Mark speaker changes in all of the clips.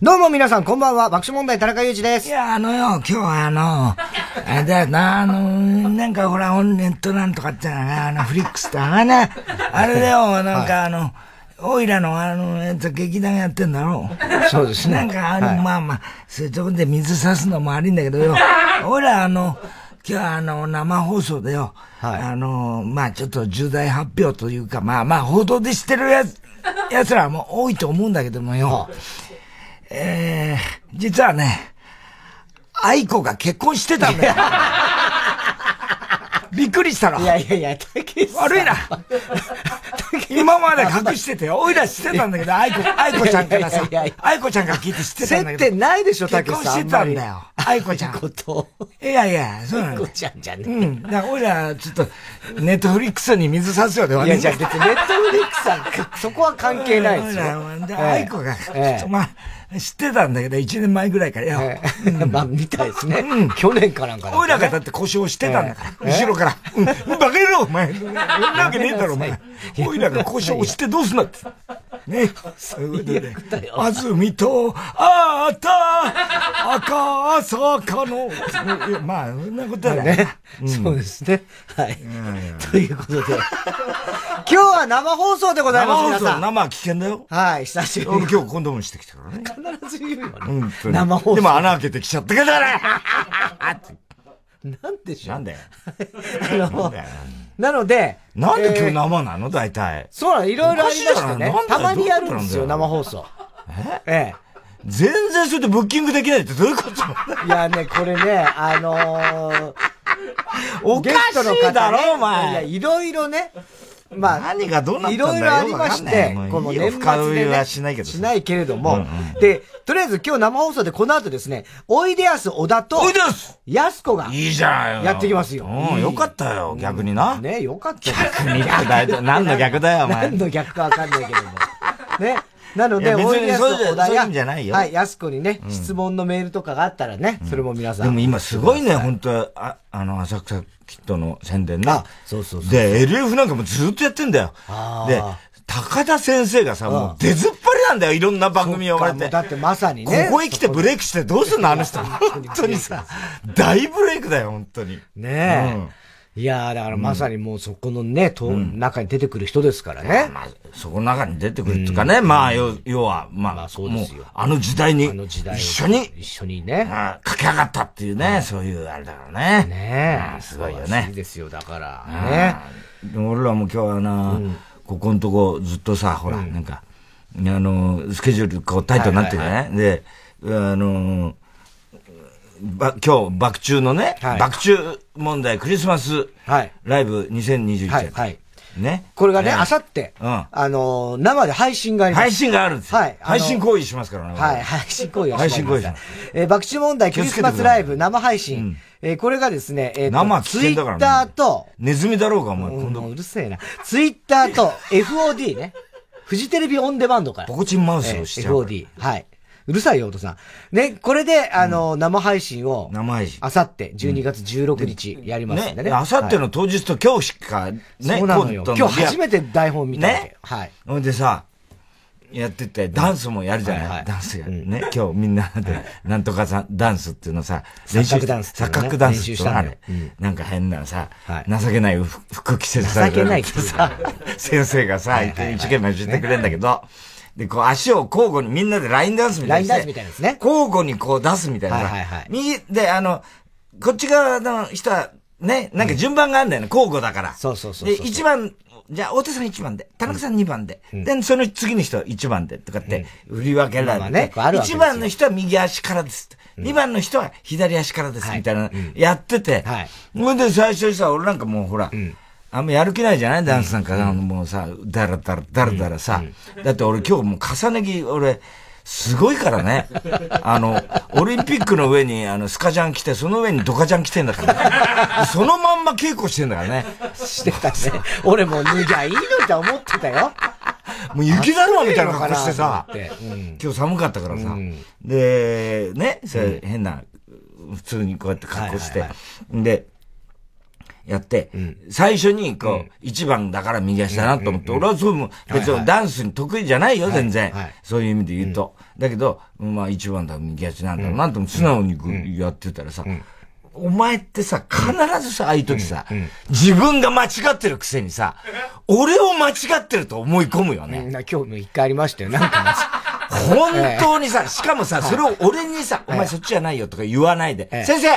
Speaker 1: どうも皆さん、こんばんは。爆笑問題、田中裕二です。
Speaker 2: いや、あのよ、今日はあの、あれだよな、あの、なんかほら、オンネットなんとかってのはな、あの、フリックスってあれね、あれだよ、なんかあの、はいおいらの、あの、えっと、劇団やってんだろ
Speaker 1: う。そうですね。
Speaker 2: なんか、あの、はい、まあまあ、そういうとこで水差すのも悪いんだけ どよ。おいら、あの、今日はあの、生放送でよ。はい、あの、まあちょっと重大発表というか、まあまあ、報道でしてるやつ、奴らも多いと思うんだけどもよ。えー、実はね、愛子が結婚してた んだよ。びっくりしたろ。
Speaker 1: いやいやいや、
Speaker 2: 悪いな。今まで隠しててよ。おいら知ってたんだけど、愛子、愛子ちゃんからさ、愛子ちゃんから聞いて知ってたんだけど。
Speaker 1: 接点ないでしょ、竹
Speaker 2: さん。結婚してたんだよ。愛子ち ゃん。いやいや、そうなんだ。愛
Speaker 1: 子ちゃんじゃね
Speaker 2: うん。だから、おいら、ちょっと、ネットフリックスに水差すよで
Speaker 1: はね。いや、じゃ別にネットフリックスさ ん、そこは関係ないですよ。
Speaker 2: 愛子が、まあ、知ってたんだけど、1年前ぐらいからよ。
Speaker 1: ええうん、 まあ、みたいですね。うん、去年かなんか、ね。
Speaker 2: 俺らがだって故障してたんだから、え、後ろから。うん、バカ野郎、お前。そんなわけねえだろ、お前。おいらが故障してどうすんなって。ね。そういうことで。あずみと、あーた、赤朝かの。まあ、そんなことだね。
Speaker 1: そうですね。はい。ということで。今日は生放送でございます、皆さ
Speaker 2: ん。生は危険だよ。
Speaker 1: はい、久しぶ
Speaker 2: り。俺今日コンドームしてきたからね。
Speaker 1: 必ず言うよ
Speaker 2: ね。生放送。でも穴開けてきちゃったから
Speaker 1: なんでしょ
Speaker 2: なんだよ。
Speaker 1: あの、なので、
Speaker 2: なんで今日生なの大体。
Speaker 1: そうなの、いろいろありましてね。たまにやるんですよ、生放送。
Speaker 2: ええ。全然それでブッキングできないってどういうこと
Speaker 1: いやね、これね、あの
Speaker 2: おかしいだろ、お前。
Speaker 1: いや、いろいろね。まあ、
Speaker 2: 何がどうなったんだ
Speaker 1: いろいろありまして、この年末で、
Speaker 2: ね、はしないけど。
Speaker 1: しないけれども、で、とりあえず今日生放送でこの後ですね、おいでやす小田と、
Speaker 2: おいでやす
Speaker 1: やすこが、
Speaker 2: いいじゃ
Speaker 1: んやってきますよ。
Speaker 2: うん、よかったよ、逆にな。
Speaker 1: ね、よかった
Speaker 2: 逆に 逆何の逆だよ、お前。
Speaker 1: 何の逆かわかんないけども。ね。なので、おいでやす小田や、はい、やすこにね、質問のメールとかがあったらね、それも皆さん。
Speaker 2: でも今すごいね、本当あ、あの、浅草キットの宣伝な。
Speaker 1: そうそうそう。
Speaker 2: で、LF なんかもずっとやってんだよ。で、高田先生がさ、もう出ずっぱりなんだよ、いろんな番組呼ばれて。
Speaker 1: だってまさにね。
Speaker 2: ここへ来てブレイクしてどうすんの、あの人。本当にさ、大ブレイクだよ、本当に。
Speaker 1: ねえ。いやー、だからまさにもうそこのね、と、中に出てくる人ですからね。まあ、
Speaker 2: そこの中に出てくるっていうかね、まあ、要は、まあ、
Speaker 1: そうですよ。
Speaker 2: あの時代に、
Speaker 1: 一
Speaker 2: 緒に、
Speaker 1: 一緒にね、
Speaker 2: 駆け上がったっていうね、そういうあれだからね。
Speaker 1: ね
Speaker 2: え。すごいよね。
Speaker 1: いいですよ、だから。。
Speaker 2: ね俺らも今日はな、ここのとこずっとさ、ほら、なんか、あの、スケジュールこうタイトになってるね。で、あの、ば、今日、爆中のね、爆中問題クリスマスライブ2021。はい
Speaker 1: ね。これがね、あさって、あの、生で配信があります。
Speaker 2: 配信があるんです
Speaker 1: はい。
Speaker 2: 配信行為しますからね。
Speaker 1: はい、配信行為をし
Speaker 2: ます。配信行為します。
Speaker 1: え、爆中問題クリスマスライブ生配信。えこれがですね、えー、
Speaker 2: 生
Speaker 1: ツイッターと、
Speaker 2: ネズミだろうが、お前、
Speaker 1: 今度。うるせえな。ツイッターと FOD ね。フジテレビオンデマンドから。
Speaker 2: ポコチンマウスをしちゃ
Speaker 1: う、FOD。はい。うるさいよ、お父さん。ね、これで、あの、生配信を、
Speaker 2: 生配信。
Speaker 1: あさって、12月16日、やりますんでね。
Speaker 2: あさっての当日と今日しか、ね、
Speaker 1: そうなのよ。今日初めて台本見たね。はい。
Speaker 2: ほんでさ、やってて、ダンスもやるじゃない、はいダンスやる。ね、今日みんなで、なんとかさ、ダンスっていうのさ、
Speaker 1: 練習。錯覚ダンス、
Speaker 2: 錯覚ダンスってあれ、なんか変なさ、情けない服着せ
Speaker 1: されてない
Speaker 2: さ、先生がさ、一生懸命教えてくれるんだけど、で、こう足を交互にみんなでラインダンスみた
Speaker 1: な。ラ
Speaker 2: い
Speaker 1: インダンスみたいですね。
Speaker 2: 交互にこう出すみたいなさ。
Speaker 1: はいはい
Speaker 2: 右で、あの、こっち側の人は、ね、なんか順番があるんだよね、交互だから。
Speaker 1: そうそうそう
Speaker 2: で、1番じゃあ、大手さん1番で、田中さん2番で、で、その次の人は1番で、とかって、振り分けられて、ね、1番の人は右足からです。2番の人は左足からです、みたいな、やってて、ほんで最初にさ、俺なんかもうほら、あんまやる気ないじゃないダンスなんか、もうさ、だらだら、だらだらさ、だって俺今日もう重ね着、俺、すごいからね。 あの、オリンピックの上に、あの、スカジャン着て、その上にドカジャン着てんだから 、ね、そのまんま稽古してんだからね。
Speaker 1: してたね。俺も脱ぎゃいいのにと思ってたよ。
Speaker 2: もう雪だるまみたいな格好してさ、今日寒かったからさ、で、ね、それ変な、普通にこうやって格好して、で、やって、最初にこう、一番だから右足だなと思って、俺はそうも別にダンスに得意じゃないよ、全然。そういう意味で言うと。だけど、まあ一番だ右足なんだろうなと素直にやってたらさ、お前ってさ、必ずさ、ああいう時さ、自分が間違ってるくせ にさ、俺を間違ってると思い込むよね。
Speaker 1: 今日も一回ありましたよ、なんか。
Speaker 2: 本 当にさ、しかもさ、それを俺にさ、お前そっちじゃないよとか言わないで、先生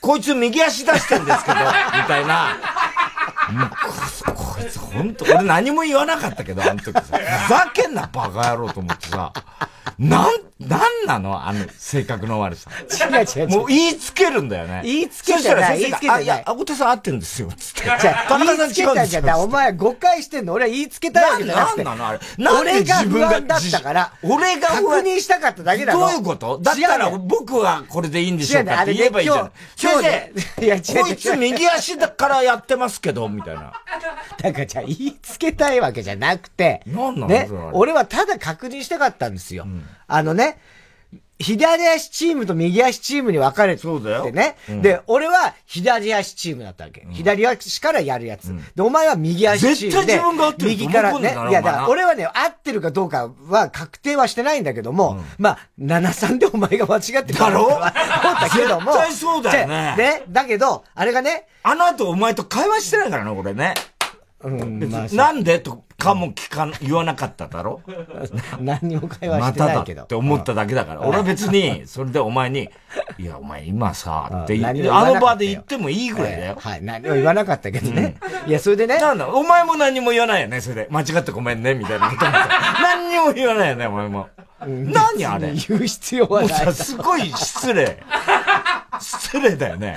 Speaker 2: こいつ右足出してんで すけど、みたいな。こいつ本当俺何も言わなかったけど、あの時さ。ふざけんな、バカ野郎と思ってさ。なん、なんなのあの、性格の悪さ。
Speaker 1: 違う違う
Speaker 2: もう言いつけるんだよね。
Speaker 1: 言いつけたら言いつけた
Speaker 2: いや、太田さん合ってるんですよ、 つって。
Speaker 1: じゃあ、言いつけたじゃお前誤解してんの。俺は言いつけたわけじゃなくて。
Speaker 2: なんなのあれ。
Speaker 1: なんで自分が。俺が不安だったから。
Speaker 2: 俺が
Speaker 1: 確認したかっただけだろ。
Speaker 2: どういうことだったら僕はこれでいいんでしょうかって言えばいいじゃん。先生、いや違うこいつ右足だからやってますけど、みたいな。
Speaker 1: だからじゃあ言いつけたいわけじゃなくて。
Speaker 2: なんなの
Speaker 1: ね。俺はただ確認したかったんですよ。あのね、左足チームと右足チームに分かれてね。うん、で、俺は左足チームだったわけ。うん、左足からやるやつ。うん、で、お前は右足チームで。
Speaker 2: 絶対自分が合ってる
Speaker 1: 右からね。いや、だから俺はね、合ってるかどうかは確定はしてないんだけども、まあ、73でお前が間違って
Speaker 2: ただろ思
Speaker 1: ったけども。
Speaker 2: 絶対そうだよね。
Speaker 1: ね、だけど、あれがね。
Speaker 2: あの後お前と会話してないからな、これね。うん、まあ、なんでとかも聞か、言わなかっただ ろ
Speaker 1: 何にも会話してないけど。まただ
Speaker 2: って思っただけだから。俺は別に、それでお前に、いや、お前今さ、って言、
Speaker 1: って
Speaker 2: あの場で言ってもいいぐらいだよ。
Speaker 1: はい、何も言わなかったけどね。いや、それでね。
Speaker 2: なんだ、お前も何も言わないよね、それで。間違ってごめんね、みたいなこと もさ。何にも言わないよね、お前も。何あれ
Speaker 1: 言う必要はない。
Speaker 2: もうさ、すごい失礼。失礼だよね。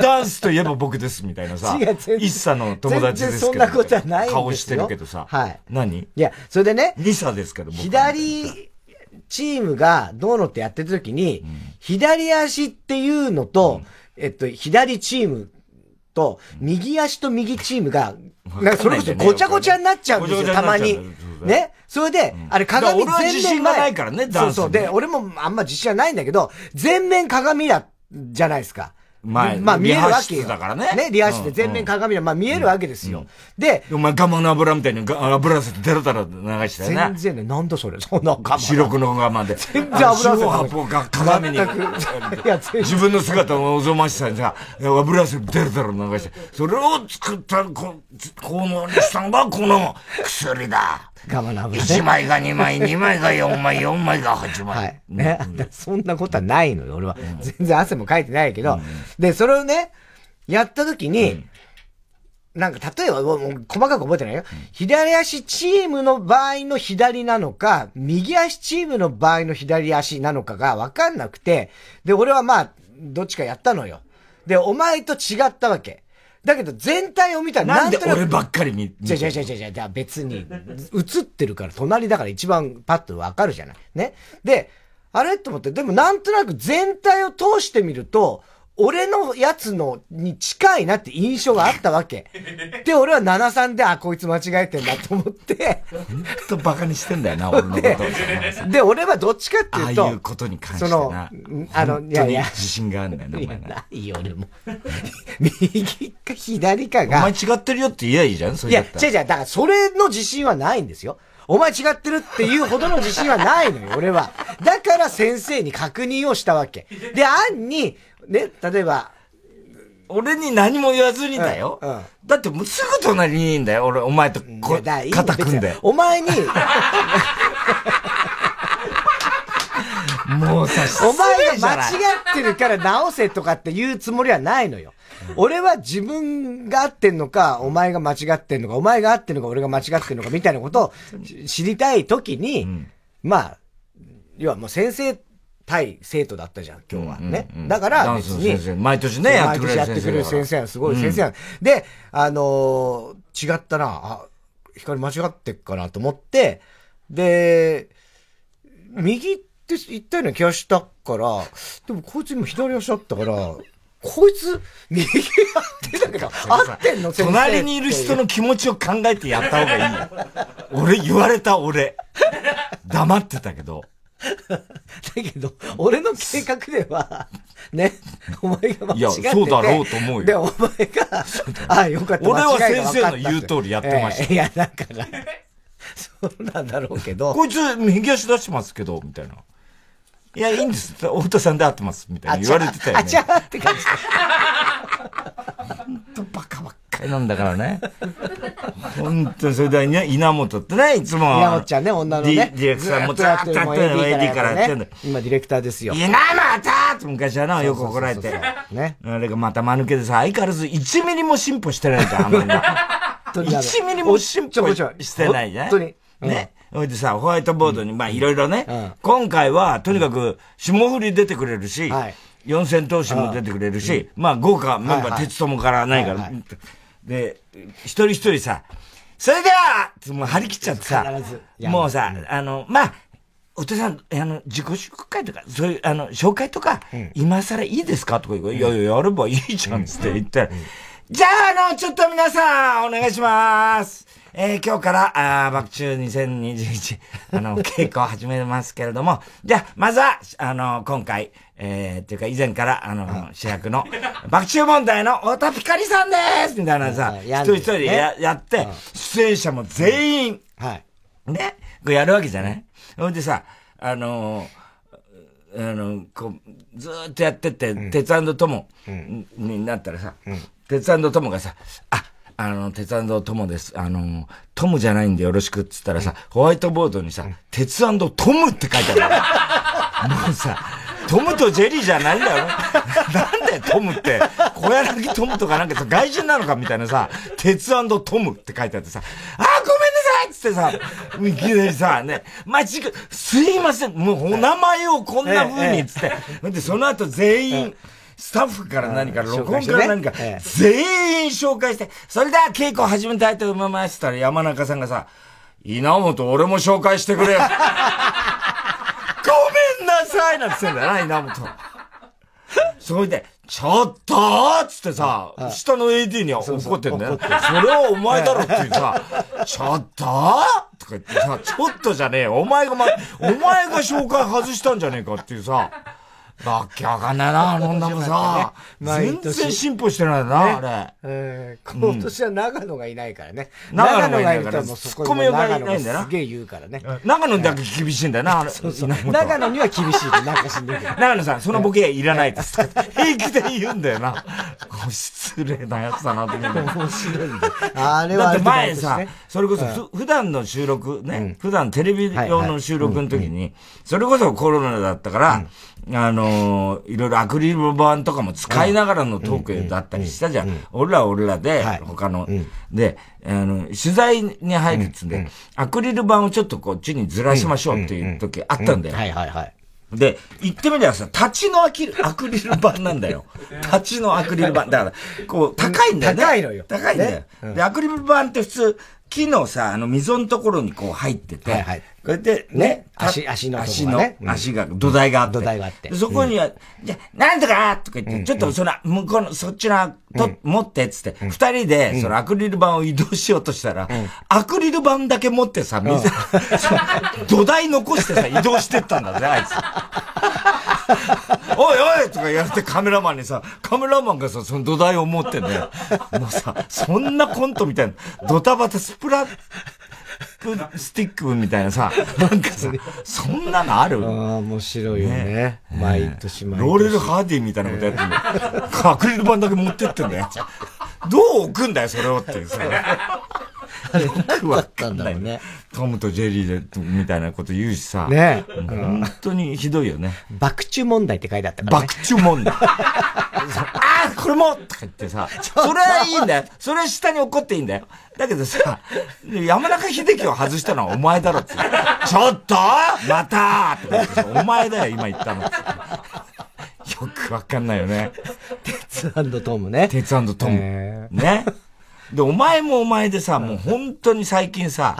Speaker 2: ダンスといえば僕ですみたいなさ。違う、全一茶の友達ですけど。
Speaker 1: そんなことはないんですよ。
Speaker 2: 顔してるけどさ。
Speaker 1: はい。
Speaker 2: 何
Speaker 1: いや、それでね。
Speaker 2: リサですけど、僕。
Speaker 1: 左チームがどうのってやってた時に、うん、左足っていうのと、うん、えっと、左チームと、右足と右チーム が、なんかそれこそごちゃごちゃになっちゃうんですよ、たまに。ね。それで、あれ鏡全面前。俺は
Speaker 2: 自信がないからね、ダンス。そうそう。
Speaker 1: で、俺もあんま自信はないんだけど、全面鏡だった。じゃないですか。
Speaker 2: まあ、まあ見えるわけよ。だからね。
Speaker 1: ね、リハ室で全面鏡で、まあ見えるわけですよ。で、
Speaker 2: お前我慢の油みたいに油汗てダラダラ流してたよね。
Speaker 1: 全然ね、なんだそれ、そんな我慢。
Speaker 2: 視力の我慢で。
Speaker 1: 全然油汗。
Speaker 2: 四方が鏡に。自分の姿をおぞましさにさ、油汗ダラダラ流して、それを作ったこ、このしたのがこの薬だ。
Speaker 1: 我慢の油
Speaker 2: 1枚が2枚、2枚 が4枚、4枚が8枚。はい。
Speaker 1: ね。そんなことはないのよ、俺は。全然汗もかいてないけど。で、それをね、やった時に、なんか、例えば、細かく覚えてないよ。左足チームの場合の左なのか、右足チームの場合の左足なのかがわかんなくて、で、俺はまあ、どっちかやったのよ。で、お前と違ったわけ。だけど全体を見たら
Speaker 2: なんで俺ばっかり見、
Speaker 1: じゃじゃじゃじゃじゃ、じゃ別に、映ってるから、隣だから一番パッとわかるじゃない。ね。で、あれと思って、でもなんとなく全体を通してみると、俺のやつのに近いなって印象があったわけ。で、俺は73で、あ、こいつ間違えてんだと思って。
Speaker 2: 本当バカにしてんだよな、俺のこ と
Speaker 1: で。で、俺はどっちかっていうと。
Speaker 2: ああいうことに関してな。その、あの、いやいや。自信があるんだよな、お前
Speaker 1: な。いよ、俺も。右か左かが。
Speaker 2: お前違ってるよって言えばいいじゃん、それいや、
Speaker 1: 違う違う、だからそれの自信はないんですよ。お前違ってるっていうほどの自信はないのよ、 俺は。だから先生に確認をしたわけ。で、案に、ね、例えば、
Speaker 2: 俺に何も言わずにだよ。うんうん、だってもうすぐ隣にいいんだよ、俺、お前とこ、肩組んで。
Speaker 1: お前に、
Speaker 2: もうさ、
Speaker 1: お前が間違ってるから直せとかって言うつもりはないのよ。俺は自分が合ってんのか、お前が間違ってんのか、お前が合ってんのか、俺が間違ってんのか、みたいなことを知りたいときに、うん、まあ、要はもう先生対生徒だったじゃん、今日はね。だから別に、
Speaker 2: 毎年ね、やってくれる
Speaker 1: 先生。毎年やってくれる先生はすごい先生な、うん、で、あのー、違ったな、あ、光間違ってっかなと思って、で、右って言ったような気がしたから、でもこいつ今左足だったから、こいつ、右やってたけ ど、合ってんの
Speaker 2: 隣にいる人の気持ちを考えてやった方がいいよ。俺、言われた俺。黙ってたけど。
Speaker 1: だけど、俺の計画では、ね、お前が間違ってて
Speaker 2: いや、そうだろうと思うよ。
Speaker 1: で、お前が、ああ、よかった。
Speaker 2: 俺は先生の言う通りやってました。え
Speaker 1: ー、いや、だから、そうなんだろうけど。
Speaker 2: こいつ、右足出してますけど、みたいな。いや、いいんです。太田さんで会ってます。みたいな言われてたよね。
Speaker 1: あちゃーって感じ。
Speaker 2: ほんとバカばっかりなんだからね。ほんと、それで、ね、稲本ってね、いつも。
Speaker 1: 稲本ちゃんね、女のね。
Speaker 2: ディレクターもずっとやってるの、AD からやってんだ。
Speaker 1: 今、ディレクターですよ。
Speaker 2: 稲本って昔はな、よく怒られて。ね。あれがまた間抜けでさ、相変わらず1ミリも進歩してないから、あんまり。1ミリも進歩してないね。
Speaker 1: 本当に。
Speaker 2: ね。ほいでさ、ホワイトボードに、まあいろいろね、今回はとにかく霜降り出てくれるし、四千頭身も出てくれるし、まあ豪華メンバー、鉄友からないから、で、一人一人さ、それではもう張り切っちゃってさ、もうさ、あの、まあ、お父さん、あの、自己紹介とか、そういう、あの、紹介とか、今更いいですかとか言ういやいや、やればいいじゃんって言ったら、じゃあ、あの、ちょっと皆さん、お願いします。えー、今日から、あ爆中2021、あの、稽古を始めますけれども、じゃあ、まずは、あの、今回、えー、っていうか以前から、あの、主役の、爆中問題の太田ピカリさんですみたいなさ、一人一人ややって、出演者も全員、。
Speaker 1: はい
Speaker 2: ね、こうやるわけじゃないほんでさ、あのあの、こう、ずーっとやってって、鉄腕とも、になったらさ、鉄腕ともがさ、あ、あの、鉄腕ともです。あの、トムじゃないんでよろしくっつったらさ、ホワイトボードにさ、鉄腕トムって書いてある。もうさ、トムとジェリーじゃないんだよ。なんだよ、トムって。小柳トムとかなんか外人なのかみたいなさ、鉄腕トムって書いてあってさ、あ、ごめんなさいっつってさ、いきなりさ、ね、まじ、あ、すいません、もうお名前をこんな風にっつって。で、その後全員、スタッフから何から、録音から何か、全員紹介して、それでは稽古始めたいと思います。たら山中さんがさ、稲本俺も紹介してくれ よ。ごめんなさいなんて言ってんだよな、稲本。それで、ちょっとーつってさ、下の AD には怒ってんだよ。それはお前だろっていうさ、ちょっとーとか言ってさ、ちょっとじゃねえよ。お前がま、お前が紹介外したんじゃねえかっていうさ、わけわかんないな、あの女も さ。全然進歩してないな、あ
Speaker 1: れ。今年は長野がいないからね。
Speaker 2: 長野がいるから、ツッコミがいないんだな。
Speaker 1: すげえ言うからね。
Speaker 2: 長野だけ厳しいんだ よな、あれ。
Speaker 1: 長野には厳しい。なんか死んでる。
Speaker 2: 長野さん、そのボケいらないです。 平気で言うんだよな。失礼なやつだな、と思って。
Speaker 1: 面白い
Speaker 2: あれはだって前さ、それこそ普段の収録ね、普段テレビ用の収録の時に、それこそコロナだったから、あのー、いろいろアクリル板とかも使いながらのトークだったりしたじゃん。俺らは俺らで、他の、で、あの、取材に入るっつんで、アクリル板をちょっとこっちにずらしましょうっていう時あったんだよ。
Speaker 1: はいはいはい。
Speaker 2: で、言ってみればさ、立ちのアキアクリル 板なん だよ。立ちのアクリル板。だから、こう、高いんだよね。
Speaker 1: 高いのよ。
Speaker 2: 高いんだよ。で、アクリル板って普通、木のさ、あの、溝のところにこう入ってて、こうやってね、
Speaker 1: 足、足の、
Speaker 2: 足の、足が、土台があって、
Speaker 1: 土台があって。
Speaker 2: そこには、じゃ、なんとかとか言って、ちょっとその、向こうの、そっちの、と、持ってっつって、二人で、そのアクリル板を移動しようとしたら、アクリル板だけ持ってさ、水、 土台残してさ、移動してったんだぜ、 あいつ。おいおいとかやってカメラマンにさ、カメラマンがさ、その土台を持ってんだよ。もうさ、そんなコントみたいな、ドタバタスプラ、スティックみたいなさ、なんかさ、そんなのある
Speaker 1: ああ、面白いよね。毎年毎
Speaker 2: 年。ローレル・ハーディみたいなことやってん だよ。アクリル板だけ持ってってんだよ。どう置くんだよ、それをってさ。
Speaker 1: あれ、何だったんだろうね。
Speaker 2: トムとジェリーで、みたいなこと言うしさ。
Speaker 1: ね
Speaker 2: 本当にひどいよね。
Speaker 1: 爆中問題って書いてあったから
Speaker 2: ね。爆中 問題。ああこれもとか言ってさ、それはいいんだよ。それは下に怒っていいんだよ。だけどさ、山中秀樹を外したのはお前だろって。ちょっとまたとか言ってさ、お前だよ、今言ったの。よくわかんないよね。
Speaker 1: 鉄トムね。
Speaker 2: 鉄トム。ね。で、お前もお前でさ、もう本当に最近さ、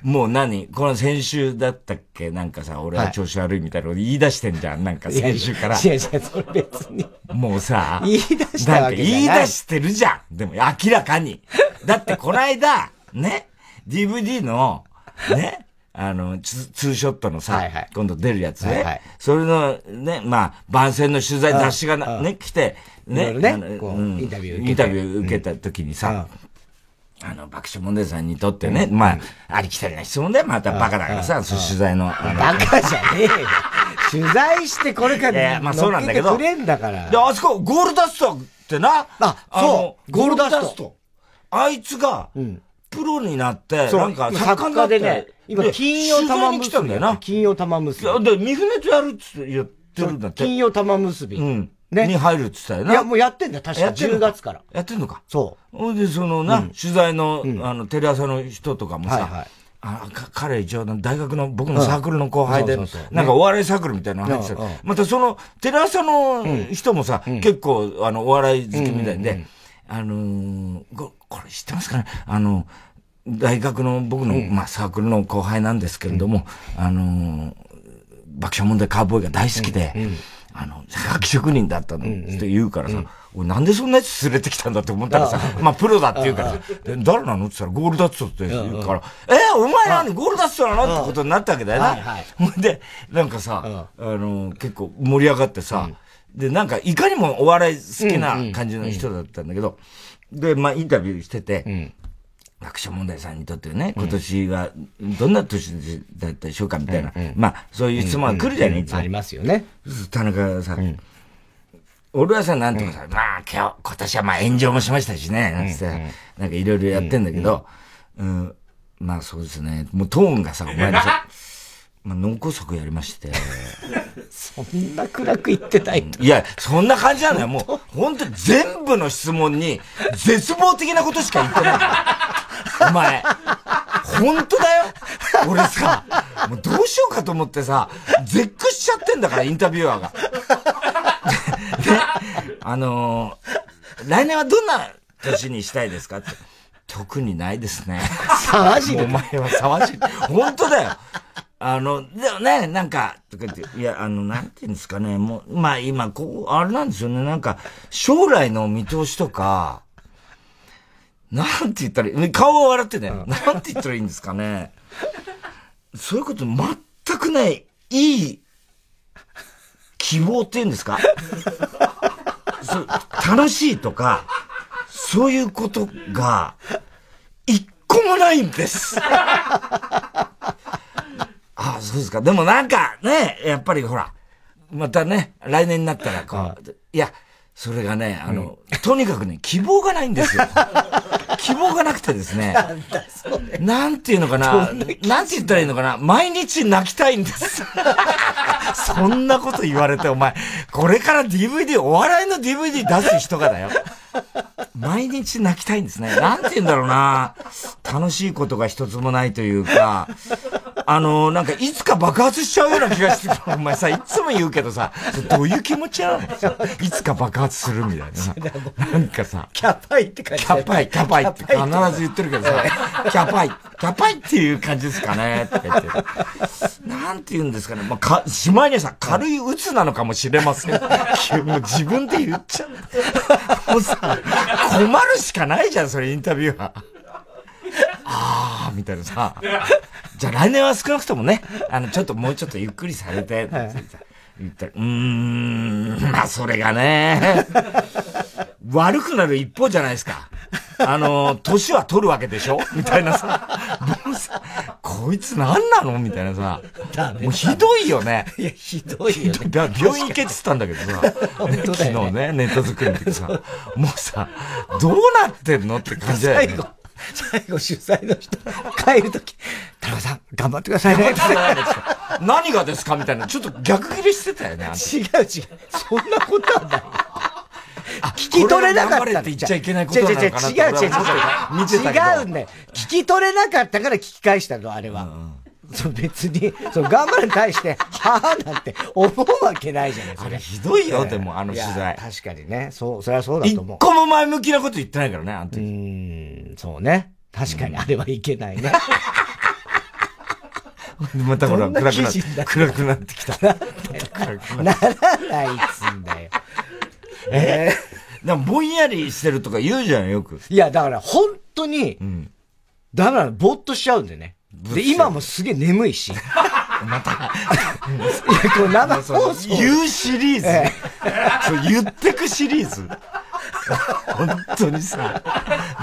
Speaker 2: もう何この先週だったっけなんかさ、俺は調子悪いみたいなこと言い出してんじゃん。なんか先週から。
Speaker 1: いやいや、それ別に。
Speaker 2: もうさ、
Speaker 1: 言い出したわけじゃない
Speaker 2: 言い出してるじゃん。でも明らかに。だってこの間、ね、DVD の、ね、あの、ツツーショットのさ、
Speaker 1: はいはい
Speaker 2: 今度出るやつね。
Speaker 1: はいはい
Speaker 2: それの、ね、まあ、番宣の取材、
Speaker 1: うん
Speaker 2: 雑誌がな
Speaker 1: うん
Speaker 2: ね、来て、
Speaker 1: いろ
Speaker 2: ね
Speaker 1: いろね
Speaker 2: あの
Speaker 1: こう
Speaker 2: うん
Speaker 1: インタビュー受けて
Speaker 2: インタビュー受けた時にさ、あの、爆笑問題さんにとってね、まあ、ありきたりな質問で、またバカだからさ、そう取材の、あの
Speaker 1: バカじゃねえよ。取材してこれか
Speaker 2: いやい
Speaker 1: ら
Speaker 2: やまあそうなんだけど
Speaker 1: 乗っけてくれんだから
Speaker 2: で、。あそこ、ゴールダストってな。
Speaker 1: あ
Speaker 2: の
Speaker 1: そうゴールダスト。
Speaker 2: あいつが、プロになって、
Speaker 1: そう
Speaker 2: なんか、
Speaker 1: 作
Speaker 2: にな
Speaker 1: 家
Speaker 2: って
Speaker 1: でね、今、
Speaker 2: で
Speaker 1: 金曜
Speaker 2: 取材
Speaker 1: 玉
Speaker 2: に来
Speaker 1: 結
Speaker 2: たん
Speaker 1: び
Speaker 2: だ
Speaker 1: やっ
Speaker 2: よな
Speaker 1: て。。金曜玉結び。
Speaker 2: いや、で、三船とやるっつって言ってるんだって。
Speaker 1: 金曜玉結び。
Speaker 2: うん。
Speaker 1: ね
Speaker 2: に入るっつったよ
Speaker 1: い
Speaker 2: な。
Speaker 1: や、もうやってんだよ、確か
Speaker 2: やってんの
Speaker 1: 10月から。
Speaker 2: やってんのか。
Speaker 1: そ
Speaker 2: ほいで、そのな、取材の、
Speaker 1: ん
Speaker 2: あの、テレ朝の人とかもさ、
Speaker 1: はいはい
Speaker 2: あか彼一応、大学の僕のサークルの後輩で、
Speaker 1: そうそうそう
Speaker 2: なんかお笑いサークルみたいなの入ってた、
Speaker 1: うんうん
Speaker 2: またその、テレ朝の人もさ、結構、あの、お笑い好きみたいで、あのーごこれ知ってますかねあの、大学の僕の、まあ、サークルの後輩なんですけれども、あのー爆笑問題カーボーイが大好きで、あの、百職人だったのって言うからさ、俺なんでそんなやつ連れてきたんだって思ったらさ、まあプロだって言うからさ、で誰なのって言ったらゴールダッツォって言うから、えー、お前何ゴールダッツォなのってことになったわけだよ
Speaker 1: はいは。
Speaker 2: ないほんで、なんかさ、あの、結構盛り上がってさ、で、なんかいかにもお笑い好きな感じの人だったんだけど、で、まあインタビューしてて、学者問題さんにとってね、今年はどんな年だったでしょうかみたいな、まあそういう質問が来るじゃない、いつ
Speaker 1: う。
Speaker 2: も
Speaker 1: ありますよね。
Speaker 2: 田中がさ、俺はさ、なんとかさ、まあ今日、今年はまあ炎上もしました しね、なんつって、なんかいろいろやってんだけど、うん、まあそうですね、もうトーンがさ、お前のさ、 まあ脳梗塞やりまして、
Speaker 1: そんな暗く言ってないと。
Speaker 2: いや、そんな感じなのよ、もう、本当全部の質問に、絶望的なことしか言ってない。お前、本当だよ俺さ、もうどうしようかと思ってさ、絶句しちゃってんだから、インタビュアーが。であのー来年はどんな年にしたいですかって。特にないですね。
Speaker 1: 騒じ
Speaker 2: もうお
Speaker 1: る。
Speaker 2: 前は騒しい。本当だよ。あの、でもね、なんか、とか言って、いや、あの、なんていうんですかね、もう、まあ今、こう、あれなんですよね、なんか、将来の見通しとか、なんて言ったらいい、顔は笑ってね、なんて言ったらいいんですかね。そういうこと全くない、いい、希望っていうんですかそう楽しいとか、そういうことが、一個もないんです。ああ、そうですか。でもなんかね、やっぱりほら、またね、来年になったらこう、いや、それがね、あの、とにかくね、希望がないんですよ。希望がなくてですね。なんていうのかな。なんて言ったらいいのかな。毎日泣きたいんです。そんなこと言われて、お前、これから DVD、お笑いの DVD 出す人がだよ。毎日泣きたいんですね。なんて言うんだろうな。楽しいことが一つもないというか、あの、なんかいつか爆発しちゃうような気がしてくる。お前さ、いつも言うけどさ、それどういう気持ちなのいつか爆発するみたいな。なんかさ。
Speaker 1: キャパイって感じ
Speaker 2: キャパイ、キャパイって
Speaker 1: キャ
Speaker 2: 必ず言ってるけどさ、キャパイ、キャパイっていう感じですかね、って言って。なんて言うんですかね、まあ、か、しまいにはさ、軽い鬱なのかもしれま せん。もう自分で言っちゃう。もうさ、困るしかないじゃん、それインタビューは。あー、みたいなさ。じゃあ来年は少なくともね、あの、ちょっともうちょっとゆっくりされて、言ったらうーん、まあそれがね。 悪くなる一方じゃないですか。あの、年は取るわけでしょみたいなさ。もうさ、こいつ何なのみたいなさ。もうひどいよね。
Speaker 1: いや、ひどいよね。
Speaker 2: だ病院行けっつったんだけどさ、
Speaker 1: 本当だよね
Speaker 2: 昨日ね、ネット作りの時さ、もうさ、どうなってんのって感じだ
Speaker 1: 最
Speaker 2: よね
Speaker 1: 後。、最後主催の人、帰るとき、田中さん、頑張ってくださいね。
Speaker 2: 何がですかみたいな、ちょっと逆切れしてたよね。あの
Speaker 1: 違う違う。そんなことはない。聞き取れなかった
Speaker 2: これが頑張れって言っちゃいけないことなのかなって
Speaker 1: 違う違う違う違う違う
Speaker 2: 俺は思ってた見てたけど
Speaker 1: 違うんだよ。聞き取れなかったから聞き返したの、あれは。そう別に、そう頑張るに対して、はぁなんて思うわけないじゃないです
Speaker 2: あ
Speaker 1: か
Speaker 2: れ。ひどいよ、でもあの取
Speaker 1: いや
Speaker 2: 材。
Speaker 1: 確かにね。そう、それはそうだ
Speaker 2: 一
Speaker 1: と思う。
Speaker 2: 個も前向きなこと言ってないからね、あの時。
Speaker 1: う ーん、そうね。確かにあれはいけないね。
Speaker 2: またほら、暗くな暗くなってきた。
Speaker 1: ならないっつんだよ。
Speaker 2: えー、でもぼんやりしてるとか言うじゃん、よく。
Speaker 1: いや、だから本当に、うん、ダメなの、ぼーっとしちゃうんだよね。で、今もすげえ眠いし。
Speaker 2: また。
Speaker 1: いや、これ生放送。
Speaker 2: 言うシリーズ。ええ、そう、言ってくシリーズ。本当にさ、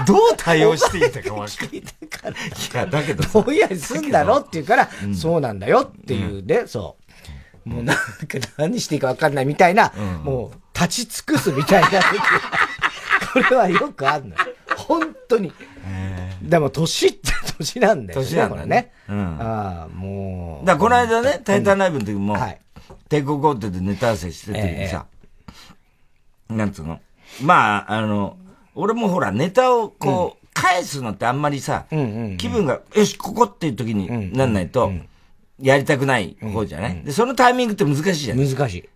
Speaker 2: どう対応していいたか分かんない。いや、だけど。
Speaker 1: ぼんやりすんだろって言うから、うん、そうなんだよっていうね、うん、そう。もうなんか何していいか分かんないみたいな、うん、もう立ち尽くすみたいな。これはよくあるのよ。本当に。えー、でも、年って年なんだよ
Speaker 2: ね。年なんだね。
Speaker 1: うん。ああ、も
Speaker 2: う。だこの間ね、タイタンライブの時も、はい、帝国ホテルでネタ合わせしててさ、えー、なんつうのまあ、あの、俺もほら、ネタをこう、返すのってあんまりさ、気分が、よし、ここっていう時になんないと、やりたくない方じゃないで、そのタイミングって難しいじゃん。
Speaker 1: 難しい。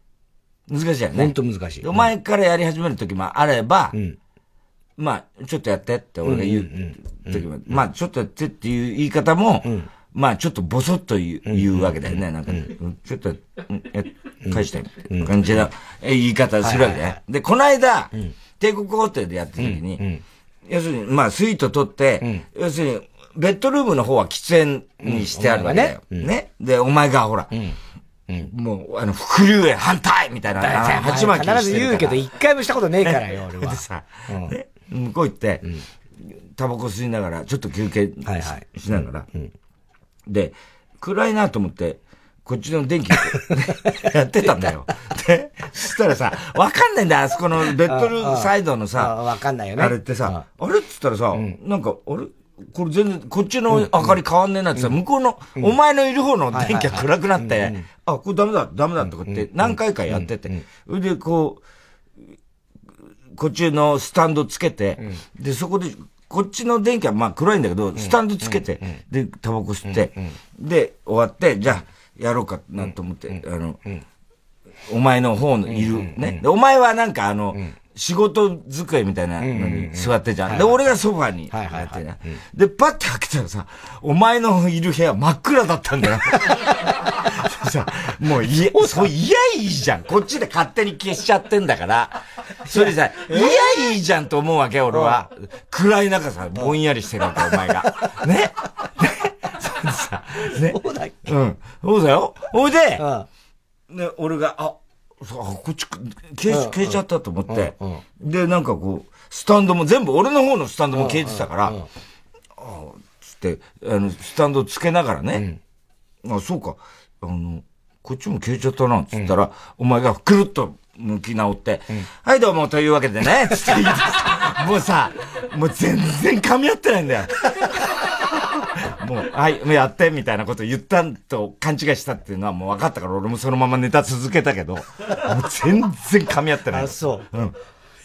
Speaker 2: 難しいじゃんね。
Speaker 1: ほんと難しい。
Speaker 2: お前からやり始める時もあれば、まあ、ちょっとやってって俺が言う時も、まあ、ちょっとやってっていう言い方も、まあ、ちょっとボソッと言うわけだよね。なんか、ちょっと、返したいって感じの言い方するわけね。で、この間、帝国ホテルでやった時に、要するに、まあ、スイート取って、要するに、ベッドルームの方は喫煙にしてあるわけだよ。ね。で、お前がほら、もう、あの、副流煙反対みたいな、
Speaker 1: 鉢巻き必ず言うけど、一回もしたことねえから よ、俺は。
Speaker 2: さ、向こう行って、タバコ吸いながら、ちょっと休憩しながら、で、暗いなと思って、こっちの電気、やって たんだよ。で、そしたらさ、わかんないんだよ、あそこのベッドルサイドのさ、
Speaker 1: わかんないよね。
Speaker 2: あれってさ、あれっつったらさ、なんか、あれこれ全然、こっちの明かり変わんねえなってさ、向こうの、お前のいる方の電気が暗くなって、あ、これダメだ、ダメだとかって何回かやってて、それでこう、こっちのスタンドつけて、で、そこで、こっちの電気はまあ黒いんだけど、スタンドつけて、で、タバコ吸って、で、終わって、じゃあ、やろうかなと思って、あの、お前の方のいる、ね。お前はなんかあの、仕事机みたいなのに座ってじゃん。で、俺がソファにやってね。で、パッて開けたらさ、お前のいる部屋真っ暗だったんだ よ。さ、もういや、そう、いやいいじゃん。こっちで勝手に消しちゃってんだから。それさ、いやいいじゃんと思うわけ、俺は。暗い中さ、ぼんやりしてるわけ、お前が。ね さ、ね。
Speaker 1: そうだっけ
Speaker 2: うん。そうだよ。ほいで、ね、俺が、あ、そう、こっち、消え、消えちゃったと思って、で、なんかこう、スタンドも全部、俺の方のスタンドも消えてたから、ああ、つって、あの、スタンドつけながらね、あ、そうか、あの、こっちも消えちゃったな、つったら、お前がくるっと向き直って、はいどうも、というわけ でね、つって言ってもうさ、もう全然噛み合ってないん だよ。もう、はい、もうやって、みたいなこと言ったんと勘違いしたっていうのはもう分かったから、俺もそのままネタ続けたけど、もう全然噛み合ってない。
Speaker 1: あ、そう。うん。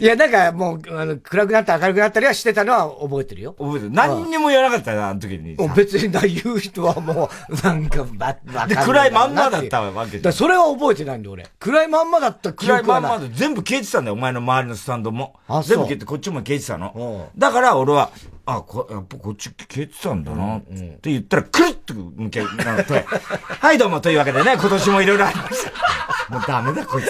Speaker 1: いや、なんかもう、あの、暗くなった明るくなったりはしてたのは覚えてるよ。
Speaker 2: 覚えてる。何にも言わなかったな、あの時に。
Speaker 1: 別に言う人はもう、なんか、ば、ば
Speaker 2: で、暗いまんまだったわけ
Speaker 1: じゃん。それは覚えてないんだ、俺。暗いまんまだった暗
Speaker 2: いまんまで、全部消えてたんだよ、お前の周りのスタンドも。あ、全部消えて、こっちも消えてたの。だから、俺は、あ、こ、やっぱこっち消えてたんだな、って言ったら、くるっと向けなって、 はい、どうも、というわけでね、今年もいろいろありまし た。もうダメだ、こいつ。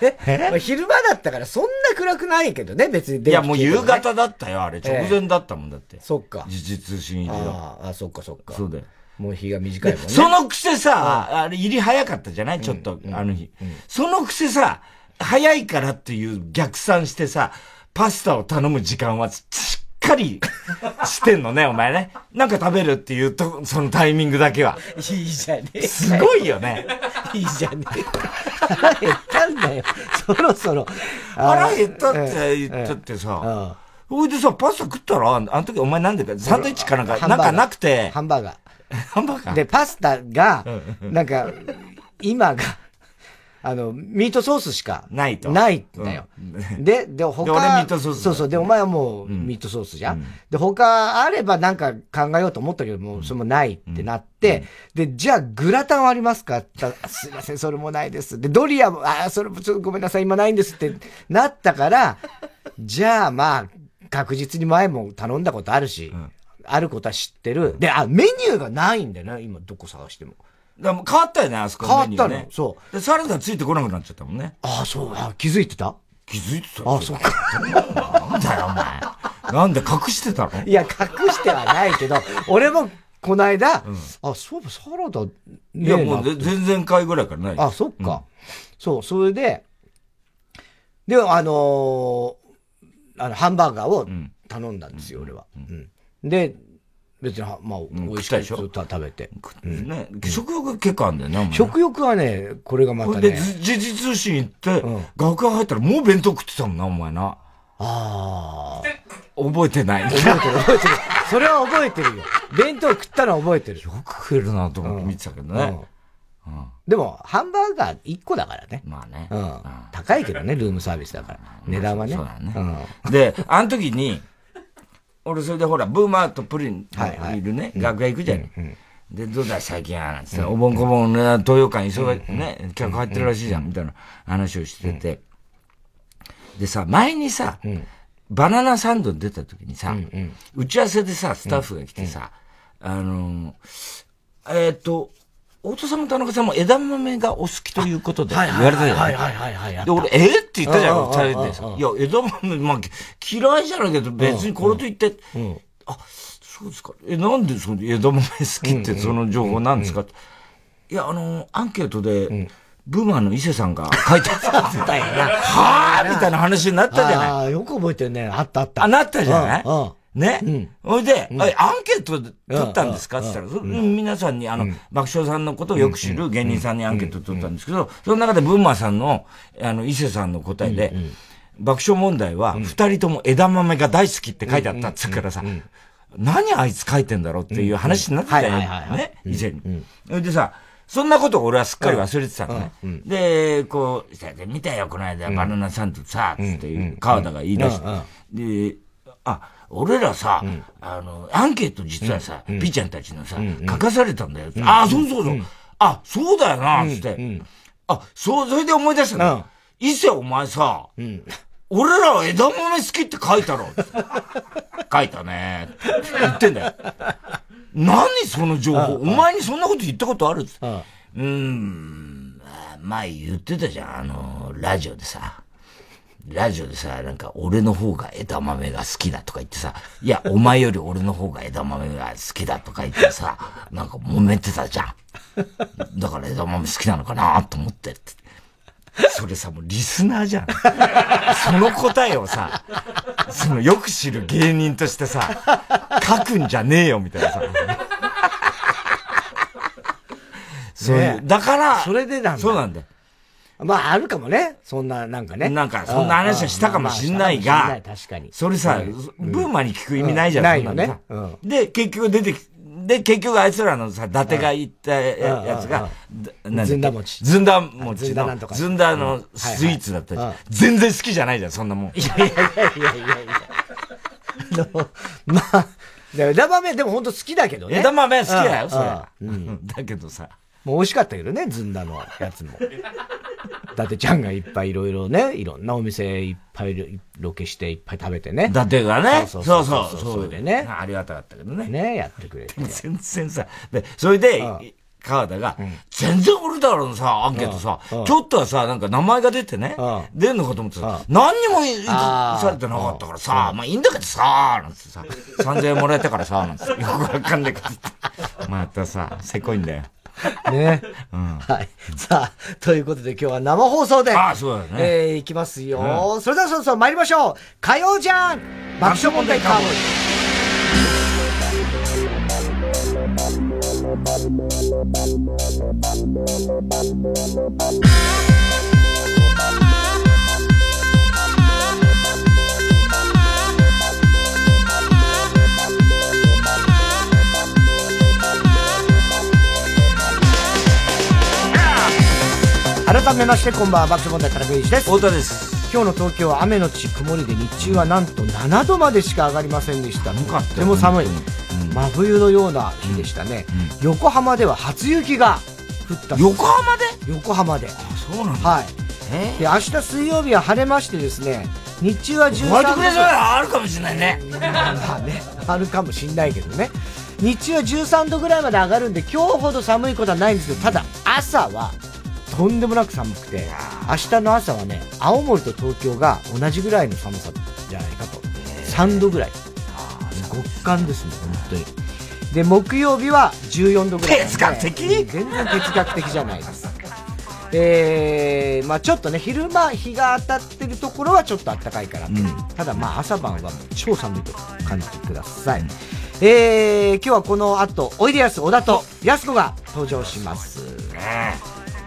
Speaker 1: ね。昼間だったからそんな暗くないけどね、別に、
Speaker 2: いや、もう夕方だったよ、あれ。直前だったもんだって。
Speaker 1: そっか。
Speaker 2: 時事通信入り
Speaker 1: が。ああ、そっかそっか。
Speaker 2: そうだよ。
Speaker 1: もう日が短いもんね。
Speaker 2: そのくせさ、あれ入り早かったじゃないちょっと、あの日。そのくせさ、早いからっていう逆算してさ、パスタを頼む時間はしっかりしてんのね、お 前ね。なんか食べるっていうと、そのタイミングだけは。
Speaker 1: いいじゃねえ。
Speaker 2: すごいよね。
Speaker 1: いいじゃねえ。腹減ったんだよ。そろそろ。
Speaker 2: 腹減ったって言ったってさ。ほいでさ、パスタ食ったら、あの時お前なんでか、サンドイッチかなんか、なんかなくて。
Speaker 1: ハンバーガー。
Speaker 2: ハンバーガー
Speaker 1: で、パスタが、なんか、今が、あの、ミートソースしか。
Speaker 2: ないと。
Speaker 1: ないんだよ。で、で、他。で、俺
Speaker 2: ミートソース。
Speaker 1: そうそう。で、お前はもう、ミートソースじゃん。で、他あればなんか考えようと思ったけど、もう、それもないってなって、で、じゃあ、グラタンはありますかってすいません、それもないです。で、ドリアも、ああ、それもちょっとごめんなさい、今ないんですってなったから、じゃあ、まあ、確実に前も頼んだことあるし、あることは知ってる。で、あ、メニューがないんだよね、今どこ探しても。
Speaker 2: だもう変わったよね、あそこ、。
Speaker 1: ね、変わったの、そう
Speaker 2: で、サラダついてこなくなっちゃったもんね。
Speaker 1: ああ、そうあ気づいてた
Speaker 2: 気づいてた
Speaker 1: ああ、そっか。
Speaker 2: なんだよ、お前。なんで隠してたの
Speaker 1: いや、隠してはないけど、俺も、この間、うん、あ、そういえばサラダ、ね、
Speaker 2: いや、もう全然回ぐらいからない。
Speaker 1: あ、そっか。うん、そう、それで、で、あのー、あの、ハンバーガーを頼んだんですよ、うん、俺は。で、別に、まあ、美味しくずっと食べて。
Speaker 2: ね、食欲結構あるんだよね、
Speaker 1: 食欲はね、これがまたね。
Speaker 2: で、時事通信行って、学校入ったらもう弁当食ってたもんな、お前な。
Speaker 1: あ
Speaker 2: あ。覚えてない。
Speaker 1: 覚えてる、覚えてる。それは覚えてるよ。弁当食ったのは覚えてる。
Speaker 2: よく食えるなと思って見てたけどね。
Speaker 1: でも、ハンバーガー1個だからね。
Speaker 2: まあね。
Speaker 1: うん。高いけどね、ルームサービスだから。値段はね。
Speaker 2: そうだね。で、あの時に、俺それでほら、ブーマーとプリンいるね、楽屋行くじゃん。で、どうだ最近は、なんつって、お盆こぼん、東洋館忙しい、ね、客入ってるらしいじゃん、みたいな話をしてて。でさ、前にさ、バナナサンド出た時にさ、打ち合わせでさ、スタッフが来てさ、あの、えっと、大戸さんも田中さんも枝豆がお好きということで、言われたじゃない
Speaker 1: はいはいはいはい。
Speaker 2: で、俺、ええって言ったじゃん、二人でさ。いや、枝豆、まあ、嫌いじゃないけど、別にこれと言って、あ、そうですか。え、なんでその枝豆好きって、その情報なんですかいや、あの、アンケートで、ブーマーの伊勢さんが書いてあ ったんだよな。はぁみたいな話になったじゃない。あ
Speaker 1: あ、よく覚えてるね。 あったあった。
Speaker 2: あ、なったじゃないね。ほいで、アンケート取ったんですかって言ったら、皆さんに、あの、爆笑さんのことをよく知る芸人さんにアンケート取ったんですけど、その中でブーマーさんの、あの、伊勢さんの答えで、爆笑問題は、二人とも枝豆が大好きって書いてあったっつうからさ、何あいつ書いてんだろうっていう話になってたよね、以前に。でさ、そんなこと俺はすっかり忘れてたのね。で、こう、見たよ、この間、バナナサンドさ、つっていう、川田が言い出して。で、あ、俺らさ、あの、アンケート実はさ、ピーちゃんたちのさ、書かされたんだよ。ああ、そうそうそう。あ、そうだよな、つって。あ、そう、それで思い出したの。伊勢お前さ、俺らは枝豆好きって書いたろ。 書いたね。言ってんだよ。何その情報お前にそんなこと言ったことあるうん、前言ってたじゃん、あの、ラジオでさ。ラジオでさ、なんか俺の方が枝豆が好きだとか言ってさ、いや、お前より俺の方が枝豆が好きだとか言ってさ、なんか揉めてたじゃん。だから枝豆好きなのかなと思ってそれさ、もうリスナーじゃん。 その答えをさ、そのよく知る芸人としてさ、書くんじゃねえよ、みたいなさ。そういう、だから、
Speaker 1: それでなんだ。
Speaker 2: そうなんだよ。
Speaker 1: まあ、あるかもね。そんな、なんかね。
Speaker 2: なんか、そんな話はしたかもしんないが、
Speaker 1: 確かに。
Speaker 2: それさ、ブーマに聞く意味ないじゃん、
Speaker 1: ないよね。
Speaker 2: で、結局出てき、で、結局あいつらのさ、伊達が言ったやつが、
Speaker 1: ずんだ餅。
Speaker 2: ずんだ餅の、ずんだのスイーツだったじゃん。全然好きじゃないじゃん、そんなもん。
Speaker 1: いやいやいやいやいや。まあ、枝豆でも本当好きだけどね。
Speaker 2: 枝豆好きだよ、それ。 だけどさ。
Speaker 1: もう美味しかったけどね、ずんだのやつも。伊達ちゃんがいっぱいいろいろね、いろんなお店いっぱいロケしていっぱい食べてね。
Speaker 2: 伊達がね。そうそうそう。
Speaker 1: それでね。
Speaker 2: ありがたかったけどね。
Speaker 1: ね、やってくれて。
Speaker 2: 全然さ、で、それで、川田が、全然俺だろのさ、アンケートさ、ちょっとはさ、なんか名前が出てね、出んのかと思ってさ、何にもされてなかったからさ、まあいいんだけど さ、なんてさ、3000円もらえたからさ、なんてよくわかんないけど、またさ、せこいんだよ。
Speaker 1: ね。うん、はい。さあ、ということで今日は生放送で。
Speaker 2: ああ、そうだね。
Speaker 1: えー、いきますよ、うん、それではそろそろ参りましょう。火曜じゃん爆笑問題カーボ改めましてこんばんは爆笑問題田中裕一です
Speaker 2: 太田です
Speaker 1: 今日の東京は雨のち曇りで日中はなんと7度までしか上がりませんでした
Speaker 2: と
Speaker 1: ても寒い、うん、真冬のような日でしたね、うんうん、横浜では初雪が降った
Speaker 2: 横浜で
Speaker 1: 横浜であ
Speaker 2: そうなん
Speaker 1: はいで明日水曜日は晴れましてですね日中は13
Speaker 2: 度。割とくれそうあるかもしれないね。
Speaker 1: まあね、あるかもしれないけどね。日中は13度ぐらいまで上がるんで、今日ほど寒いことはないんですけど、ただ朝は、とんでもなく寒くて、明日の朝はね、青森と東京が同じぐらいの寒さじゃないかと。3度ぐらい。極寒ですね、本当に。で、木曜日は14度ぐらい、ね。
Speaker 2: 哲学的
Speaker 1: 全然哲学的じゃないです。えー、まあちょっとね、昼間、日が当たってるところはちょっと暖かいから、うん、ただまあ朝晩は超寒いと感じてください。うん、えー、今日はこの後、おいでやす小田とやす子が登場します。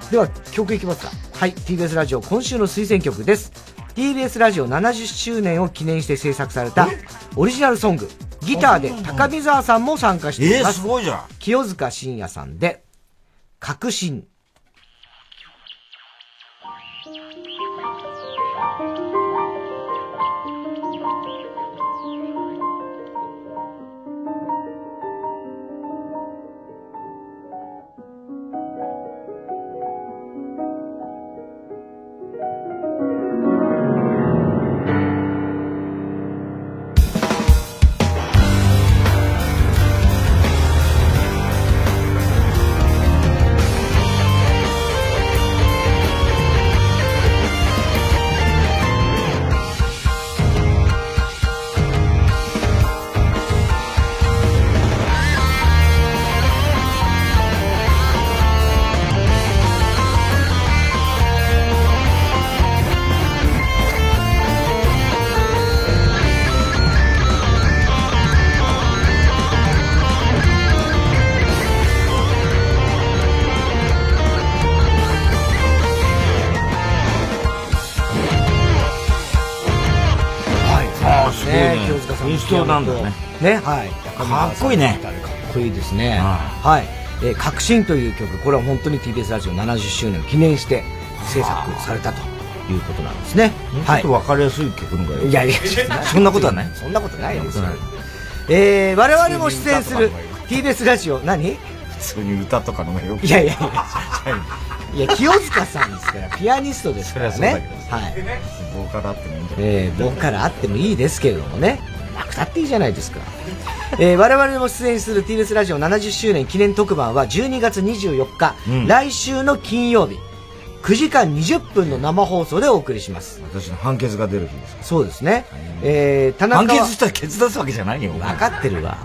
Speaker 1: では、曲いきますか。はい、TBS ラジオ今週の推薦曲です。TBS ラジオ70周年を記念して制作されたオリジナルソング、ギターで高見沢さんも参加しています。
Speaker 2: えー、すごいじゃん。
Speaker 1: 清塚信也さんで、革新。
Speaker 2: 強なんだね。
Speaker 1: ね、はい。
Speaker 2: かっこいいね。
Speaker 1: かっこいいですね。はい。えー、革新という曲、これは本当に TBS ラジオ70周年を記念して制作されたということなんですね。
Speaker 2: はい。ちょっと分かりやすい曲のがよ。
Speaker 1: い やいや、
Speaker 2: そんなことはない。
Speaker 1: そんなことないですよ。えー、我々も出演する TBS ラジオ、何
Speaker 2: 普通に歌とかのがよ
Speaker 1: くいやいやいや。いや、清塚さんです から、ピアニストですからね。
Speaker 2: はい。ボーカルあってもいいんじゃ
Speaker 1: ないえー、ボーカルあってもいいですけれどもね。なっていいじゃないですか。えー、我々も出演する TBS ラジオ70周年記念特番は12月24日、うん、来週の金曜日、9時間20分の生放送でお送りします。
Speaker 2: 私の判決が出る日です
Speaker 1: そうですね。えー、田中
Speaker 2: 判決したら決断すわけじゃないよ。
Speaker 1: 分かってるわ。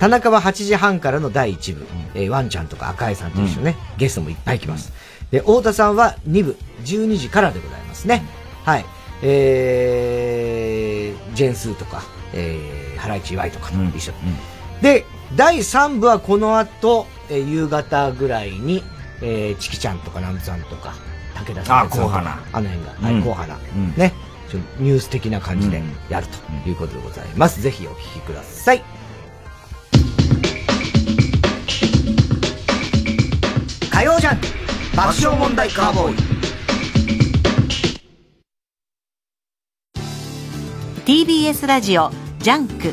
Speaker 1: 田中は8時半からの第1部、うん、えー、ワンちゃんとか赤井さんと一緒ね、うん、ゲストもいっぱい来ます。で、太田さんは2部、12時からでございますね。うん、はい。えー、ジェンスーとか、えー、ハライチ岩井とかと一緒、うん、で、第3部はこの後、えー、夕方ぐらいに、えー、チキちゃんとかナムさんとか、武田さんとか、
Speaker 2: あ
Speaker 1: あの辺が、はい、後花、うん、ね、ちょニュース的な感じでやるということでございます。うん、ぜひお聞きください。火曜じゃん爆笑問題カーボーイ
Speaker 3: TBS ラジオジャンク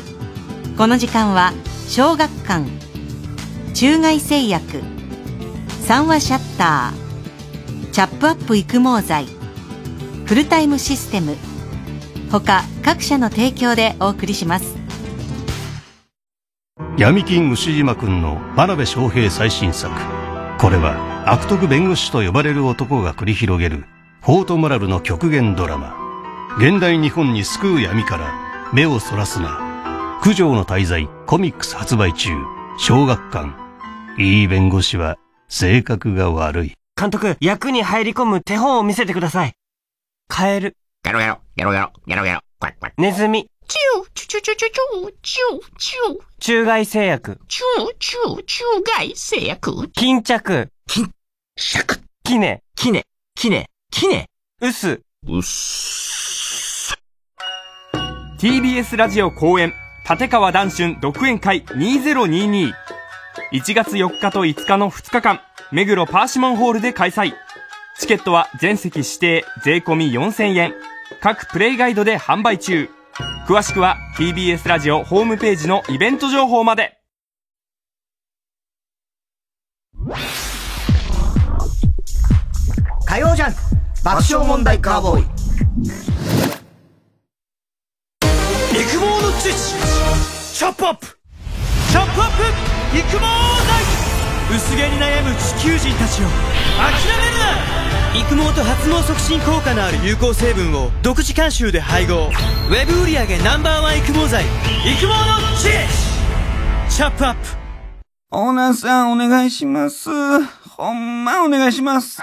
Speaker 3: この時間は小学館中外製薬三話シャッターチャップアップ育毛剤フルタイムシステム他各社の提供でお送りします
Speaker 4: 闇金牛島君の真鍋昌平最新作これは悪徳弁護士と呼ばれる男が繰り広げるフォートモラルの極限ドラマ現代日本に救う闇から目をそらすな九条の滞在コミックス発売中小学館いい弁護士は性格が悪い
Speaker 5: 監督役に入り込む手本を見せてくださいカエル
Speaker 6: ゲロゲロゲロゲロゲロゲロ
Speaker 5: これこれネズ ミ
Speaker 7: チューチュチュチュチュチューチューチュー
Speaker 5: 中外製薬
Speaker 7: チューチュー中外製薬
Speaker 5: 巾着
Speaker 6: 巾着
Speaker 5: きね
Speaker 6: きねきねきね
Speaker 5: うす
Speaker 6: うっす
Speaker 8: TBS ラジオ公演、立川談春独演会2022。1月4日と5日の2日間、目黒パーシモンホールで開催。チケットは全席指定、税込み4000円。各プレイガイドで販売中。詳しくは TBS ラジオホームページのイベント情報まで。
Speaker 1: 火曜ジャン爆笑問題カーボーイ。
Speaker 9: 育毛の知識チョップアップチョップアップ育毛剤薄毛に悩む地球人たちを諦めるな育毛と発毛促進効果のある有効成分を独自監修で配合ウェブ売上ナンバーワン育毛剤育毛の知識チョップアップ
Speaker 10: オーナーさん、お願いします。ほんま、お願いします。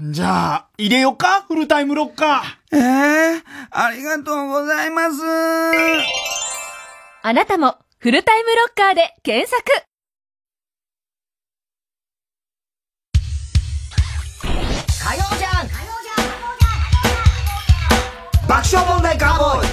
Speaker 11: じゃあ、入れよかフルタイムロッカ
Speaker 10: ー。ええありがとうございます。
Speaker 12: あなたもフルタイムロッカーで検索
Speaker 13: 火曜じゃん爆笑問題カーボーイ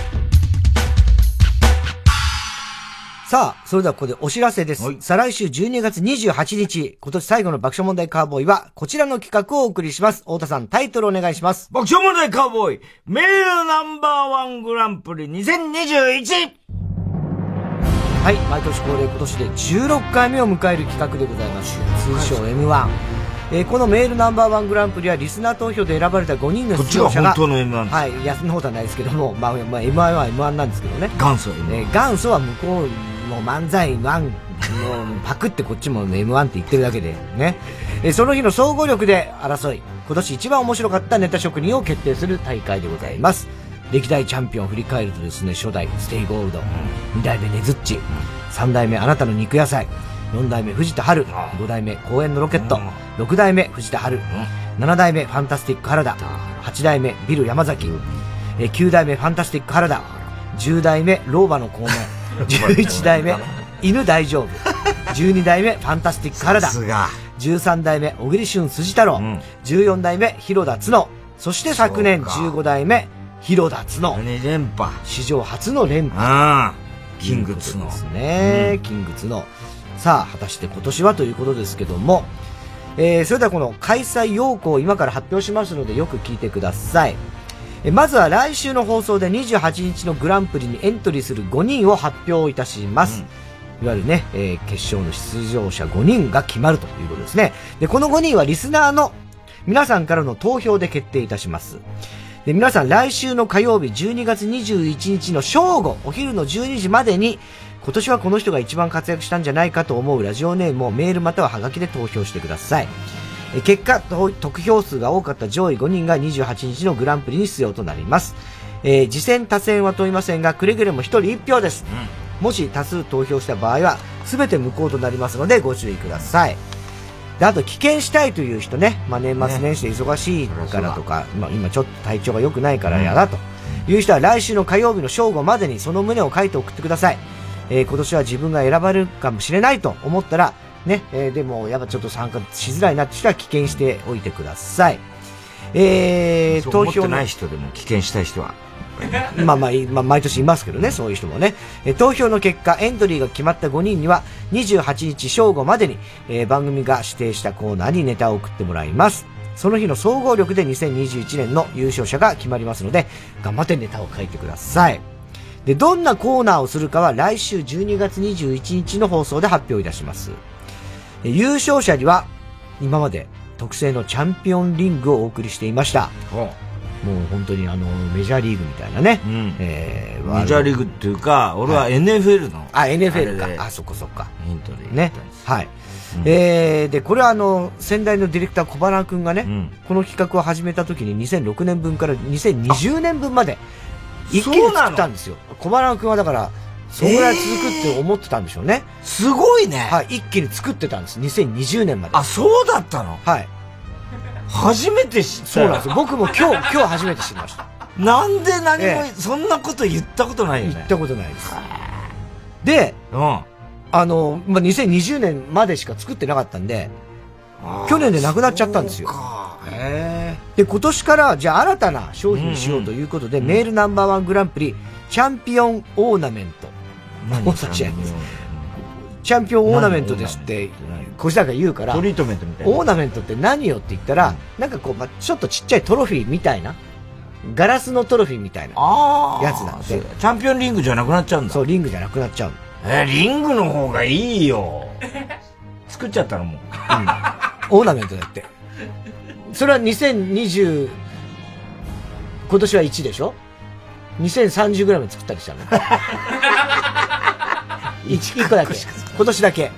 Speaker 1: さあ、それではここでお知らせです。再来週12月28日、今年最後の爆笑問題カーボーイは、こちらの企画をお送りします。太田さん、タイトルお願いします。
Speaker 2: 爆笑問題カーボーイ、名誉ナンバーワングランプリ 2021!
Speaker 1: はい、毎年恒例今年で16回目を迎える企画でございます。通称 M1。えーこのメールナンバーワングランプリはリスナー投票で選ばれた5人の
Speaker 2: こっ
Speaker 1: 出
Speaker 2: ちが
Speaker 1: 場者
Speaker 2: 本
Speaker 1: が、
Speaker 2: 当の M1 です。
Speaker 1: はい、安の方ではないですけども、まあ、まあ、M1 は M1 なんですけどね。
Speaker 2: 元祖 M1
Speaker 1: えー元祖は向こうの漫才1の パクってこっちも M1 って言ってるだけでね。えーその日の総合力で争い、今年一番面白かったネタ職人を決定する大会でございます。歴代チャンピオンを振り返るとですね、初代ステイゴールド、2代目ネズッチ、3代目あなたの肉野菜、4代目藤田春、5代目公園のロケット、6代目藤田春、7代目ファンタスティック原田、8代目ビル山崎、えー9代目ファンタスティック原田、10代目老婆の公明、11代目犬大丈夫、12代目ファンタスティック原田
Speaker 2: さ、すが
Speaker 1: 13代目小栗旬辻太郎、14代目広田角、そして昨年15代目広田角。
Speaker 2: 連覇。
Speaker 1: 史上初の連
Speaker 2: 覇。キングツノ。
Speaker 1: ですね、キングツノ。さあ、果たして今年はということですけども、えーそれではこの開催要項を今から発表しますのでよく聞いてください。えーまずは来週の放送で28日のグランプリにエントリーする5人を発表いたします。いわゆるね、えー決勝の出場者5人が決まるということですね。で、この5人はリスナーの皆さんからの投票で決定いたします。で、皆さん来週の火曜日12月21日の正午、お昼の12時までに、今年はこの人が一番活躍したんじゃないかと思うラジオネームをメールまたはハガキで投票してください。え結果、と得票数が多かった上位5人が28日のグランプリに出場となります。えー次戦他戦は問いませんが、くれぐれも1人1票です。もし多数投票した場合は、全て無効となりますのでご注意ください。であと、棄権したいという人ね、まあ、年末年始で忙しいからとか、まあ今ちょっと体調が良くないからやだという人は来週の火曜日の正午までにその旨を書いて送ってください。えー今年は自分が選ばれるかもしれないと思ったら、ね、えーでもやっぱちょっと参加しづらいなって人は棄権しておいてください。えー、
Speaker 2: 投
Speaker 1: 投
Speaker 2: 票
Speaker 1: 票
Speaker 2: て
Speaker 1: の
Speaker 2: ない人でも棄権したい人は。
Speaker 1: まあまあ、いまあ毎年いますけどね、そういう人もね。えー投票の結果、エントリーが決まった5人には、28日正午までに、えー番組が指定したコーナーにネタを送ってもらいます。その日の総合力で2021年の優勝者が決まりますので、頑張ってネタを書いてください。で、どんなコーナーをするかは来週12月21日の放送で発表いたします。えー優勝者には、今まで特製のチャンピオンリングをお送りしていました。もう本当にあのメジャーリーグみたいなね、えー
Speaker 2: メジャーリーグっていうか、俺は NFL の。
Speaker 1: あ、NFL か。あ、そこそこか。ね。はい。えーで、これはあの、先代のディレクター小原くんがね、この企画を始めた時に2006年分から2020年分まで、一気に作ったんですよ。小原くんはだから、そのぐらい続くって思ってたんでしょうね。
Speaker 2: すごいね。
Speaker 1: はい、一気に作ってたんです。2020年まで。あ、
Speaker 2: そうだったの
Speaker 1: はい。
Speaker 2: 初めて知った
Speaker 1: そうなんですよ。僕も今日、今日初めて知りました。
Speaker 2: なんで何も、
Speaker 1: ええ
Speaker 2: そんなこと言ったことないよね。言った
Speaker 1: ことないです。で、あの、まあ、2020年までしか作ってなかったんで、去年でなくなっちゃったんですよ。で、今年から、じゃあ新たな商品にしようということで、メールナンバーワングランプリ、チャンピオンオーナメント。
Speaker 2: 何
Speaker 1: を差し上げます。チャンピオンオーナメントですって、小下が言うから、トリートメントみたいな。オーナメントって何よって言ったら、なんかこう、まあ、ちょっとちっちゃいトロフィーみたいな。ガラスのトロフィーみたいなやつなんで。チャンピオンリングじゃなくなっちゃうんだ。そう、リングじゃなくなっちゃうの。
Speaker 2: えーリングの方がいいよ。作っちゃったのもう。
Speaker 1: オーナメントだって。それは2020、今年は1でしょ ?2030 ぐらいまで作ったりした の。1, 個だけ。今年だけ。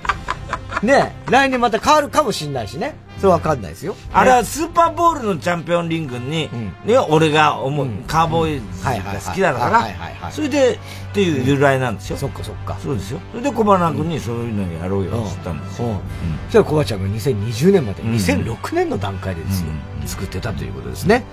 Speaker 1: ねえ来年また変わるかもしんないしね。それわかんないですよ。
Speaker 2: あれはスーパーボールのチャンピオンリングに、ね、俺が思う、カーボーイ
Speaker 1: はい
Speaker 2: が
Speaker 1: はい
Speaker 2: 好きだか
Speaker 1: はいはいは
Speaker 2: ら、
Speaker 1: い
Speaker 2: それでっていう由来なんですよ。そ
Speaker 1: っかそっか。
Speaker 2: そうですよ。それで小花君にそういうのやろうよって言ったんですよ。
Speaker 1: そしたらコバちゃんが2020年まで、
Speaker 2: ん
Speaker 1: 2006年の段階でですよ、作ってたということですね。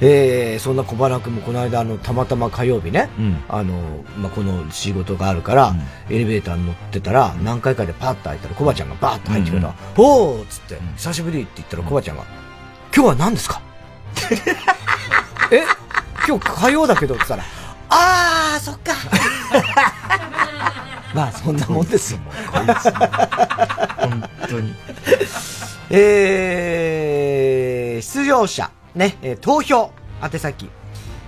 Speaker 1: えー、そんな小原君もこの間あのたまたま火曜日ね、あのまあ、この仕事があるから、エレベーターに乗ってたら何回かでパッと開いたらコバちゃんがバーッと入ってくるの、おーっつって、久しぶりって言ったらコバちゃんが、今日は何ですかえ今日火曜だけどって言ったら、あー、そっか。まあそんなもんですよ。本当に。えー、出場者、ね、えー投票、宛先。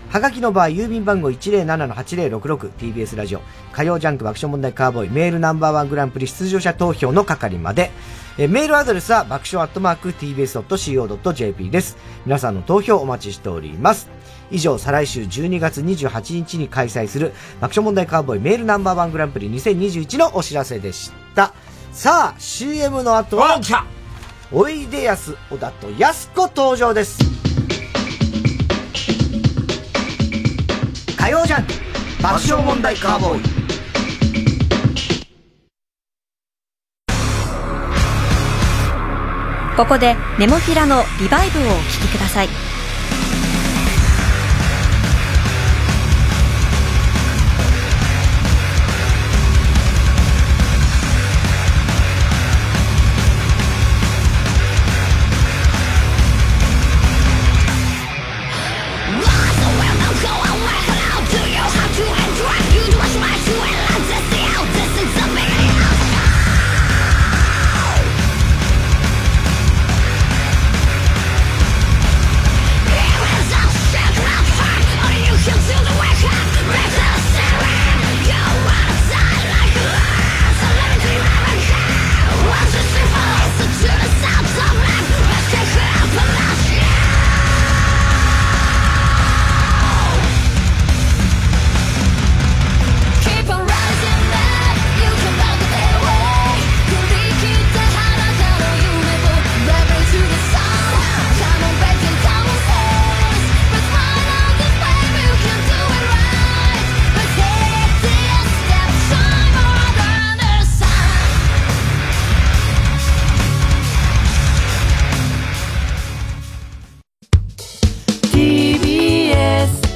Speaker 1: はがきの場合、郵便番号 107-8066TBS ラジオ、火曜ジャンク爆笑問題カーボーイ、メールナンバーワングランプリ出場者投票の係まで、えーメールアドレスは爆笑アットマーク TBS.CO.JP です。皆さんの投票お待ちしております。以上、再来週12月28日に開催する爆笑問題カーボーイメールナンバーワングランプリ2021のお知らせでした。さあ、CM の後は、おいでやす小田とやす子登場です。火曜ジャンク爆笑問題カーボーイ
Speaker 14: ここでネモフィラのリバイブをお聴きください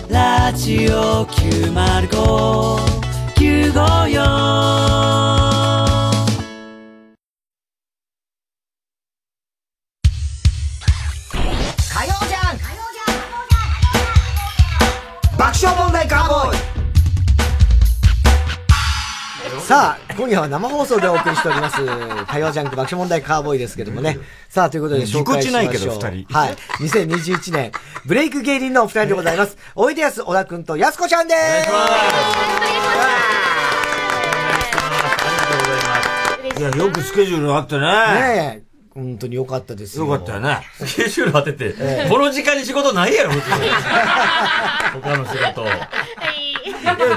Speaker 15: ラジオ905954
Speaker 13: 火曜ジャンク爆笑問題カーボーイ
Speaker 1: さあ、今夜は生放送でお送りしてお ります、火曜ジャンク爆笑問題カーボーイですけどもね。さあ、ということで紹介しましょう。
Speaker 2: ぎこちないけど二人
Speaker 1: はい。2021年、ブレイク芸人のお二人でございます。おいでやす小田くんとやすこちゃんです。
Speaker 2: いや、よくスケジュールあってね。
Speaker 1: ねえ。本当に良かったですよ。
Speaker 2: よかったよね。
Speaker 16: スケジュール当てて、
Speaker 2: ええ
Speaker 16: この時間に仕事ないや ろ、普通。他の仕事。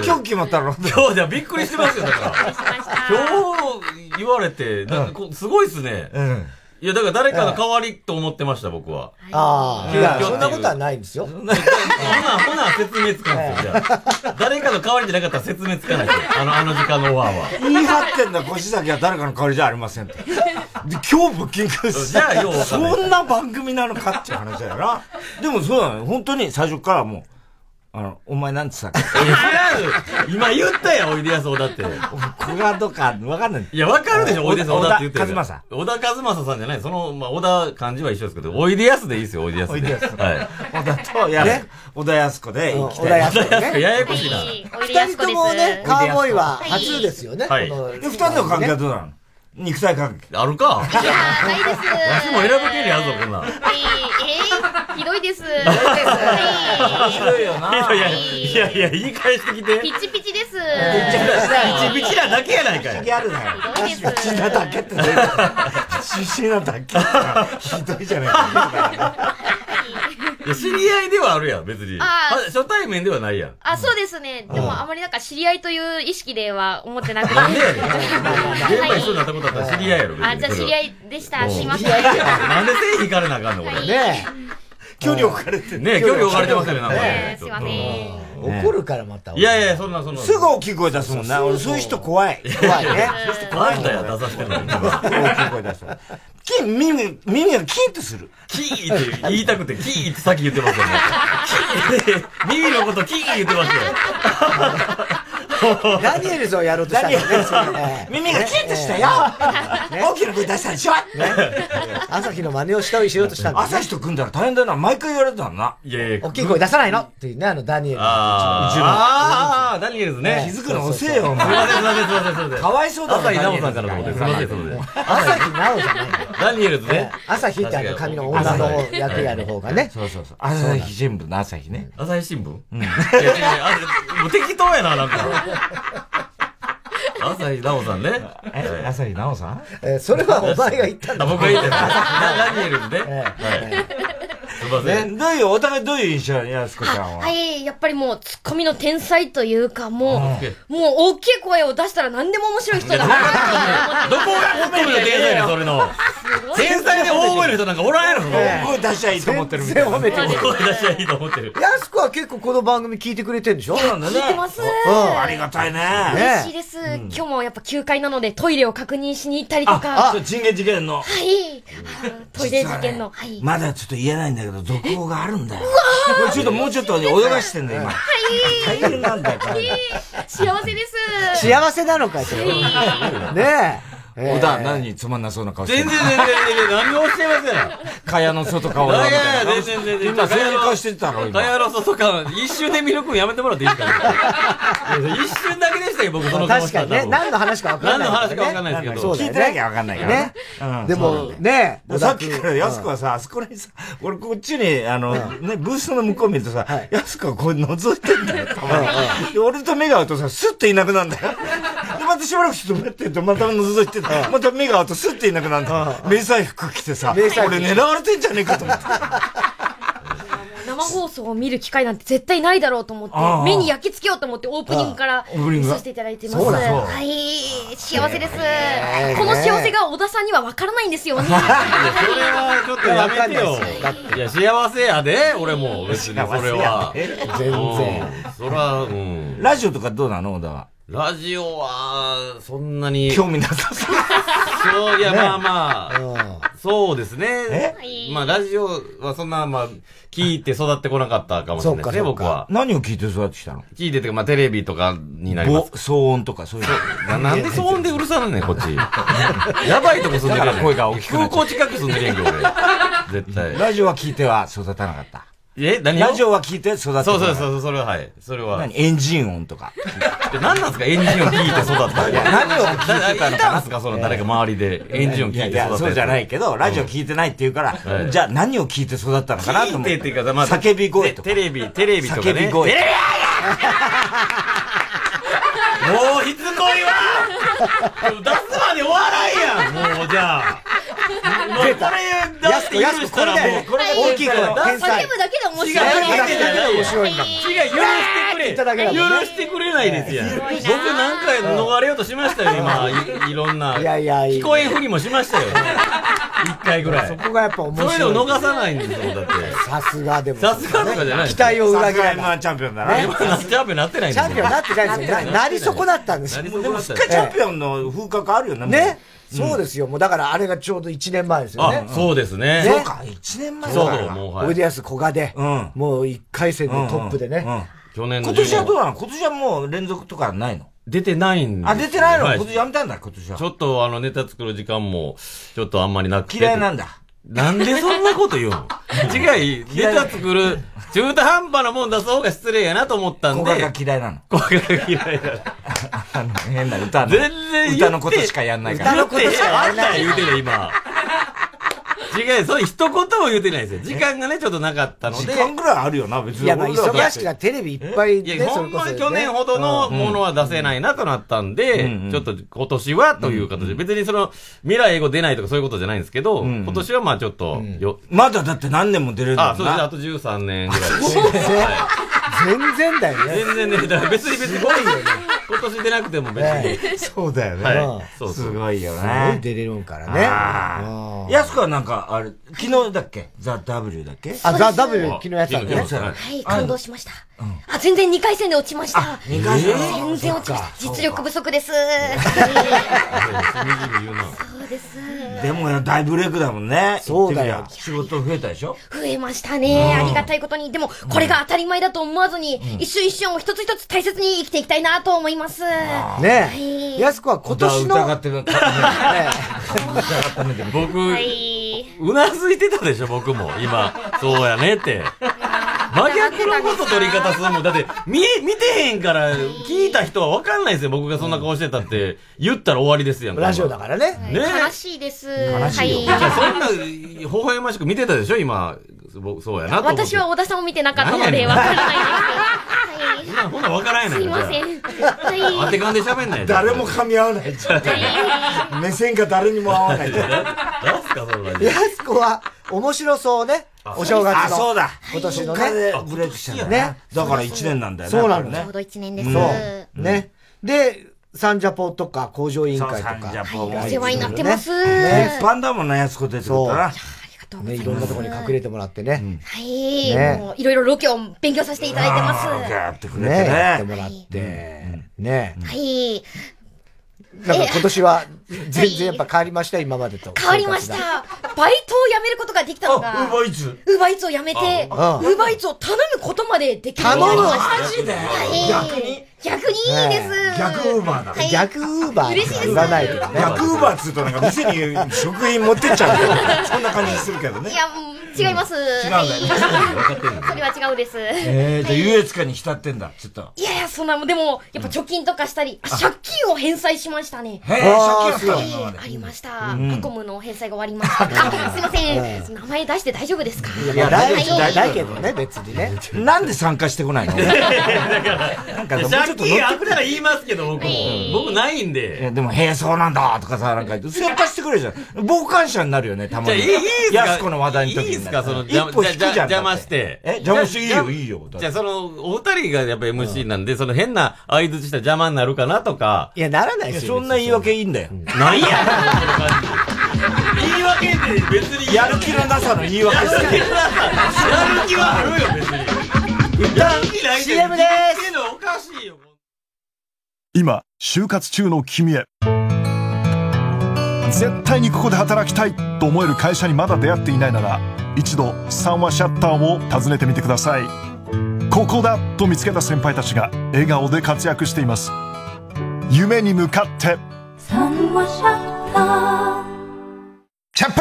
Speaker 2: 今日決まったの
Speaker 16: 今日じゃびっくりしてますよ、だから。今日言われて、なんかこうすごいっすね。いや、だから誰かの代わりと思ってました、僕は。
Speaker 1: ああ、いや、
Speaker 16: 急遽っていう
Speaker 1: そんなことはないんですよ。
Speaker 16: ほな、説明つかんですよ、じゃあ。誰かの代わりじゃなかったら説明つかないですよ。あの、あの時間のワーは。
Speaker 2: 言い張ってんだ、腰崎は誰かの代わりじゃありませ んって。で、今日ブッキングし
Speaker 16: じゃあようわかんない
Speaker 2: そんな番組なのかっていう話だよな。でもそうなのよ。本当に最初からもう、あの、お前なんつったか。
Speaker 16: 今言ったやん、おいでやそうだって。
Speaker 2: 小賀とか、わかんない。
Speaker 16: いや、わかるでしょ、おいでやす小田って言ってる
Speaker 2: 小田和正。
Speaker 16: 小田和正さんじゃない。その、まあ、小田漢字は一緒ですけど、おいでやすでいいですよ、おいでやすで。
Speaker 2: おいでやす
Speaker 16: はい。
Speaker 2: 小田とやす、小田康 子で行きたい。
Speaker 16: 小田康子ややこしいなはい
Speaker 1: 二人ともね、カーボーイは初ですよね。
Speaker 16: はい
Speaker 1: この
Speaker 2: で二人の関係はどうなの肉体関係。
Speaker 16: あるか。わ
Speaker 17: ないです。
Speaker 16: しも選ぶ権利あるぞ、こんなん。
Speaker 17: はい。えー、ひどいです。
Speaker 16: ひどいよな。いやいや、いやいや、言い返してきて。
Speaker 17: ピチピチです。
Speaker 16: ピチピチなだけやないかい。
Speaker 2: あるなよ。
Speaker 17: ひどいです。
Speaker 2: なだけってね。出身なだけ。ひどいじゃない
Speaker 16: いや、知り合いではあるやん、別に。
Speaker 17: あー
Speaker 16: は初対面ではないやん。
Speaker 17: あ、そうですね。でも、あまりなんか知り合いという意識では思ってなくて。
Speaker 16: なんでやねん。現場一緒になったことあったら知り合いやろ、別に
Speaker 17: あ、じゃあ知り合いでした。すいません。
Speaker 16: なんで手引かれなあかんの、これ。
Speaker 1: ね
Speaker 2: 距離置かれて
Speaker 16: ねえ距離置かれてますよねなんか
Speaker 17: え
Speaker 16: ね
Speaker 17: ーすいません。
Speaker 1: 怒るからまた。
Speaker 16: いやいや、そんな、そんな。
Speaker 2: すぐ大きい声出すもんな。俺、そういう人怖い。怖いね。
Speaker 16: 怖いんだよ、出させてるの。
Speaker 2: 大きい声出す。キン、耳、耳がキンとする。
Speaker 16: キーって言いたくて、キーってさっき言ってますよね。キーって、耳のことキー言ってますよ。
Speaker 1: ダニエルズをやろうとしたんだね。
Speaker 2: 耳がキンとしたよ大きな声出したでしょ
Speaker 1: 朝日の真似をしたりしようとしたんだね。
Speaker 2: 朝日と組んだら大変だな。毎回言われてたんな。
Speaker 16: いやいや、
Speaker 1: 大きい声出さないのっていうね、あのダニエルズ。
Speaker 16: あーあー、ダニエルズね。
Speaker 2: 気づくの遅えよお前
Speaker 16: すいません、すいません、すいませんすいません。
Speaker 2: かわいそうだろ
Speaker 16: 朝日奈央さんからのことです。すいません、すいません。
Speaker 1: 朝日奈央じゃない。
Speaker 16: ダニエルズね。
Speaker 1: 朝日ってあの髪の女の方役やる方がね。
Speaker 2: そうそうそう。朝日新聞の朝日ね。
Speaker 16: 朝日新聞うん。いやいやいやあもう適当やな、なんか。 朝日奈央さんね。
Speaker 2: え朝日奈央さん
Speaker 1: えーそれはお前が言ったんだ。
Speaker 16: あ僕が言ってた。ダニエルズね。 はい。すいません。
Speaker 2: ね、どういう、お互いどういう印象やすこちゃんは。
Speaker 17: はい、やっぱりもう、ツッコミの天才というか、もう、も
Speaker 2: うん
Speaker 17: う大きい声を出したら何でも面白い人だな
Speaker 16: どこが褒める天才ね、それの。天才で大声の人なんかおらんやろ、その
Speaker 2: 声出しちゃいいと思ってるみたいな。
Speaker 1: 全然褒めてる
Speaker 16: 声出しゃいいと思ってる。
Speaker 1: やすこは結構この番組聞いてくれてんでしょそうなんだ
Speaker 17: ね聞いてます
Speaker 1: うん。
Speaker 2: ありがたいね。
Speaker 17: 嬉しいです。今日もやっぱ9階なのでトイレを確認しに行ったりと
Speaker 2: あ、
Speaker 17: か。
Speaker 2: そう、人間事件の。
Speaker 17: はい。トイレ事件の。はい。
Speaker 2: まだちょっと言えないんだけど、続報があるんだよ。これちょっともうちょっとね泳がしてんだよ、今。
Speaker 17: はい。
Speaker 2: 大変なんだよ、
Speaker 17: 幸せです。
Speaker 1: 幸せなのかよそれはねえ。
Speaker 2: 小田、何つまんなそうな顔して
Speaker 16: 全
Speaker 2: る
Speaker 16: 然全然全然、何をおっしてますやん。
Speaker 2: 蚊帳の外顔だみ
Speaker 16: いや
Speaker 2: た
Speaker 16: い
Speaker 2: いな
Speaker 16: や、全然全然。
Speaker 2: 今、そういう顔してたろ、今。
Speaker 16: ガヤロ外感、一瞬でミルクやめてもらっていいですかねいや一瞬だけでしたよ、僕、その顔
Speaker 1: 確
Speaker 16: し
Speaker 1: から
Speaker 16: た
Speaker 1: にね、
Speaker 16: 多分
Speaker 1: 何の話か分かんない。
Speaker 16: 何の話か分かんないですけど。
Speaker 1: そうだ
Speaker 2: 聞
Speaker 1: よね
Speaker 2: いてなきゃわかんないから
Speaker 1: ね。
Speaker 2: うん
Speaker 1: でもね
Speaker 2: そうだよさっきから安子はさ、あそこらにさ、俺こっちに、あの、ね、ブースの向こう見るとさ、安子はこう覗いてんだよ、たまに。で俺と目が合うとさ、スッていなくなるんだよ。で、またしばらくちょっと待ってると、また覗いてた。また目が合うとスッていなくなるんだよ。迷彩服着てさ、俺
Speaker 1: 迷彩服
Speaker 2: 狙われてんじゃねえかと思って。
Speaker 17: 生放送を見る機会なんて絶対ないだろうと思って
Speaker 2: ああ、
Speaker 17: 目に焼き付けようと思ってオープニングから
Speaker 2: あオープニン
Speaker 17: 見
Speaker 2: グが
Speaker 17: させていただいてます。
Speaker 2: そうだそう
Speaker 17: はい、幸せです
Speaker 2: ねえ。
Speaker 17: この幸せが小田さんには分からないんですよね。
Speaker 16: それはちょっとやめてよ。いや、幸せやで、俺も。別に、それは。
Speaker 2: 全
Speaker 16: 然。それは、うん。
Speaker 2: ラジオとかどうなの小田は。
Speaker 16: ラジオは、そんなに。
Speaker 2: 興味なさそう。
Speaker 16: そう、いや、
Speaker 2: ね
Speaker 16: まあまあ、そうですね。まあ、ラジオはそんな、まあ、聞いて育ってこなかったかもしれないですね、僕は。
Speaker 2: 何を聞いて育ってきたの
Speaker 16: 聞いてて、まあ、テレビとかになります
Speaker 2: ぼ。騒音とかそういう
Speaker 16: ななんで騒音でうるさなんねん、こっち。やばいとこ住んでるや
Speaker 2: だか
Speaker 16: ん。
Speaker 2: ら声が大きくなっ
Speaker 16: 空
Speaker 2: ちゃ
Speaker 16: 港近
Speaker 2: う
Speaker 16: く住んでるやんけ、俺。絶対。
Speaker 2: ラジオは聞いては育たなかった。
Speaker 16: え何を
Speaker 2: ラジオは聞いて育てた。
Speaker 16: そうそうそう、それは、はい。それは。
Speaker 2: 何エンジン音とか。
Speaker 16: で何なんですかエンジン音聞いて育った
Speaker 2: いや何を聞いてた
Speaker 16: だ
Speaker 2: の
Speaker 16: だんですかその誰か周りでエンジン音聞いて育った
Speaker 2: や
Speaker 16: や
Speaker 2: や
Speaker 16: つ
Speaker 2: そうじゃないけど、ラジオ聞いてないって言うから、じゃあ何を聞いて育ったのかなと思
Speaker 16: 聞いてっていうか、まあ、
Speaker 2: 叫び声とか。
Speaker 16: テレビ、テレビとかね。
Speaker 2: 叫び声
Speaker 16: テレビもう、しつこいわ出すまで終わらんやんもう、じゃあ。もうこれ出して許したらもう、
Speaker 2: これ
Speaker 17: だよ
Speaker 2: 大きい声
Speaker 17: 叫
Speaker 2: 天
Speaker 17: ぶだけ
Speaker 2: 才
Speaker 17: で面白い。
Speaker 16: 違うだけじゃないよ。違う、
Speaker 17: だ
Speaker 16: 許してくれ。許してくれないですやん。僕何回逃れようとしました よ、今。いいろんな。
Speaker 1: いやいや、いい
Speaker 16: 聞こえんふりもしましたよ。一回ぐらい。
Speaker 1: そこがやっぱ面
Speaker 16: そ
Speaker 1: 白い。
Speaker 16: れでも逃さないんですよ、だって。
Speaker 1: さすがでも。
Speaker 16: さすがとかじゃない
Speaker 1: 期待を裏切ら
Speaker 2: さすが
Speaker 1: ない。
Speaker 2: M1 チャンピオンだな。
Speaker 16: 今なチャンピオンなってないん
Speaker 1: チ
Speaker 16: で
Speaker 1: ャ
Speaker 16: すよ
Speaker 1: ンピオンになってないんですよ。ななり損なったんですよ。
Speaker 16: でもす
Speaker 2: 一回チャンピオンの風格あるよね。
Speaker 1: ね。そうですよ。もうだからあれがちょうど1年前ですよね
Speaker 16: あ、。そうですね。
Speaker 2: そうか、1年前
Speaker 16: そ
Speaker 2: だ
Speaker 16: う
Speaker 2: か
Speaker 16: そう、
Speaker 2: ら。
Speaker 16: もうは
Speaker 1: おい
Speaker 16: い。
Speaker 1: でやすこがで、もう1回戦のトップでね、
Speaker 16: 去年の
Speaker 2: 今年はどうなの今年はもう連続とかないの
Speaker 16: 出てないんです
Speaker 2: あ、出てないの
Speaker 16: はい
Speaker 2: 今年やめたんだ、今年は。
Speaker 16: ちょっとあのネタ作る時間も、ちょっとあんまりなくて。
Speaker 2: 嫌いなんだ。
Speaker 16: なんでそんなこと言う の違い、ネタ作る、中途半端なもん出す方が失礼やなと思ったんで。
Speaker 2: 古賀が嫌いなの。
Speaker 16: 古賀が 嫌いなの。
Speaker 2: あの、変な歌の。
Speaker 16: 全然言って
Speaker 2: 歌のことしかやんないから。
Speaker 16: 歌のことしかやんない。言うてない、今。違う、それ一言も言うてないですよ。時間がね、ちょっとなかったので。
Speaker 2: 時間ぐらいあるよな、別
Speaker 1: いや、まあ、忙しくなテレビいっぱい
Speaker 16: い
Speaker 1: ね、
Speaker 16: や、ほんまに去年ほどのものは出せないなとなったんで、ちょっと今年はという形で、別にその、未来英語出ないとかそういうことじゃないんですけど、今年はまあちょっと、よ、
Speaker 2: まだだって何年も出れるんだ
Speaker 16: あ、
Speaker 2: も
Speaker 16: そ
Speaker 2: ん
Speaker 16: うですね、
Speaker 2: な
Speaker 16: あと13年ぐらい
Speaker 1: 全然だよね。
Speaker 16: 全然ね、だから別に別に、今年出なく ても別
Speaker 2: ね
Speaker 16: に。
Speaker 2: そうだよね。
Speaker 16: はい
Speaker 2: そうそうすごいよね。
Speaker 1: すごい出れるんからね
Speaker 2: ね。やす子はなんか、あれ、昨日だっけザ・ W だっけ
Speaker 1: あ、ザ・ W 昨日やってたんだね。
Speaker 18: はい、感動しました。あ、全然2回戦で落ちました。
Speaker 1: 二回戦
Speaker 18: えー全然落ちました。
Speaker 2: そうか
Speaker 18: 実力不足です。そうです。
Speaker 2: でも大ブレイクだもんね。そうだよ。仕事増えたでしょ
Speaker 18: 増えましたね。
Speaker 2: うん
Speaker 18: ありがたいことに。でも、これが当たり前だと思わずに、
Speaker 2: うん
Speaker 18: 一瞬一瞬を一つ一つ大切に生きていきたいなと思います。
Speaker 1: ね
Speaker 18: はい
Speaker 1: え。やす子は今年の。
Speaker 2: 疑ってる。
Speaker 16: 僕、
Speaker 18: はい。
Speaker 16: うなずいてたでしょ、僕も。今、そうやねって。真逆のこと取り方するもん。だって、見え、見てへんから、聞いた人は分かんないですよ。僕がそんな顔してたって、言ったら終わりですやん
Speaker 1: ラジオだからね。
Speaker 16: ね
Speaker 18: 悲しいです。
Speaker 16: 悲しいよ。
Speaker 18: は
Speaker 16: じゃあそんな、微笑ましく見てたでしょ、今。僕そうやなと思って。
Speaker 18: 私は小田さんを見てなかったの
Speaker 16: 何
Speaker 18: で、
Speaker 16: やねん
Speaker 18: わからない
Speaker 16: ほんなほんなら分からんや
Speaker 18: です。
Speaker 16: ない
Speaker 18: すい
Speaker 16: のじ
Speaker 18: ませ
Speaker 16: ゃ
Speaker 18: ん。は
Speaker 16: あ。当て勘で喋んない
Speaker 2: 誰も噛み合わない。目線が誰にも合わない。
Speaker 16: 出すか、そんなに。
Speaker 1: やす子は面白そうね。お正月の。
Speaker 2: あ、そうだ。
Speaker 1: 今年の
Speaker 2: そっから
Speaker 1: ね
Speaker 2: で。ブレイクしたんだね
Speaker 1: ね。
Speaker 2: だから1年なんだよね。
Speaker 1: そうなの
Speaker 2: ね
Speaker 1: ね。
Speaker 18: ちょうど1年です。
Speaker 1: そう。ね。で、サンジャポとか工場委員会とか。
Speaker 2: ジャポン
Speaker 18: お世話になってます
Speaker 2: ね一般だもんな、やす子出てくったら。
Speaker 1: ね、いろんなところに隠れてもらってね。
Speaker 18: い。
Speaker 1: ね
Speaker 18: もういろいろロケを勉強させていただいてます。
Speaker 2: あーやってくれて
Speaker 1: ねやっ
Speaker 2: ね
Speaker 1: て。もらって。ね
Speaker 18: はい。
Speaker 1: なんか今年は全然やっぱ変わりました、今までと。
Speaker 18: 変わりました。バイトを辞めることができたのが、
Speaker 2: イツ。
Speaker 18: ウーバーイーツを辞めて、ウ
Speaker 1: ああ
Speaker 18: ーバーイーツを頼むことまでできるようになりました。
Speaker 2: マジで
Speaker 18: 逆に逆にいいです。
Speaker 2: 逆ウーバーだ。
Speaker 1: 逆ウーバ
Speaker 18: ーとは言
Speaker 1: わないけどね
Speaker 2: 逆ウーバーっつうとなんか店に食品持ってっちゃうけど、そんな感じするけどね
Speaker 18: い。や、うん違います。
Speaker 2: 違うん
Speaker 18: はい
Speaker 2: だよね。分かってる
Speaker 18: それは違うです。
Speaker 2: えー、じゃあ優越感に浸ってんだ、ちょっと。
Speaker 18: いやいや、そんなもん、でも、やっぱ貯金とかしたり、あ借金を返済しましたね。
Speaker 2: へえ、借金あった
Speaker 18: は
Speaker 2: の
Speaker 18: い
Speaker 2: 今まで。
Speaker 18: ありました。
Speaker 2: うん
Speaker 18: アコムの返済が終わりま した。あすいません。名前出して大丈夫ですか
Speaker 2: いや大丈夫
Speaker 18: はい
Speaker 2: 大丈夫
Speaker 1: ね、別にね。
Speaker 2: なんで参加してこないのなんかもうちょっ
Speaker 16: 借
Speaker 2: と乗
Speaker 16: 金あ
Speaker 2: って
Speaker 16: っ
Speaker 2: く
Speaker 16: たら
Speaker 2: れ。
Speaker 16: 言いますけど、僕も。僕ないんで。
Speaker 2: いやでも、へえ、そうなんだとかさ、なんか言って、参加してくれるじゃん。傍観者になるよね、たまに。
Speaker 16: じゃあいいいいっすか
Speaker 2: やすこの話題の時に。
Speaker 16: いいっすかその
Speaker 2: 一歩引くじゃん。
Speaker 16: 邪魔
Speaker 2: だって
Speaker 16: して
Speaker 2: え、邪魔していいよ、いいよ。だっ
Speaker 16: じ
Speaker 2: て
Speaker 16: ゃあ、その、お二人がやっぱ MC なんで、その変な合図したら邪魔になるかなとか。
Speaker 1: いや、ならない
Speaker 2: い
Speaker 1: で
Speaker 2: や
Speaker 1: す
Speaker 2: そ
Speaker 1: よ。
Speaker 2: んな言い訳いいんだよ。
Speaker 16: ないや言い訳って別に
Speaker 2: やる気のなさの言い
Speaker 16: や
Speaker 2: 訳
Speaker 16: る
Speaker 2: す
Speaker 16: 気
Speaker 2: る
Speaker 16: はやる気はあるよ、別に。やる気ない
Speaker 1: CM でーす
Speaker 16: けどおかしいよ。
Speaker 19: 今就活中の君へ絶対にここで働きたいと思える会社にまだ出会っていないなら一度三話シャッターを訪ねてみてくださいここだと見つけた先輩たちが笑顔で活躍しています夢に向かって
Speaker 20: チャップアッ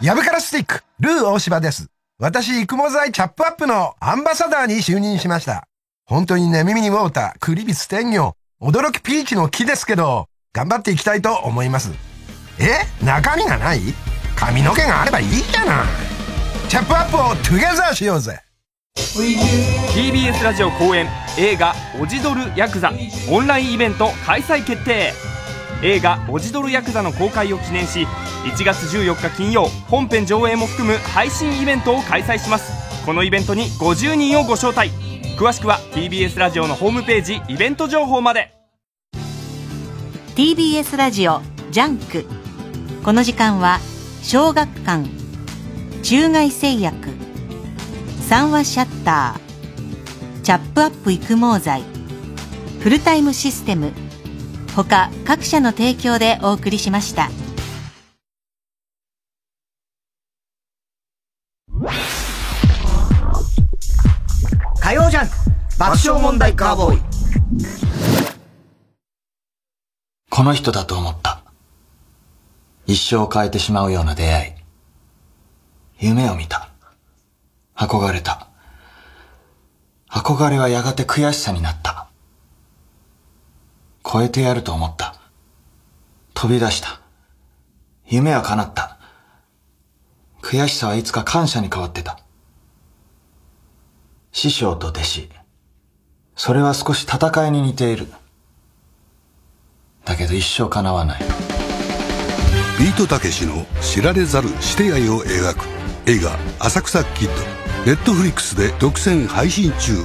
Speaker 20: プヤブからスティックルー大柴です。私、育毛剤チャップアップのアンバサダーに就任しました。本当にね、耳にウォーター、クリビス天魚、驚きピーチの木ですけど、頑張っていきたいと思います。え中身がない髪の毛があればいいじゃない。チャップアップをトゥゲザーしようぜ。
Speaker 8: TBS ラジオ公演映画「オジドルヤクザ」オンラインイベント開催決定映画「オジドルヤクザ」の公開を記念し1月14日金曜本編上映も含む配信イベントを開催しますこのイベントに50人をご招待詳しくは TBS ラジオのホームページイベント情報まで
Speaker 3: TBS ラジオジャンクこの時間は小学館中外製薬三話シャッターチャップアップ育毛剤フルタイムシステム他各社の提供でお送りしました。
Speaker 1: 火曜ジャンク
Speaker 13: 爆笑問題カーボーイ
Speaker 21: この人だと思った。一生を変えてしまうような出会い。夢を見た。憧れた。憧れはやがて悔しさになった。超えてやると思った。飛び出した。夢は叶った。悔しさはいつか感謝に変わってた。師匠と弟子。それは少し戦いに似ている。だけど一生叶わない。
Speaker 22: ビートたけしの知られざるして愛を描く映画「浅草キッド」ネットフリックスで独占配信中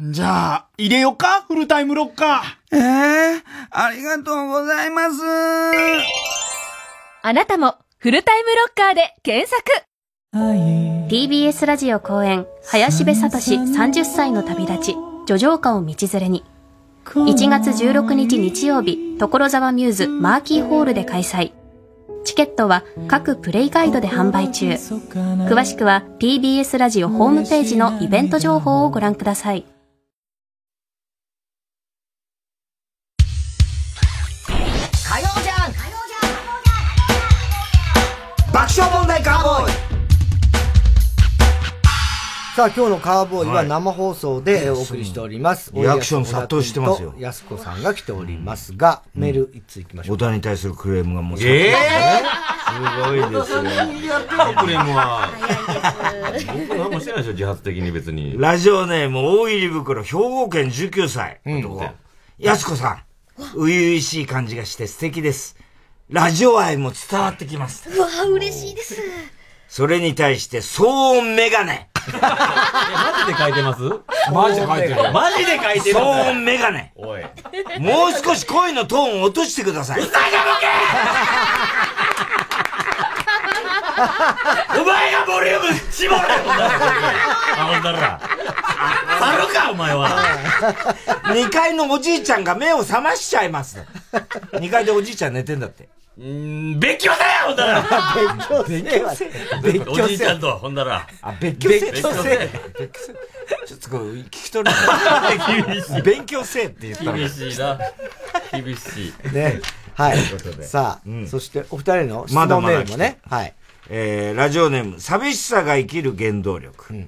Speaker 11: じゃあ、入れよかフルタイムロッカ
Speaker 10: ー。ええありがとうございます。
Speaker 12: あなたもフルタイムロッカーで検索
Speaker 23: TBS ラジオ公演林部聡30歳の旅立ち叙情歌を道連れに1月16日日曜日所沢ミューズマーキーホールで開催チケットは各プレイガイドで販売中詳しくは TBS ラジオホームページのイベント情報をご覧ください
Speaker 13: 火曜じゃん爆笑問題カーボーイ
Speaker 1: さあ、今日のカーボーイは
Speaker 2: はい
Speaker 1: 生放送でお送りしております。
Speaker 2: リアクション殺到してますよ
Speaker 1: おやすこさんが来ておりますが、メールいつ行きましょう
Speaker 2: 小
Speaker 1: か。
Speaker 2: 田に対するクレームがもう
Speaker 1: え
Speaker 16: すごいですよ。クレームは。僕何もしてないでしょ、自発的に別に。
Speaker 2: ラジオネーム、大入り袋、兵庫県19歳。男。やすこさん、初々しい感じがして素敵です。ラジオ愛も伝わってきます。
Speaker 18: うわあ嬉しいです
Speaker 2: それに対して、騒音メガネ。マジで書いてますマジで書いて
Speaker 16: るマジで書いてる
Speaker 2: 騒音メガネ。
Speaker 16: おい。
Speaker 2: もう少し声のトーンを落としてください。お前がボリューム絞れ
Speaker 16: あ、ほんだら。猿か、お前は。
Speaker 2: 2階のおじいちゃんが目を覚ましちゃいます。2階でおじいちゃん寝てんだって。うん、
Speaker 16: 勉強せえほんだ ら
Speaker 2: 勉強せ
Speaker 16: 勉強せおじいちゃん と、ほんだら。
Speaker 2: あ、勉強
Speaker 16: 勉
Speaker 2: せ
Speaker 16: 強せ
Speaker 2: ちょっとこう、聞き取れ
Speaker 16: 厳し
Speaker 2: ないい。勉強せえって言ったら。
Speaker 16: 厳しいな。厳しい。
Speaker 1: ね。はい
Speaker 2: ということ。で
Speaker 1: さあ、そしてお二人の質
Speaker 2: まだ
Speaker 1: 問
Speaker 2: ま
Speaker 1: メー
Speaker 2: だ
Speaker 1: ルもね。はい。
Speaker 2: えー、ラジオネーム、寂しさが生きる原動力。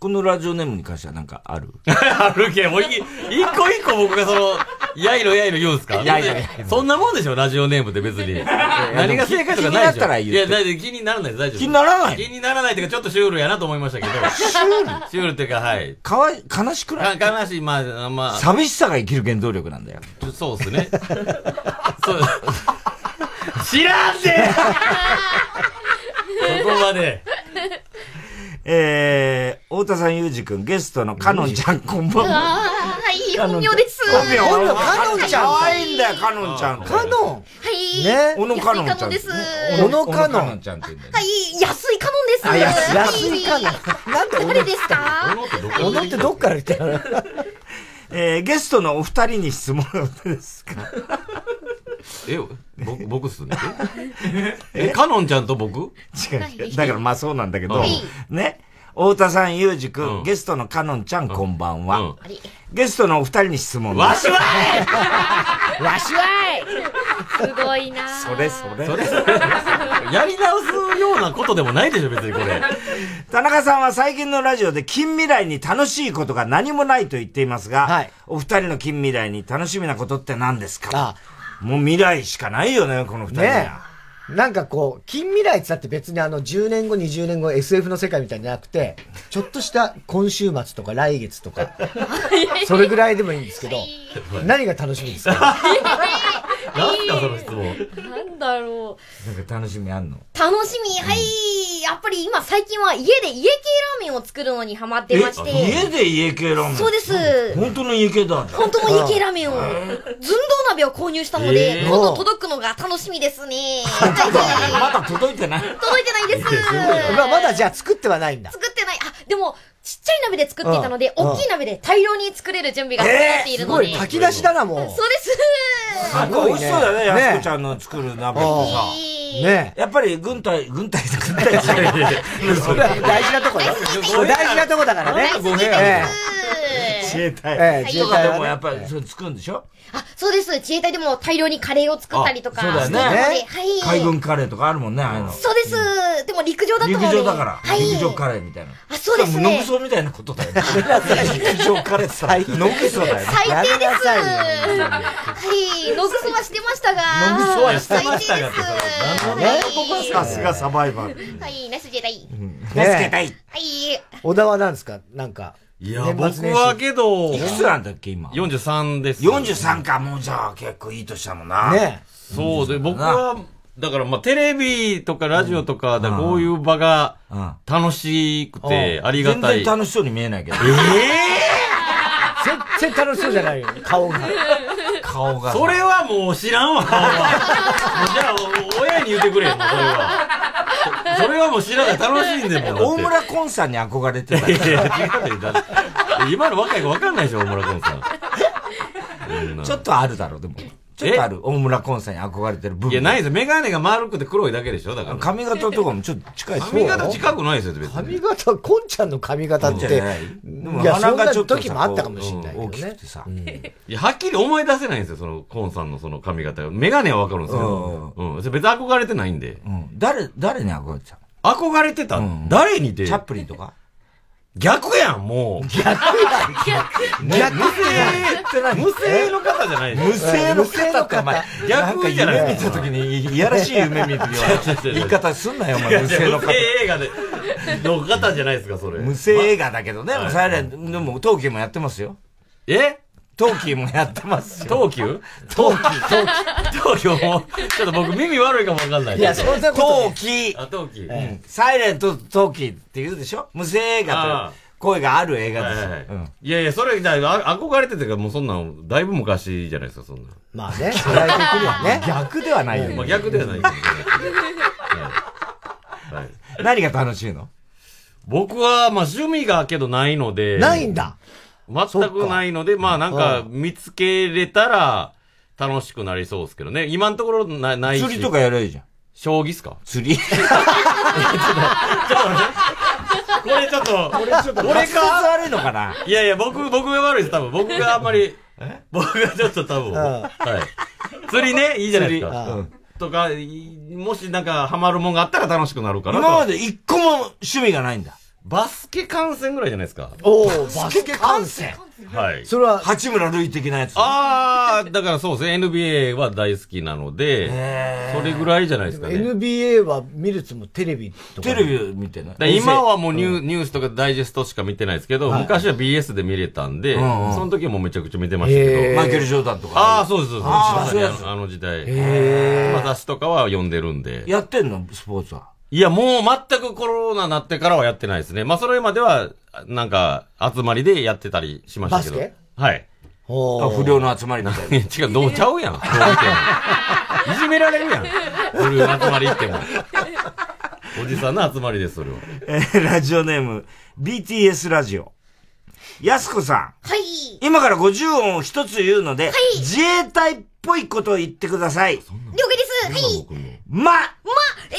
Speaker 2: このラジオネームに関してはなんかある
Speaker 16: あるけん、もうい一個一個僕がその、やいろやいろ言うんすか
Speaker 2: やいろやい
Speaker 16: そんなもんでしょ、ラジオネームって別に。何が正解とかないでしょ。
Speaker 2: 気になったら言って
Speaker 16: いや、大丈夫気にならないです、大丈夫。
Speaker 2: 気にならない
Speaker 16: 気にならないというか、ちょっとシュールやなと思いましたけど。シュールシュールっていうか、はい。
Speaker 2: かわい、悲しくない
Speaker 16: か悲しい、まあ、まあ。
Speaker 2: 寂しさが生きる原動力なんだよ。
Speaker 16: そうです ね。そう。知らん ぜそこ まで。
Speaker 2: えー、太田さん、ゆうじくん、ゲストのかのんちゃん、こん
Speaker 18: あ
Speaker 2: ばんは。
Speaker 18: あいい本名です
Speaker 2: 本名
Speaker 18: 本名
Speaker 2: かのんちゃん可愛いんだよ、かのんちゃん。かのん
Speaker 18: はい
Speaker 2: ね小野かのんちゃ
Speaker 18: 安いかの
Speaker 2: ん
Speaker 18: です
Speaker 2: 小野かのん
Speaker 18: はい安いかのんで
Speaker 2: あ
Speaker 18: す
Speaker 2: 安い安い
Speaker 18: かのなんで誰ですか
Speaker 2: 小野ってどっから来たの えー、ゲストのお二人に質問ですか
Speaker 16: え、僕、僕っすね。え、 かのんちゃんと僕
Speaker 2: 違う違う。だからまあそうなんだけど
Speaker 16: はい、
Speaker 2: ね。太田さん、ゆうじくん、ゲストのかのんちゃん、こんばんは、ゲストのお二人に質問です
Speaker 16: わし
Speaker 18: はい
Speaker 2: わし
Speaker 18: はいすごいな
Speaker 2: それそれ。
Speaker 16: それそれ やり直すようなことでもないでしょ、別にこれ。
Speaker 2: 田中さんは最近のラジオで近未来に楽しいことが何もないと言っていますが、お二人の近未来に楽しみなことって何ですかもう未来しかないよね、この二人は。
Speaker 1: ねなんかこう、近未来ってだって別にあの10年後、20年後 SF の世界みたいじゃなくて、ちょっとした今週末とか来月とか、それぐらいでもいいんですけど、何が楽しみですか
Speaker 16: 何すか、その質問。
Speaker 18: なんだろう
Speaker 2: なんか楽しみあんの
Speaker 18: 楽しみ、はい、やっぱり今最近は家で家系ラーメンを作るのにハマってまして。
Speaker 2: え家で家系ラーメン
Speaker 18: そうです。
Speaker 2: 本当の家系だ。
Speaker 18: 本当の家系ラーメンを
Speaker 2: あ、
Speaker 18: 寸胴鍋を購入したの
Speaker 2: え
Speaker 18: で、
Speaker 2: ー
Speaker 18: 今度届くのが楽しみですね。
Speaker 2: まだ届いてない。
Speaker 18: 届いてないです。
Speaker 1: まあまだじゃあ作ってはないんだ。
Speaker 18: 作ってない。あ、でも、ちっちゃい鍋で作っていたので、
Speaker 1: うん
Speaker 18: 大きい鍋で大量に作れる準備が整っているので。
Speaker 1: すごい炊き出しだな、もう。
Speaker 18: そうです。
Speaker 2: なんか美味しそうだね、
Speaker 1: ね
Speaker 2: やすこちゃんの作る鍋もさ。
Speaker 1: ね
Speaker 2: やっぱり軍隊、軍隊と 軍隊じゃない
Speaker 1: それ大事なとこよ。大事なとこだからね。
Speaker 2: ごめん
Speaker 1: え
Speaker 2: 自衛隊。
Speaker 1: ええ自衛隊
Speaker 2: と
Speaker 1: はね
Speaker 2: かでもやっぱりそれ作るんでしょ
Speaker 18: あ、そうです。自衛隊でも大量にカレーを作ったりとか。
Speaker 2: そうだ
Speaker 18: し
Speaker 2: よ
Speaker 18: てい
Speaker 2: ね
Speaker 18: たので。はい。
Speaker 2: 海軍カレーとかあるもんね、ああいうの。
Speaker 18: そうです。でも陸上だったの
Speaker 2: 陸
Speaker 18: で。
Speaker 2: 上だから
Speaker 18: は。い。
Speaker 2: 陸上カレーみたいな。
Speaker 18: あ、そうです
Speaker 2: ノグ
Speaker 18: ね。
Speaker 2: ソみたいなことだよね。陸上カレーってさ、ノグソだよね。
Speaker 18: 最低です。
Speaker 2: や
Speaker 18: はい。ノグソはしてましたが。
Speaker 2: ノグソはしてましたがって
Speaker 18: 最低
Speaker 1: ね
Speaker 18: です。
Speaker 2: さすがサバイバル。
Speaker 18: はい。ナイスジェダイ。
Speaker 1: ね
Speaker 2: 助けた
Speaker 18: は
Speaker 2: い。
Speaker 18: い。
Speaker 1: 小田はなんですかなんか。
Speaker 16: いや、
Speaker 1: 年末
Speaker 16: 僕
Speaker 1: 年始
Speaker 16: はけど、
Speaker 1: いくつなん
Speaker 2: だっけ、今。
Speaker 16: 43です。
Speaker 2: 43か、もうじゃあ結構いい年だもんな。
Speaker 16: ねそうで、僕は、だからまあテレビとかラジオとか、だからこういう場が楽しくてありがたい。
Speaker 2: 全然楽しそうに見えないけど。
Speaker 1: 全然楽しそうじゃないよ、顔 が。
Speaker 2: 顔が。
Speaker 16: それはもう知らんわ。もうじゃあ、親に言ってくれよ、もうそれは。それはもう知らない。楽しいんでもうだって
Speaker 2: 大村コンさんに憧れてた。
Speaker 16: いやい や違うよだって今の若い子分かんないでしょ、大村君さん。
Speaker 2: ちょっとあるだろう、でも。ちょっとある。大村コンさんに憧れてる部分。
Speaker 16: いや、ないですよ。メガネが丸くて黒いだけでしょだから。
Speaker 2: 髪型とかもちょっと近いし
Speaker 16: 髪型近くないですよ、別に。
Speaker 1: 髪型、こんちゃんの髪型っ
Speaker 16: こん
Speaker 1: て。
Speaker 16: ちゃんじゃない
Speaker 1: いや、そんな時もあったかもしれない。
Speaker 16: ない。大き
Speaker 1: く
Speaker 2: てさ。
Speaker 16: いや、はっきり思い出せないんですよ、その、コーンさんのその髪型が。メガネはわかるんですけど。うん。別に憧れてないんで。
Speaker 2: 誰、誰に憧れてた
Speaker 16: 憧れてた誰にて
Speaker 2: チャップリンとか
Speaker 16: 逆やん、もう。 逆
Speaker 2: 逆
Speaker 16: やん。無声、無声の方じゃない
Speaker 2: 無声の方ってお前、
Speaker 16: 逆じゃない
Speaker 2: なんか夢見た時に、いやらしい夢見て言い方すんなよ、お前、無声の
Speaker 16: 無。
Speaker 2: 方
Speaker 16: 声映画で、の方じゃないですか、それ。
Speaker 2: 無声映画だけどね、
Speaker 16: まあ
Speaker 2: サイレンでも、トーキーもやってますよ。
Speaker 16: え
Speaker 2: トーキーもやってますよ。
Speaker 16: 東急
Speaker 2: 東急、東
Speaker 16: 東京も、ちょっと僕耳悪いかもわかんない。
Speaker 2: いやそんなことない
Speaker 16: キあ、陶器。
Speaker 2: 急。うんサイレント、トーキーって言うでしょ無声映画
Speaker 16: あ
Speaker 2: という声がある映画ですよ
Speaker 16: はいはいはいいやいや、それ、だあ憧れててか、もうそんなん、だいぶ昔じゃないですか、そんなん。
Speaker 1: まあね、世代的には ね。
Speaker 2: 逆ではないよ。
Speaker 16: まあ逆ではないけどね。
Speaker 2: 何が楽しいの
Speaker 16: 僕は、まあ趣味がけどないので。
Speaker 1: ないんだ。
Speaker 16: 全くないので、まあなんか、見つけれたら、楽しくなりそうですけどね。今のところな、ないし。
Speaker 2: 釣りとかやればいいじゃん。
Speaker 16: 将棋っすか
Speaker 2: 釣り
Speaker 16: これちょっと、
Speaker 2: これちょっと滑舌悪いのかない
Speaker 16: やいや、僕、僕が悪いです、多分。僕があんまり、僕がちょっと多分、はい。釣りね、いいじゃないです
Speaker 2: 釣りう
Speaker 16: か
Speaker 2: ん。
Speaker 16: とか、いもしなんか、ハマるもんがあったら楽しくなるから。
Speaker 2: 今まで一個も趣味がないんだ。
Speaker 16: バスケ観戦ぐらいじゃないですか。
Speaker 1: おー、バスケ観戦。
Speaker 16: はい。
Speaker 1: それは、
Speaker 2: 八村塁的なやつ。
Speaker 16: あー、だからそうですね、NBA は大好きなので、それぐらいじゃないですかね。
Speaker 1: NBA は見るつもテレビとか。
Speaker 2: テレビ見てない
Speaker 16: で今はもうニューニュースとかダイジェストしか見てないですけど、
Speaker 2: はい
Speaker 16: 昔は BS で見れたんで、
Speaker 2: うんうん
Speaker 16: その時はもうめちゃくちゃ見てましたけ
Speaker 2: へー
Speaker 16: ど。
Speaker 2: マイケルジョーダンとか
Speaker 16: ああ、そうです、そうです。
Speaker 2: あー
Speaker 16: まさにあ
Speaker 2: そう
Speaker 16: のあの時代。
Speaker 2: へー
Speaker 16: まあ雑誌とかは読んでるんで。
Speaker 2: やってんのスポーツは。
Speaker 16: いや、もう全くコロナになってからはやってないですね。まあ、それまでは、なんか、集まりでやってたりしましたけど。
Speaker 2: バスケ
Speaker 16: はい。
Speaker 2: あ不良の集まりみたいな。
Speaker 16: 違う、どうちゃうや ん。そう言ってもいじめられるやん。不良の集まり行って も。おじさんの集まりです、それは。
Speaker 2: えーラジオネーム、BTS ラジオ。やすこさん。
Speaker 18: はい。
Speaker 2: 今から50音を一つ言うので、自衛隊っぽいことを言ってください。
Speaker 18: 了解です。はい。
Speaker 2: ま、
Speaker 18: ま、えー、舞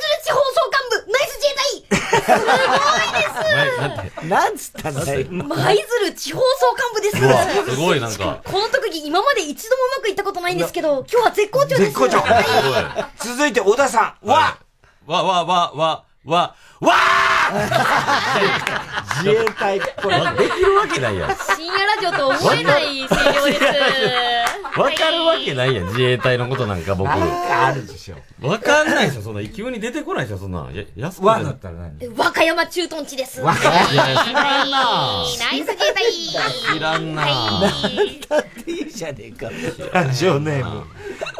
Speaker 18: 鶴地方総監部、ナイス自衛
Speaker 1: なんつったんだよ。
Speaker 18: 隊舞鶴地方総監部です。
Speaker 16: うわすごいなんか
Speaker 18: この特技、今まで一度もうまくいったことないんですけど、今日は絶好調です。
Speaker 2: 絶好調。続いて小田さん。わ、
Speaker 16: わ、わ、わ、わ、わ、わ
Speaker 2: 自衛隊っぽい。
Speaker 16: できるわけないやん。
Speaker 18: 深夜ラジオと思えない声量です。
Speaker 16: わかるわけないやん、自衛隊のことなんか僕。
Speaker 2: あるでしょ。
Speaker 16: わかんないですよ、そんな。急に出てこないですよ、そんな。や、安くなだったら何
Speaker 18: 和歌山駐屯地です。
Speaker 16: 和歌山いや知らんな
Speaker 18: はいナイス自衛隊
Speaker 16: 知らんな
Speaker 2: だっていいじゃねえか。ラジオネーム。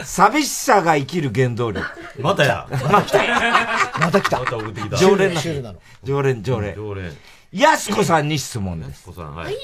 Speaker 2: 寂しさが生きる原動力。
Speaker 16: またや。
Speaker 2: またや。 また来た。常連なの。常連、常連。
Speaker 16: 常連。
Speaker 2: やすこさんに質問です。
Speaker 16: はい。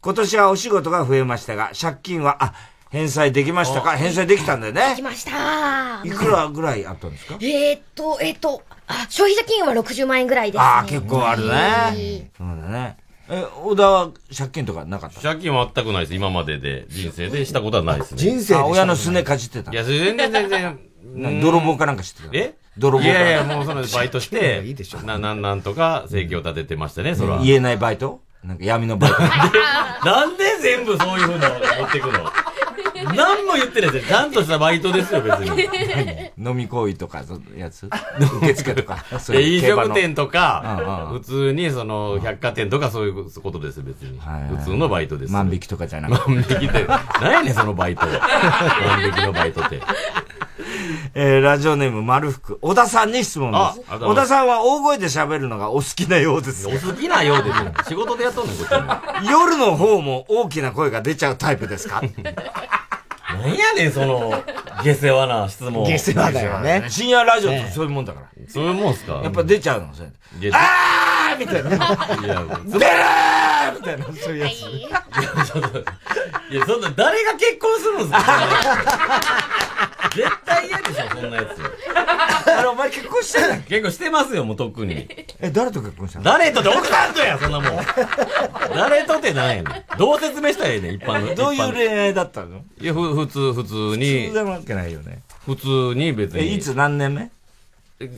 Speaker 2: 今年はお仕事が増えましたが、借金は、あ、返済できましたか返済できたんだよ
Speaker 18: で
Speaker 2: ね
Speaker 18: き。ました。
Speaker 2: いくらぐらいあったんですか
Speaker 18: えーっと、えーっと、あ消費者金融は60万円ぐらいです、ね。
Speaker 2: ああ、結構ある
Speaker 18: はい
Speaker 2: ね。そうだね。え、小田は借金とかなかった
Speaker 16: 借金は全くないです、今までで。人生でしたことはないですね。
Speaker 2: あ親のすねかじってた。
Speaker 16: いや、全然全然。
Speaker 2: な泥棒かなんかしてた。
Speaker 16: え
Speaker 2: 泥棒
Speaker 16: い
Speaker 2: か
Speaker 16: やいや、もうそのバイトして、な、なん、なんとか生計を立ててましたね、それは。
Speaker 2: 言えないバイトなんか闇のバイト。
Speaker 16: なんで全部そういうふうなの持ってくの何も言ってないですよ。ちゃんとしたバイトですよ、別 に。
Speaker 2: 飲み行為とか、そのやつ 受付とか。そう
Speaker 16: で
Speaker 2: いう
Speaker 16: 飲
Speaker 2: 競馬の
Speaker 16: 食店と
Speaker 2: うんうん
Speaker 16: か
Speaker 2: う、ん
Speaker 16: 普通にその、百貨店とかそういうことです、別に。普通のバイトです。
Speaker 2: 万引きとかじゃなくて。
Speaker 16: 万引きって、何やねん、そのバイトは。万引きのバイトって。
Speaker 2: えーラジオネーム丸福。小田さんに質問
Speaker 16: ああり
Speaker 2: で
Speaker 16: が
Speaker 2: す。
Speaker 16: とうございま
Speaker 2: 小田
Speaker 16: す
Speaker 2: さんは大声で喋るのがお好きなようです。
Speaker 16: お好きなようですよ。仕事でやっとんねん、こっちも。
Speaker 2: 夜の方も大きな声が出ちゃうタイプですか
Speaker 16: 何やねん、その、下世話な質問。
Speaker 2: 下世話だよね深夜ラジオってそういうもんだから。
Speaker 16: そういうもんすか
Speaker 2: やっぱ出ちゃうの、それ。
Speaker 16: 下世話。
Speaker 2: あーみたいな。
Speaker 16: いや、
Speaker 2: 出るーみたいな、そういうやつ。
Speaker 16: いや、そんな、誰が結婚するんですか絶対嫌でしょ、そんなやつ。
Speaker 2: あれ、お前結婚してない
Speaker 16: 結婚してますよ、もうとっくに。
Speaker 2: え、誰と結婚したの
Speaker 16: 誰とって奥さんとや、そんなもん。誰とってないねん。どう説明したらええねん、一般の。
Speaker 2: どういう
Speaker 16: 一般の
Speaker 2: 恋愛だったの
Speaker 16: いや、ふ、普通、普通
Speaker 2: 普
Speaker 16: に
Speaker 2: 通。でもわけないよね。
Speaker 16: 普通に別
Speaker 2: え、
Speaker 16: に。
Speaker 2: いつ何年目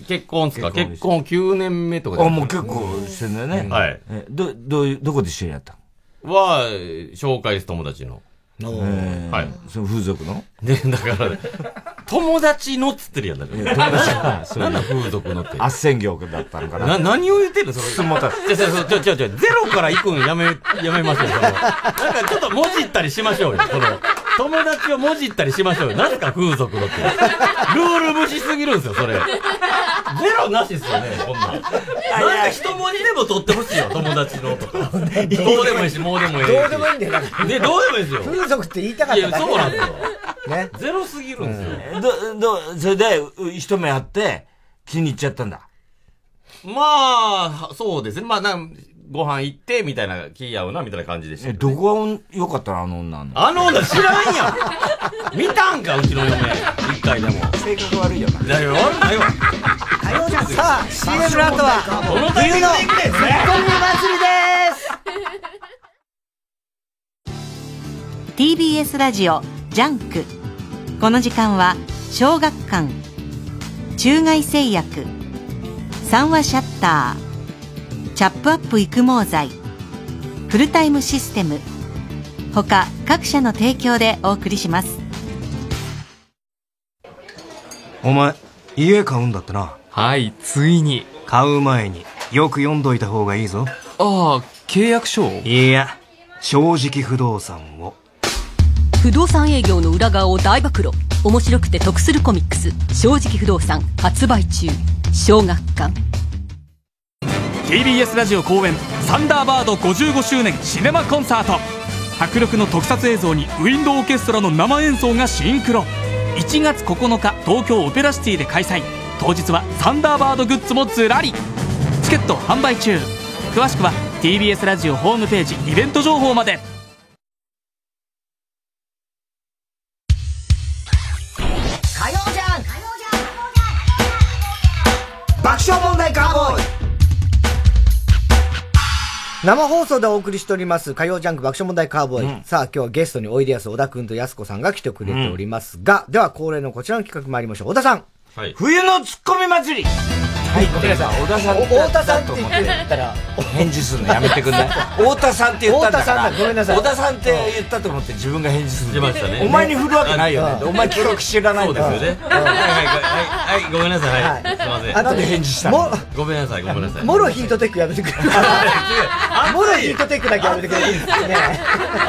Speaker 16: 結婚っすか結婚9年目とか
Speaker 2: あ、もう結構してんだよね。
Speaker 16: はい。
Speaker 2: えど、どういう、どこで知り合った
Speaker 16: は、紹介です、友達の。
Speaker 2: のえー
Speaker 16: はい。
Speaker 2: その風俗の
Speaker 16: で、だから、友達のっつってるやん、だか
Speaker 2: いや友達の
Speaker 16: ら。
Speaker 2: そうい う
Speaker 16: なんだ、風俗のって。
Speaker 2: 斡旋業だったのかな。
Speaker 16: な、何を言ってんのそれ。
Speaker 2: 質問 だ
Speaker 16: ちょ、ちょ、ちょ、ちょ、ちょ、ゼロから行くんやめ、やめましょうよ。そのなんかちょっともじったりしましょうよ。この、友達をもじったりしましょうよ。なんすか、風俗のって。ルール無視すぎるんですよ、それ。ゼロなしっすよね、こんなん。なんか一文字でも取ってほしいよ、友達 のとか。どうでもいいし、もうでもいいし。
Speaker 1: どうでもいいんだよだから
Speaker 16: ね、どうでもいいですよ。
Speaker 1: 風俗って言いたかっただけ
Speaker 16: いやそうなん
Speaker 1: だ
Speaker 16: ですよ。
Speaker 1: ね。
Speaker 16: ゼロすぎるんですよ。
Speaker 2: ど、ど、それで、う一目会って、気に入っちゃったんだ。
Speaker 16: まあ、そうですね。まあ、なんご飯行って、みたいな、気合うな、みたいな感じでした
Speaker 2: え、
Speaker 16: けど。
Speaker 2: どこがおん良かったのあの女の。
Speaker 16: あの女知らんやん見たんか、うちの嫁。一回でも。
Speaker 2: 性格悪いよな。
Speaker 16: いやいや、悪ないわ。
Speaker 1: さあ、CM の後は、
Speaker 16: このタイミングで行くね
Speaker 1: ツッ
Speaker 16: ん
Speaker 1: コミ祭りです。
Speaker 3: TBS ラジオジャンクこの時間は小学館中外製薬三話シャッターチャップアップ育毛剤フルタイムシステム他各社の提供でお送りします
Speaker 24: お前家買うんだってなはいついに買う前によく読んどいた方がいいぞああ契約書いや正直不動産を
Speaker 25: 不動産営業の裏側を大暴露面白くて得するコミックス「正直不動産」発売中小学館
Speaker 9: TBS ラジオ公演サンダーバード55周年シネマコンサート迫力の特撮映像にウィンドオーケストラの生演奏がシンクロ1月9日東京オペラシティで開催当日はサンダーバードグッズもずらりチケット販売中詳しくは TBS ラジオホームページイベント情報まで
Speaker 13: 火曜じゃん爆笑問題カーボーイ
Speaker 1: 生放送でお送りしております、火曜ジャンク爆笑問題カーボーイ。さあ、今日はゲストにおいでやす小田くんとやすこさんが来てくれておりますが、では恒例のこちらの企画参りましょう。小田さん。
Speaker 16: はい。
Speaker 2: 冬のツッコミ祭り入ってる小田さん太田さんって言ったら返事するのやめてく んない太田さんって言ったんだか
Speaker 1: 太田さ
Speaker 2: ら
Speaker 1: んだごめんなさい
Speaker 2: 小田さんって言ったと思って自分が返事する
Speaker 16: 言ってましたね
Speaker 2: お前に振るわけないよね
Speaker 16: うん
Speaker 2: お前記録知らないん
Speaker 16: そ
Speaker 2: だ
Speaker 16: うですよねはいはいはいはいはいごめんなさいはいすいません
Speaker 1: 後で返事したも
Speaker 16: ごめんなさいごめんなさい
Speaker 1: もろヒートテックやめてく れ。もろヒートテックだけやめてくれ。ね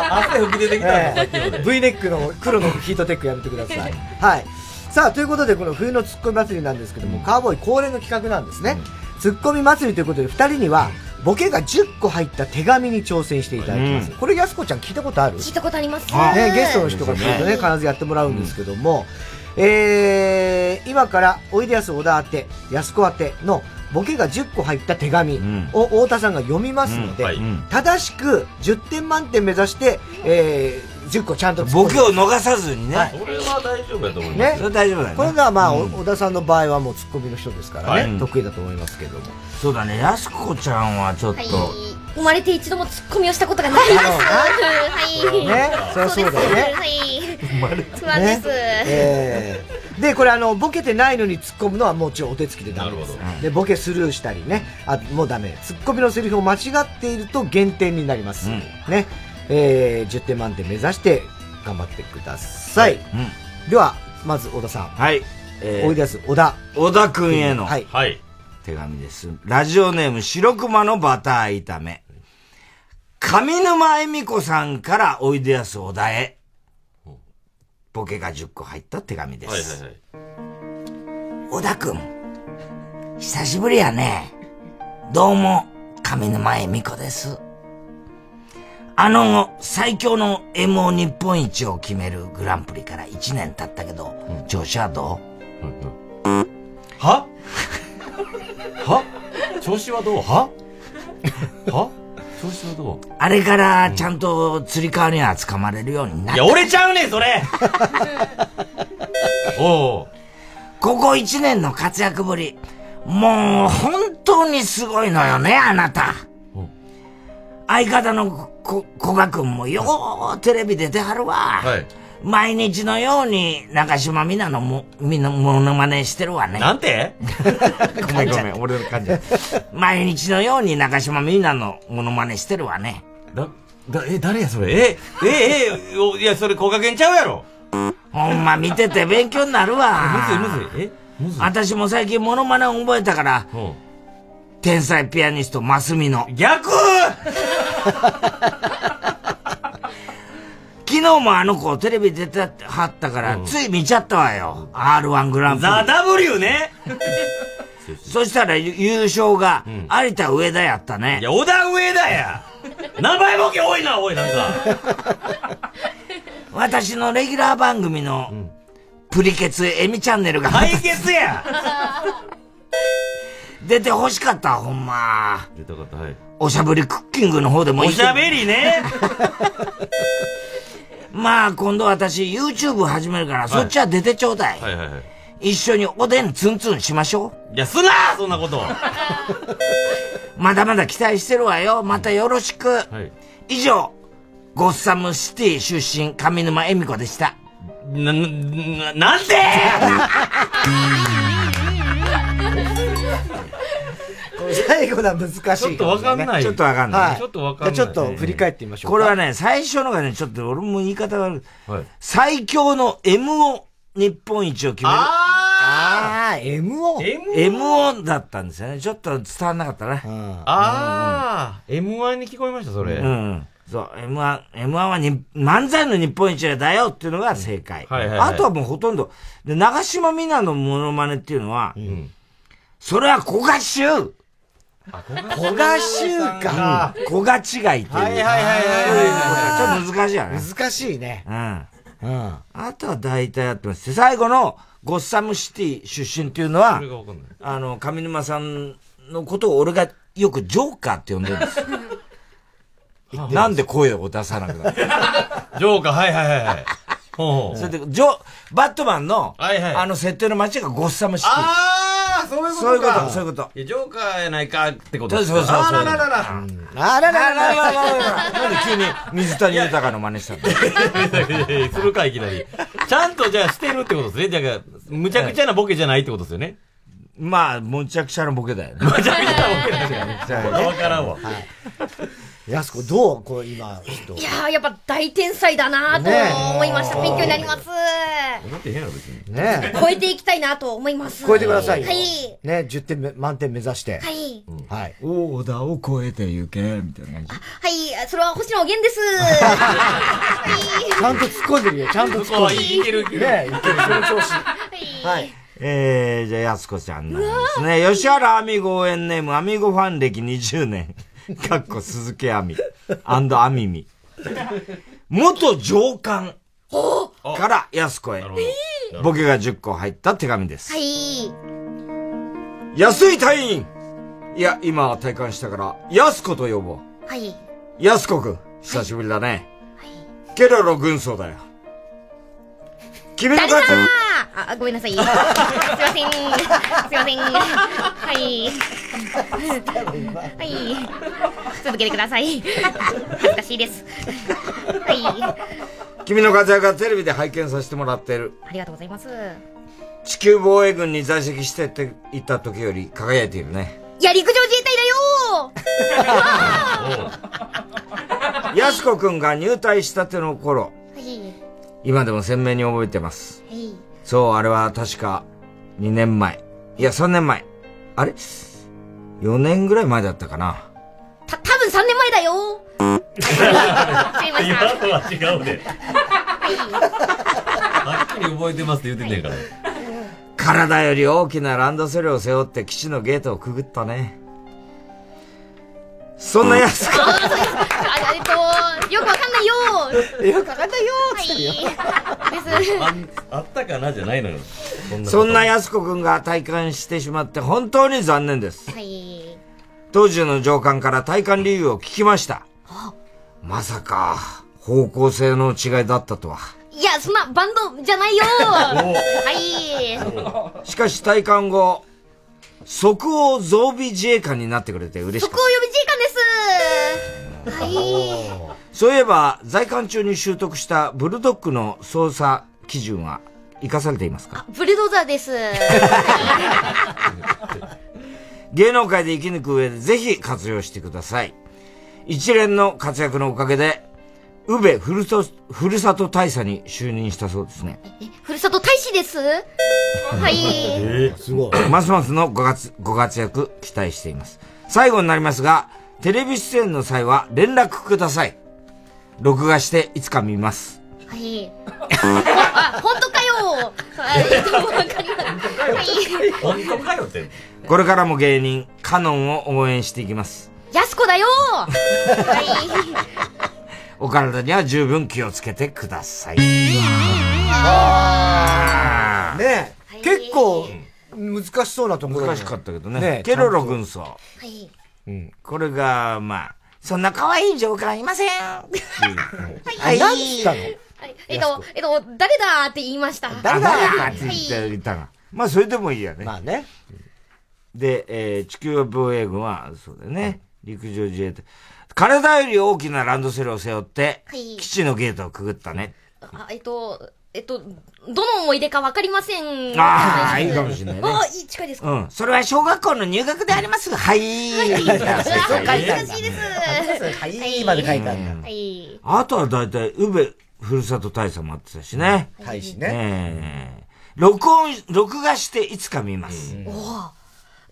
Speaker 16: 汗吹き出てきた
Speaker 1: ええ V ネックの黒のヒートテックやめてく ださい。はい。さあ、ということで、この冬のツッコミ祭りなんですけども、カーボーイ恒例の企画なんですね。ツッコミ祭りということで、二人には、ボケが10個入った手紙に挑戦していただきます。これ、やすこちゃん聞いたことある
Speaker 18: 聞いたことあります。
Speaker 1: ね、ゲストの人が来るとね、必ずやってもらうんですけども、えー、今から、おいでやす小田宛て、やすこ宛ての、ボケが10個入った手紙を太田さんが読みますので、正しく10点満点目指して、えー、10個ちゃんと
Speaker 2: ボケを逃さずにね
Speaker 1: はい
Speaker 16: それは大丈夫やと思い
Speaker 1: ね
Speaker 16: ますよ、
Speaker 2: それは大丈夫だよね
Speaker 1: これがまあ、
Speaker 2: うん
Speaker 1: 小田さんの場合はもうツッコミの人ですからね、
Speaker 2: はい
Speaker 1: 得意だと思いますけども
Speaker 2: そうだねやすこちゃんはちょっと
Speaker 18: はい。生まれて一度もツッコミをしたことがないです。
Speaker 2: なるほど
Speaker 18: はい。
Speaker 1: ねそりゃそうだよね
Speaker 18: ですはい。そうなんです。
Speaker 1: えーでこれあのボケてないのに突っ込むのはもうちろんお手つきでダメですでボケスルーしたりねあもうダメ突っ込みのセリフを間違っていると減点になります、ね、えー10点満点目指して頑張ってください、ではまず小田さん
Speaker 2: はい、え
Speaker 1: おいでやす小田
Speaker 2: 小田君への、
Speaker 1: はい
Speaker 2: 手紙です。ラジオネーム、白熊のバター炒め。上沼恵美子さんからおいでやす小田へ。ボケが10個入った手紙です。小田くん、久しぶりやね。どうも、上沼恵美子です。あの、最強の M 日本一を決めるグランプリから1年経ったけど、調子はどう、はは
Speaker 16: 調子はどうはは調子はど
Speaker 2: あれからちゃんと釣り革には捕まれるようにな
Speaker 16: う
Speaker 2: っ
Speaker 16: いや、
Speaker 2: た。
Speaker 16: 俺ちゃうねん、それ
Speaker 2: おここ一年の活躍ぶり、もう本当にすごいのよね、あなた。相方のこ古賀君もようテレビ出てはるわ。
Speaker 16: はい。
Speaker 2: 毎日のように中島美奈のも、みのものまねしてるわね。
Speaker 16: なんて
Speaker 2: ごめんごめん、俺の感じ。毎日のように中島美奈のものまねしてるわね。
Speaker 16: だ、だ、え、誰やそれえ、え、え、おいや、それ、高学園ちゃうやろ
Speaker 2: ほんま見てて勉強になるわ。
Speaker 16: むずいむずい。えむずい。
Speaker 2: 私も最近モノマネを覚えたから、天才ピアニスト、マスミの。逆 昨日もあの子テレビ出てはったから、つい見ちゃったわよ。R1 グランプリ。
Speaker 16: ザ・ W ね
Speaker 2: そしたらゆ優勝が、有田上田やったね。いや、
Speaker 16: 小田上田や名前ボケ多いな、おい、なんか。
Speaker 2: 私のレギュラー番組の、プリケツエミチャンネルが。
Speaker 16: 対決や
Speaker 2: 出て欲しかった、ほんま。
Speaker 16: 出たかった、はい。
Speaker 2: おしゃぶりクッキングの方でもいい
Speaker 16: お
Speaker 2: け
Speaker 16: し
Speaker 2: ど
Speaker 16: ゃべりね
Speaker 2: まあ、今度私 YouTube 始めるから、
Speaker 16: い
Speaker 2: そっちは出てちょうだい。
Speaker 16: はいはいはい。
Speaker 2: 一緒におでんツンツンしましょ
Speaker 16: いや、すなそんなこと
Speaker 2: う。 まだまだ期待してるわよ。またよろしく。以上、ゴッサムシティ出身上沼恵美子でした。
Speaker 16: な、な、なんで
Speaker 1: 最後のは難しいちょっ
Speaker 2: とわかんないちょっとわかんない
Speaker 1: はい、
Speaker 2: ちょっとわかんない
Speaker 1: じゃあちょっと振り返ってみましょうか
Speaker 2: これはね、最初のがね、ちょっと俺も言い方が悪い。最強の MO 日本一を決める。
Speaker 1: ああ MO
Speaker 2: MO だったんですよね。ちょっと伝わんなかったな。
Speaker 16: ああ、M1 に聞こえました、それ。
Speaker 2: うん。そう、M1、M1 はに漫才の日本一だよっていうのが正解。
Speaker 16: はいはいはい
Speaker 2: あとはもうほとんど、で、長島みなのモノマネっていうのは、それは古賀衆
Speaker 1: 古賀集か。
Speaker 2: 古賀違いっていう。
Speaker 1: はいはいはいはい
Speaker 2: ちょっと難しいよね。
Speaker 1: 難しいね。
Speaker 2: うん。うん。あとは大体やってます。で最後のゴッサムシティ出身っていうのは、あの、上沼さんのことを俺がよくジョーカーって呼んでる んです。なんで声を出さなくなった
Speaker 16: ジョーカー、はいはいはい。
Speaker 2: それで、ジョー、バットマンの、あの設定の街がゴッサムシティ。
Speaker 16: ああ、そういうこと
Speaker 2: そういうこ
Speaker 16: か
Speaker 2: と、そういうこと。
Speaker 16: いや、ジョーカーやないかってことですか
Speaker 2: そうそうそうそう
Speaker 16: あらららら。
Speaker 1: あらららら ら
Speaker 2: なんで急に水谷豊の真似したの
Speaker 16: するか、いきなり。ちゃんとじゃあしてるってことですね。だから、むちゃくちゃなボケじゃないってことですよね。
Speaker 2: まあ、むちゃくちゃのボケだよね。むちゃくちゃのボケだよね。
Speaker 16: これはわからんわ。
Speaker 1: やすこどうこう今、ちょっと。
Speaker 18: いやー、やっぱ大天才だなーと思いました。
Speaker 1: ねえ
Speaker 18: 勉強になります。
Speaker 16: 思ってへんやろ、別に。
Speaker 1: ね
Speaker 18: 超えていきたいなと思います。
Speaker 1: 超えてくださいよ。
Speaker 18: はい。
Speaker 1: ね、10点目満点目指して。
Speaker 18: はい。
Speaker 1: はい。
Speaker 2: オーダーを超えてゆけ、みたいな感じ。
Speaker 18: はい、それは星野源です。
Speaker 1: ちゃんと突っ込んでるよ、ちゃんと突っ込んでる。
Speaker 16: いけるいける
Speaker 1: ねいける、その調子。
Speaker 2: はい。えー、じゃあ、やすこちゃんなんですね。吉原アミゴ応援ネーム、アミゴファン歴20年。かっこ鈴木亜美。アンドアミミ。元上官からやすこへ。ボケが10個入った手紙です。
Speaker 18: はい。
Speaker 2: 安い隊員いや、今は退官したから、やすこと呼ぼう。
Speaker 18: はい。
Speaker 2: やすこくん、久しぶりだね。ケロロ軍曹だよ。君の
Speaker 18: 誰
Speaker 2: 活
Speaker 18: だー
Speaker 2: 躍
Speaker 18: あ、ごめんなさい。すいません。すいません。はい。はい。続けてください。恥ずかしいです。はい。
Speaker 2: 君の活躍はテレビで拝見させてもらってる。
Speaker 18: ありがとうございます。
Speaker 2: 地球防衛軍に在籍してっていた時より輝いている ね。
Speaker 18: いや、陸上自衛隊だよ
Speaker 2: やすこくんが入隊したての頃、
Speaker 18: ーはい。
Speaker 2: 今でも鮮明に覚えてます。
Speaker 18: はい。
Speaker 2: そう、あれは確か2年前。いや、3年前。あれ ?4 年ぐらい前だったかな。
Speaker 18: た、多分3年前だよすいません。
Speaker 16: 今とは違うで。はっきり覚えてますって言ってんねんから。
Speaker 2: 体より大きなランドセルを背負って基地のゲートをくぐったね。そんなやすこ、
Speaker 18: あ、えっと、よくわかんないよー
Speaker 1: よくわかんないよー
Speaker 18: はい。です。
Speaker 16: あったかなじゃないのよ。そん
Speaker 2: そんなやすこくんが体感してしまって本当に残念です。
Speaker 18: はい。
Speaker 2: 当時の上官から体感理由を聞きました。まさか、方向性の違いだったとは。
Speaker 18: いや、そんなバンドじゃないよはい。
Speaker 2: しかし体感後、即応増備自衛官になってくれて嬉し
Speaker 18: そ
Speaker 2: か
Speaker 18: こ
Speaker 2: っ
Speaker 18: を呼び時間です。はい。
Speaker 2: た。そういえば、在官中に習得したブルドッグの操作基準は活かされていますか
Speaker 18: ブルドーザーです。
Speaker 2: 芸能界で生き抜く上でぜひ活用してください。一連の活躍のおかげで、宇部ふるそ、ふるさと大佐に就任したそうですね。
Speaker 18: ふるさと大使です。はい。
Speaker 2: すごい。ますますのご活、ご活躍期待しています。最後になりますが、テレビ出演の際は連絡ください。録画していつか見ます。
Speaker 18: はい。あ、本当かよはい。わかります。はい。
Speaker 16: 本当かよって。
Speaker 2: これからも芸人、カノンを応援していきます。
Speaker 18: やすこだよはい。
Speaker 2: お体には十分気をつけてください。
Speaker 1: ね結構、難しそうなところ
Speaker 2: 難しかったけどね。
Speaker 1: ね
Speaker 2: ケロロ軍曹。
Speaker 18: はい。
Speaker 2: うん。これが、まあ、そん な可愛い上官いません。
Speaker 18: はい
Speaker 2: 何つったの
Speaker 18: えっと、えっと、誰だって言いました。
Speaker 2: 誰だ
Speaker 18: は
Speaker 2: って言っ
Speaker 18: い。
Speaker 2: て言ったが。まあ、それでもいいやね。まあ
Speaker 1: ね。
Speaker 2: で、えー地球防衛軍は、そうだよね。陸上自衛隊。体より大きなランドセルを背負って、
Speaker 18: はい
Speaker 2: 基地のゲートをくぐったね。
Speaker 18: あえっと、えっと、どの思い出かわかりません。
Speaker 2: ああ、いいかもしれないね。
Speaker 18: あいい近いですか
Speaker 2: うん。それは小学校の入学でありますが、はい。
Speaker 1: そう書いてあるんだ
Speaker 18: 難しいです。
Speaker 1: はい、まで書いてあるん
Speaker 18: は
Speaker 1: だ。
Speaker 18: い。
Speaker 2: あとは大体、宇部ふるさと大佐もあってたしね。
Speaker 1: 大使ね
Speaker 2: ねえ。録音、録画していつか見ます。
Speaker 18: おぉ。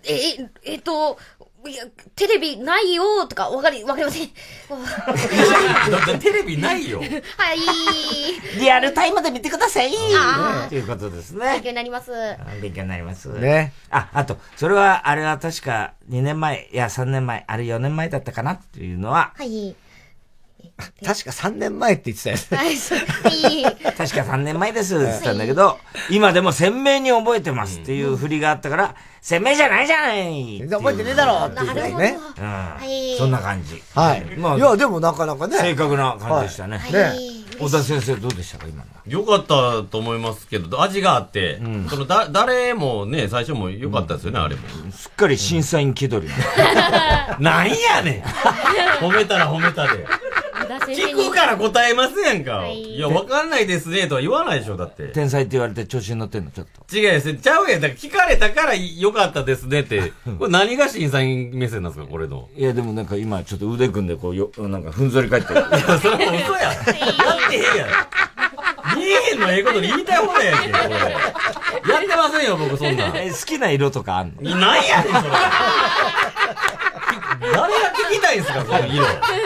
Speaker 18: え、え、えっと、いや、テレビないよとか、わかり、わかりません。
Speaker 16: だってテレビないよ。
Speaker 18: はい。
Speaker 2: リアルタイムで見てください。
Speaker 18: あ
Speaker 2: ということです
Speaker 18: あ、
Speaker 2: ね。
Speaker 18: 勉強になります。
Speaker 2: 勉強になります。
Speaker 1: ね。
Speaker 2: あ、あと、それは、あれは確か2年前、いや3年前、あれ4年前だったかなっていうのは、
Speaker 18: はい。
Speaker 1: 確か3年前って言ってたよね。
Speaker 18: はい、そうはい。
Speaker 2: 確か3年前ですって言ってたんだけど、今でも鮮明に覚えてますっていう振りがあったから、鮮明じゃないじゃない全然
Speaker 1: 覚えてねえだろっていうことね。
Speaker 2: うん。
Speaker 18: はい
Speaker 2: そんな感じ。
Speaker 1: はい。
Speaker 2: まあ、
Speaker 1: いや、でもなかなかね。
Speaker 2: 正確な感じでしたね。
Speaker 1: はいね
Speaker 2: 小田先生どうでしたか、今のは。
Speaker 16: 良かったと思いますけど、味があって、そのだ誰もね、最初も良かったですよね、あれも。
Speaker 2: すっかり審査員気取り。
Speaker 16: なんやねん褒めたら褒めたで。
Speaker 18: 無駄
Speaker 16: 聞くから答えますやんか。いや、わかんないですね、とは言わないでしょ、だって。
Speaker 2: 天才って言われて調子に乗ってんの、ちょっと。
Speaker 16: 違うよ、ちゃうやん。だから聞かれたからよかったですね って。これ何が審査員目線なんですか、これの。
Speaker 2: いや、でもなんか今、ちょっと腕組んで、こう、よ、 なんか、ふんぞり返ってる。
Speaker 16: 見えへんのええことに言いたい方やんけ、これ。やってませんよ、僕そんなん。
Speaker 2: え好きな色とかあんの
Speaker 16: ないやねん、それ。誰が聞きたいんすか、その 色。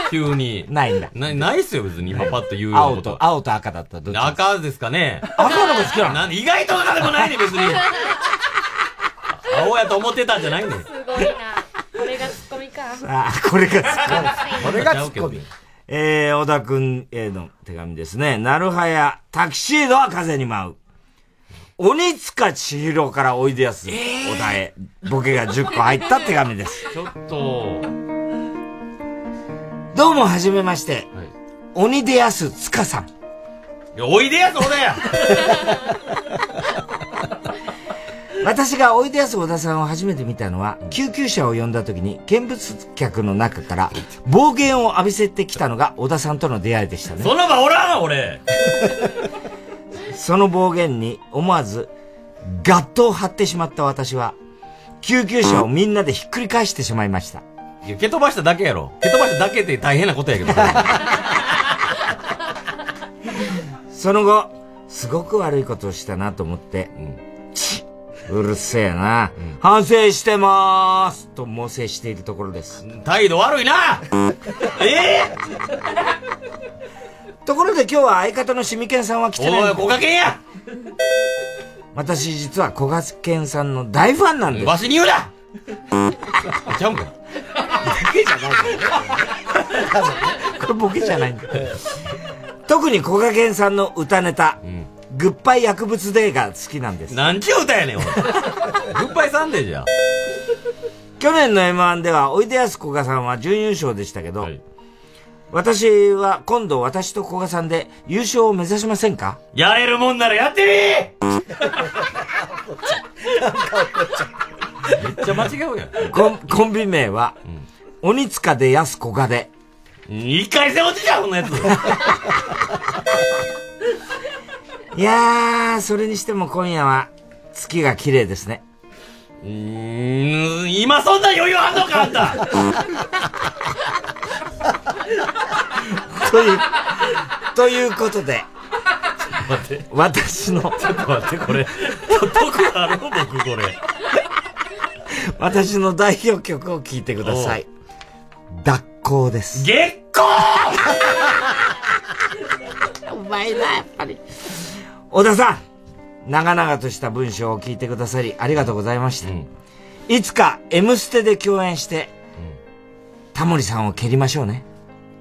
Speaker 16: 急に。
Speaker 2: ないんだ。
Speaker 16: ない、ないっすよ、別に今パッと言うこ
Speaker 2: 青
Speaker 16: と。
Speaker 2: と、青と赤だったらどっち
Speaker 16: 赤ですかね。
Speaker 2: 赤の方が好きな
Speaker 16: なんで意外と赤でもないね、別に。青やと思ってたんじゃないねん。
Speaker 6: すごいな。これがツッコミか。
Speaker 2: あー、これがツッ コミ。
Speaker 6: これがツッコミ。
Speaker 2: えー、小田くんへの手紙ですね。なるはや、タキシードは風に舞う。鬼塚千尋からおいでやす、小田へ。ボケが10個入った手紙です。
Speaker 16: ちょっと。
Speaker 2: どうも、はじめまして。鬼でやす、つかさん。
Speaker 16: いやおいでやす、俺や。
Speaker 2: 私がおいでやす小田さんを初めて見たのは、救急車を呼んだ時に、見物客の中から暴言を浴びせてきたのが小田さんとの出会いでしたね。
Speaker 16: そんな場おらんわ、俺。
Speaker 2: その暴言に思わず、ガッと張ってしまった私は、救急車をみんなでひっくり返してしまいました。
Speaker 16: いや、蹴飛ばしただけやろ。蹴飛ばしただけって大変なことやけど。
Speaker 2: その後、すごく悪いことをしたなと思って、チッうるせえな、反省してまーすと猛省しているところです。
Speaker 16: 態度悪いなええ
Speaker 2: ところで今日は相方のシミケンさんは来てない
Speaker 16: おい、こがけんや
Speaker 2: 私実は小賀健さんの大ファンなんです。
Speaker 16: わしに言うなちゃうんか。
Speaker 2: これボケじゃないんだ。特に小賀健さんの歌ネタ、グッバイ薬物デーが好きなんです。
Speaker 16: なんちゅう歌やねん、 俺。グッバイサンデーじゃん。
Speaker 2: 去年の M1 では、おいでやすこがさんは準優勝でしたけど、私は今度私とこがさんで優勝を目指しませんか
Speaker 16: やれるもんならやってみめっちゃ間違うやん。
Speaker 2: コ ンコンビ名は、鬼塚でやすこがで。
Speaker 16: 一回戦落ちじゃん、こんなやつ。
Speaker 2: いやー、それにしても今夜は月が綺麗ですね。
Speaker 16: うーん、今そんな余裕あんのか、あんた。
Speaker 2: という、ということで、
Speaker 16: 待って。
Speaker 2: 私の、
Speaker 16: ちょっと待って、これ。得ある僕、これ。
Speaker 2: 私の代表曲を聴いてください。脱行です。
Speaker 16: 月
Speaker 2: 光 お前な、やっぱり。小田さん、長々とした文章を聞いてくださり、ありがとうございました。いつか、M ステで共演して、タモリさんを蹴りましょうね。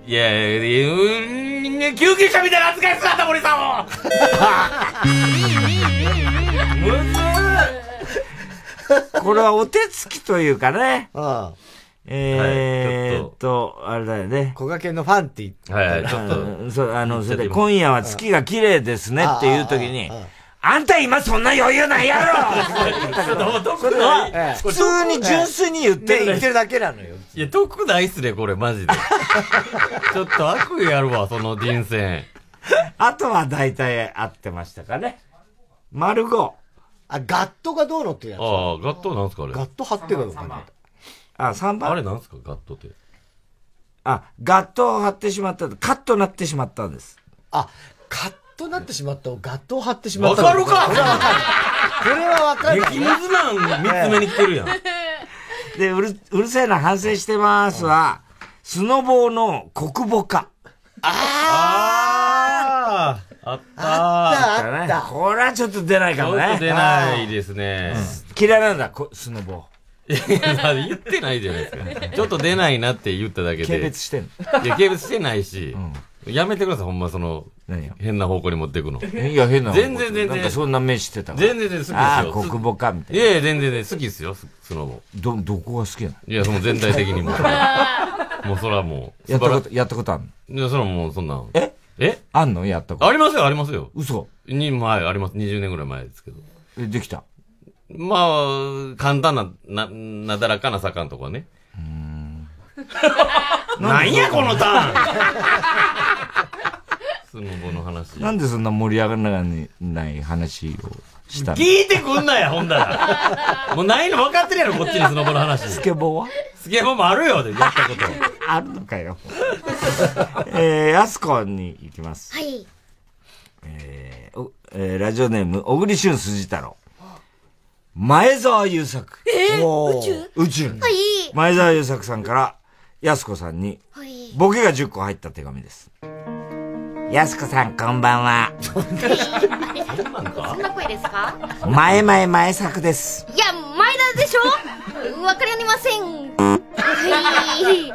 Speaker 16: いやいやいや、うーん、救急車みたいな扱いすな、タモリさんをむずー
Speaker 2: これはお手つきというかね。えーっと、あれだよね。
Speaker 1: 小賀県のファンって言って
Speaker 16: はいはいちょっと
Speaker 2: うんそう、あの、それで、
Speaker 16: 今
Speaker 2: 今夜は月が綺麗ですねっていう時に、あんた今そんな余裕ないやろそれは、普通に純粋に言ってる。
Speaker 1: 言ってるだけなのよ。
Speaker 16: いや、得ないっすね、これ、マジで。ちょっと悪意あるわ、その人選。
Speaker 2: あとは大体合ってましたかね。丸五。
Speaker 1: あ、ガットがどうのってやつ。
Speaker 16: ああ、ガットなんすか、あれ。
Speaker 1: ガット張ってるのかな。
Speaker 2: あ、3番。
Speaker 16: あれなんすか、ガットって。
Speaker 2: あ、ガットを張ってしまったと、カッとなってしまったんです。
Speaker 1: あ、カッとなってしまったをガットを張ってしまった。
Speaker 16: わかるか
Speaker 1: これはわかる。これはわかる。
Speaker 16: 激ムズなん見つめに来てるやん。
Speaker 2: で、うる、うるせえな、反省してますは、スノボーの国母化。
Speaker 16: あああった
Speaker 2: あったね。これはちょっと出ない
Speaker 16: ち
Speaker 2: か
Speaker 16: ょ
Speaker 2: もね。
Speaker 16: っと出ないですね。
Speaker 2: 嫌いなんだ、こスノボ
Speaker 16: いやまあ言ってないじゃないですか。ちょっと出ないなって言っただけで。
Speaker 2: 軽蔑してん
Speaker 16: いや、軽蔑してないし。やめてください、ほんま、その、変な方向に持っていくの。
Speaker 2: ー。いや、変なの
Speaker 16: 全然全然。
Speaker 2: なんかそんな目してたわ
Speaker 16: 全然全然好きですよ
Speaker 2: ああ、国母化みたい
Speaker 16: いやいや、全然ね、好きですよ、ススノボ。
Speaker 2: な。ど、どこが好きなの
Speaker 16: いや、その 全体的に も。もうそらもう。
Speaker 2: やったこ
Speaker 16: 素
Speaker 2: と、やったことあんの
Speaker 16: 晴らいや、そらもうそんなん。ええ
Speaker 2: あんのやったこと。
Speaker 16: ありますよ、ありますよ。
Speaker 2: 嘘。
Speaker 16: に、前、あります。20年ぐらい前ですけど。
Speaker 2: え、できた
Speaker 16: まあ、簡単な、な、なだらかな坂のとこね。
Speaker 2: なんやこのターン
Speaker 16: スノボの話。
Speaker 2: なんでそんな盛り上がらない話をしたの
Speaker 16: 聞いてくんなや、ほんだら。もうないの分かってるやろ、こっちにスノボの話。スケボーはスケボーもあるよ、でやったこと。
Speaker 2: あるのかよ。えー、やすこに行きます。
Speaker 18: はい。
Speaker 2: えーおえーラジオネーム、小栗旬辻太郎。前澤友作。
Speaker 18: えー
Speaker 2: おー
Speaker 18: 宇宙
Speaker 2: 宇宙。
Speaker 18: はい
Speaker 2: 前澤友作さんから、やすこさんに、ボケが10個入った手紙です。やすこさん、こんばんは。
Speaker 17: そんな声ですか
Speaker 2: 前前前作です。
Speaker 17: いや、前田でしょわかりありません。はい。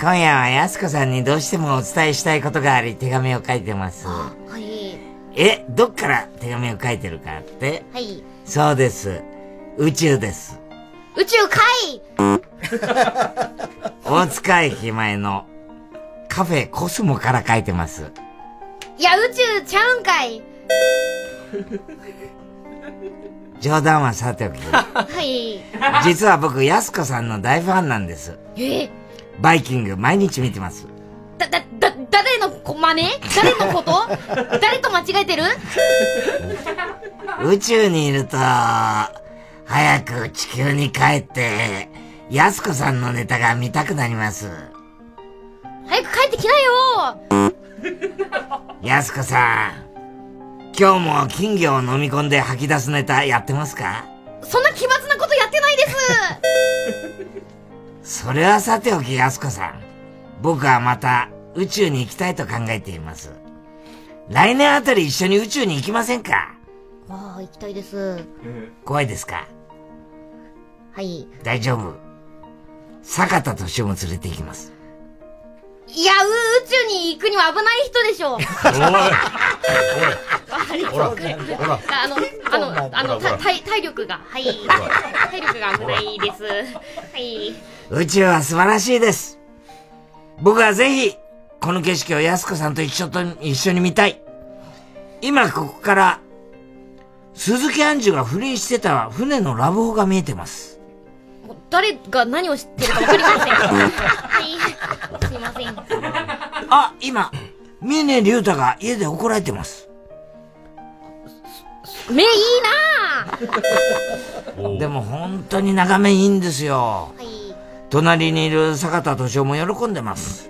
Speaker 7: 今夜はやすこさんにどうしてもお伝えしたいことがあり手紙を書いてます。
Speaker 18: はい。
Speaker 7: え、どっから手紙を書いてるかって
Speaker 18: はい。
Speaker 7: そうです。宇宙です。
Speaker 18: 宇宙かい
Speaker 7: 大塚駅前のカフェコスモから書いてます。
Speaker 18: いや、宇宙ちゃうんかい
Speaker 7: 冗談はさておき。
Speaker 18: はい。
Speaker 7: 実は僕、やすこさんの大ファンなんです。
Speaker 18: えー
Speaker 7: バイキング毎日見てます。
Speaker 18: だ、だ、だ、誰のこ真似誰のこと誰と間違えてる
Speaker 7: 宇宙にいると、早く地球に帰って、やすこさんのネタが見たくなります。
Speaker 18: 早く帰ってきなよ
Speaker 7: やすこさん、今日も金魚を飲み込んで吐き出すネタやってますか
Speaker 18: そんな奇抜なことやってないです
Speaker 7: それはさておきやすこさん、僕はまた宇宙に行きたいと考えています。来年あたり一緒に宇宙に行きませんか
Speaker 18: ああ、行きたいです。
Speaker 7: 怖いですか
Speaker 18: はい。
Speaker 7: 大丈夫。坂田敏夫も連れて行きます。
Speaker 18: いや、う宇宙に行くには危ない人でしょ。割と
Speaker 16: ほらほら
Speaker 18: あの、あの、あの、
Speaker 7: ほらほら
Speaker 18: た体体力が、はい。体力が危ないです。はい。
Speaker 7: 宇宙は素晴らしいです。僕はぜひ、この景色を安子さんと一緒と、一緒に見たい。今ここから、鈴木杏樹が不倫してた船のラブホが見えてます。
Speaker 18: もう誰が何を知ってるかわかりません。はい。すいません。
Speaker 7: あ、今、峰竜太が家で怒られてます。
Speaker 18: 目いいな
Speaker 7: でも本当に眺めいいんですよ。隣にいる坂田敏夫も喜んでます。